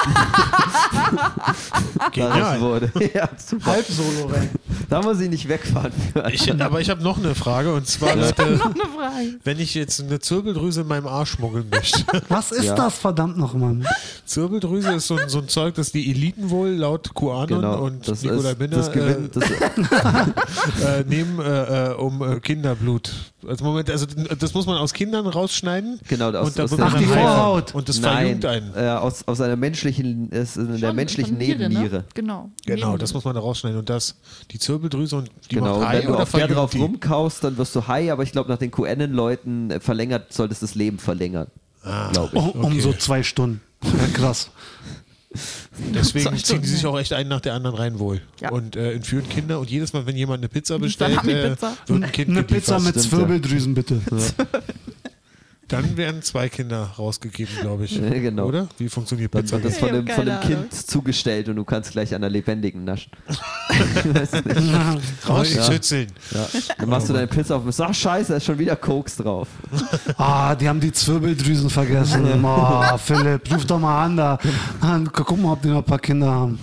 Speaker 1: das
Speaker 2: Genial.
Speaker 1: wurde. Ja, super.
Speaker 3: Halb Solo rein.
Speaker 1: Da muss ich nicht wegfahren. Für.
Speaker 2: Ich, aber ich habe noch eine Frage und zwar, Leute,
Speaker 4: Noch eine Frage.
Speaker 2: wenn ich jetzt eine Zirbeldrüse in meinem Arsch schmuggeln möchte.
Speaker 3: Was ist
Speaker 1: Ja.
Speaker 3: das verdammt nochmal?
Speaker 2: Zirbeldrüse ist so ein, so ein Zeug, das die Eliten wohl laut Kuanon
Speaker 1: Genau.
Speaker 2: Ne? und
Speaker 1: das
Speaker 2: Nikolai
Speaker 1: ist
Speaker 2: Binder
Speaker 1: das
Speaker 2: äh,
Speaker 1: gewinnt. Das,
Speaker 2: äh, nehmen, äh, äh, um äh, Kinderblut. Also Moment, also n- das muss man aus Kindern rausschneiden.
Speaker 1: Genau, aus-
Speaker 2: und da
Speaker 1: aus
Speaker 2: bekommt
Speaker 1: der
Speaker 2: man
Speaker 3: Nein.
Speaker 2: Haare.
Speaker 3: Haut.
Speaker 2: Und das
Speaker 1: nein,
Speaker 2: verjüngt einen.
Speaker 1: äh, aus, aus einer menschlichen, es ist in der
Speaker 6: Schon,
Speaker 1: menschlichen
Speaker 6: von Niere, ne?
Speaker 1: Nebenniere.
Speaker 4: Genau.
Speaker 2: Genau, das muss man da rausschneiden. Und das, die Zirbeldrüse und die
Speaker 1: Genau, und
Speaker 2: macht Hai
Speaker 1: wenn du
Speaker 2: oder
Speaker 1: auf der
Speaker 2: verjüngt
Speaker 1: drauf
Speaker 2: die.
Speaker 1: rumkaust, dann wirst du high, aber ich glaube, nach den QN-Leuten äh, verlängert, solltest du das Leben verlängern.
Speaker 2: Ah.
Speaker 1: Glaube ich.
Speaker 3: Um, um so zwei Stunden. Ja, krass.
Speaker 2: Deswegen ziehen die sich auch echt einen nach der anderen rein wohl.
Speaker 4: Ja.
Speaker 2: Und äh, entführen Kinder. Und jedes Mal, wenn jemand eine Pizza bestellt, äh,
Speaker 4: Salami-Pizza.
Speaker 2: wird ein Kind
Speaker 3: Eine
Speaker 2: geliefert.
Speaker 3: Pizza mit
Speaker 1: stimmt, ja.
Speaker 3: Zwirbeldrüsen, bitte.
Speaker 2: Dann werden zwei Kinder rausgegeben, glaube ich.
Speaker 1: Ja, genau.
Speaker 2: Oder? Wie funktioniert
Speaker 1: Dann
Speaker 2: Pizza?
Speaker 1: wird das von
Speaker 4: Ich
Speaker 1: dem,
Speaker 4: hab
Speaker 1: von dem
Speaker 4: keine
Speaker 1: Kind
Speaker 4: Ahnung.
Speaker 1: zugestellt und du kannst gleich an der Lebendigen naschen.
Speaker 2: Rausschützeln.
Speaker 1: Ja. Dann machst du deine Pizza auf und sagst, ach scheiße, da ist schon wieder Koks drauf.
Speaker 3: Ah, die haben die Zwirbeldrüsen vergessen. Oh, Philipp, ruf doch mal an da. An, gu- guck mal, ob die noch ein paar Kinder haben.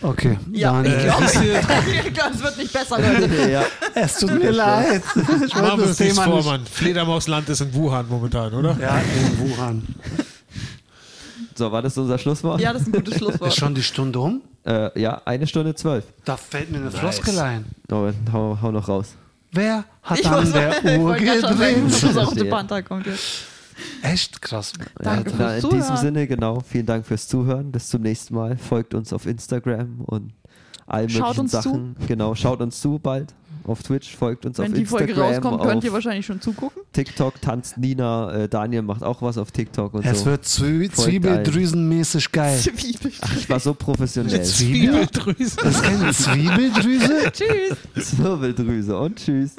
Speaker 3: Okay,
Speaker 4: Ja,
Speaker 3: Daniel.
Speaker 4: ich
Speaker 2: Äh, wisst ihr,
Speaker 4: Ich glaube, es wird nicht besser, Leute.
Speaker 1: ja.
Speaker 3: es tut mir leid. Ich
Speaker 2: Machen
Speaker 3: wollte
Speaker 2: wir
Speaker 3: das
Speaker 2: uns nichts
Speaker 3: Thema
Speaker 2: vor,
Speaker 3: nicht.
Speaker 2: Mann. Fledermausland ist in Wuhan momentan, oder?
Speaker 3: Ja, in Wuhan.
Speaker 1: So, war das unser Schlusswort?
Speaker 4: Ja, das ist ein gutes
Speaker 3: Ist
Speaker 4: Schlusswort.
Speaker 3: schon die Stunde um?
Speaker 1: Äh, ja, eine Stunde zwölf.
Speaker 3: Da fällt mir eine Floskel ein.
Speaker 1: Oh, hau, hau noch raus.
Speaker 3: Wer hat
Speaker 4: Ich
Speaker 3: an
Speaker 4: muss-
Speaker 3: der Uhr
Speaker 4: wollte gerade schon sagen,
Speaker 3: gedreht?
Speaker 4: dass es auf
Speaker 1: Verstehe.
Speaker 4: den Panther kommt jetzt.
Speaker 3: Echt krass.
Speaker 4: Danke
Speaker 1: Na,
Speaker 4: fürs
Speaker 1: in diesem
Speaker 4: Zuhören.
Speaker 1: Sinne, genau. Vielen Dank fürs Zuhören. Bis zum nächsten Mal. Folgt uns auf Instagram und allen
Speaker 4: Schaut
Speaker 1: möglichen
Speaker 4: uns zu.
Speaker 1: Sachen. Genau, schaut uns zu bald. Auf Twitch, folgt uns
Speaker 4: Wenn
Speaker 1: auf
Speaker 4: die
Speaker 1: Instagram.
Speaker 4: Folge rauskommt, könnt
Speaker 1: auf
Speaker 4: ihr wahrscheinlich schon zugucken.
Speaker 1: TikTok tanzt Nina. Äh, Daniel macht auch was auf TikTok und
Speaker 3: Es
Speaker 1: so.
Speaker 3: wird Zwie
Speaker 1: Folgt
Speaker 3: Zwiebeldrüsenmäßig
Speaker 1: Äh.
Speaker 3: geil.
Speaker 1: Ach, ich war so professionell.
Speaker 2: Zwiebeldrüse.
Speaker 3: Das ist keine Zwiebeldrüse?
Speaker 4: Tschüss.
Speaker 1: Zwirbeldrüse und tschüss.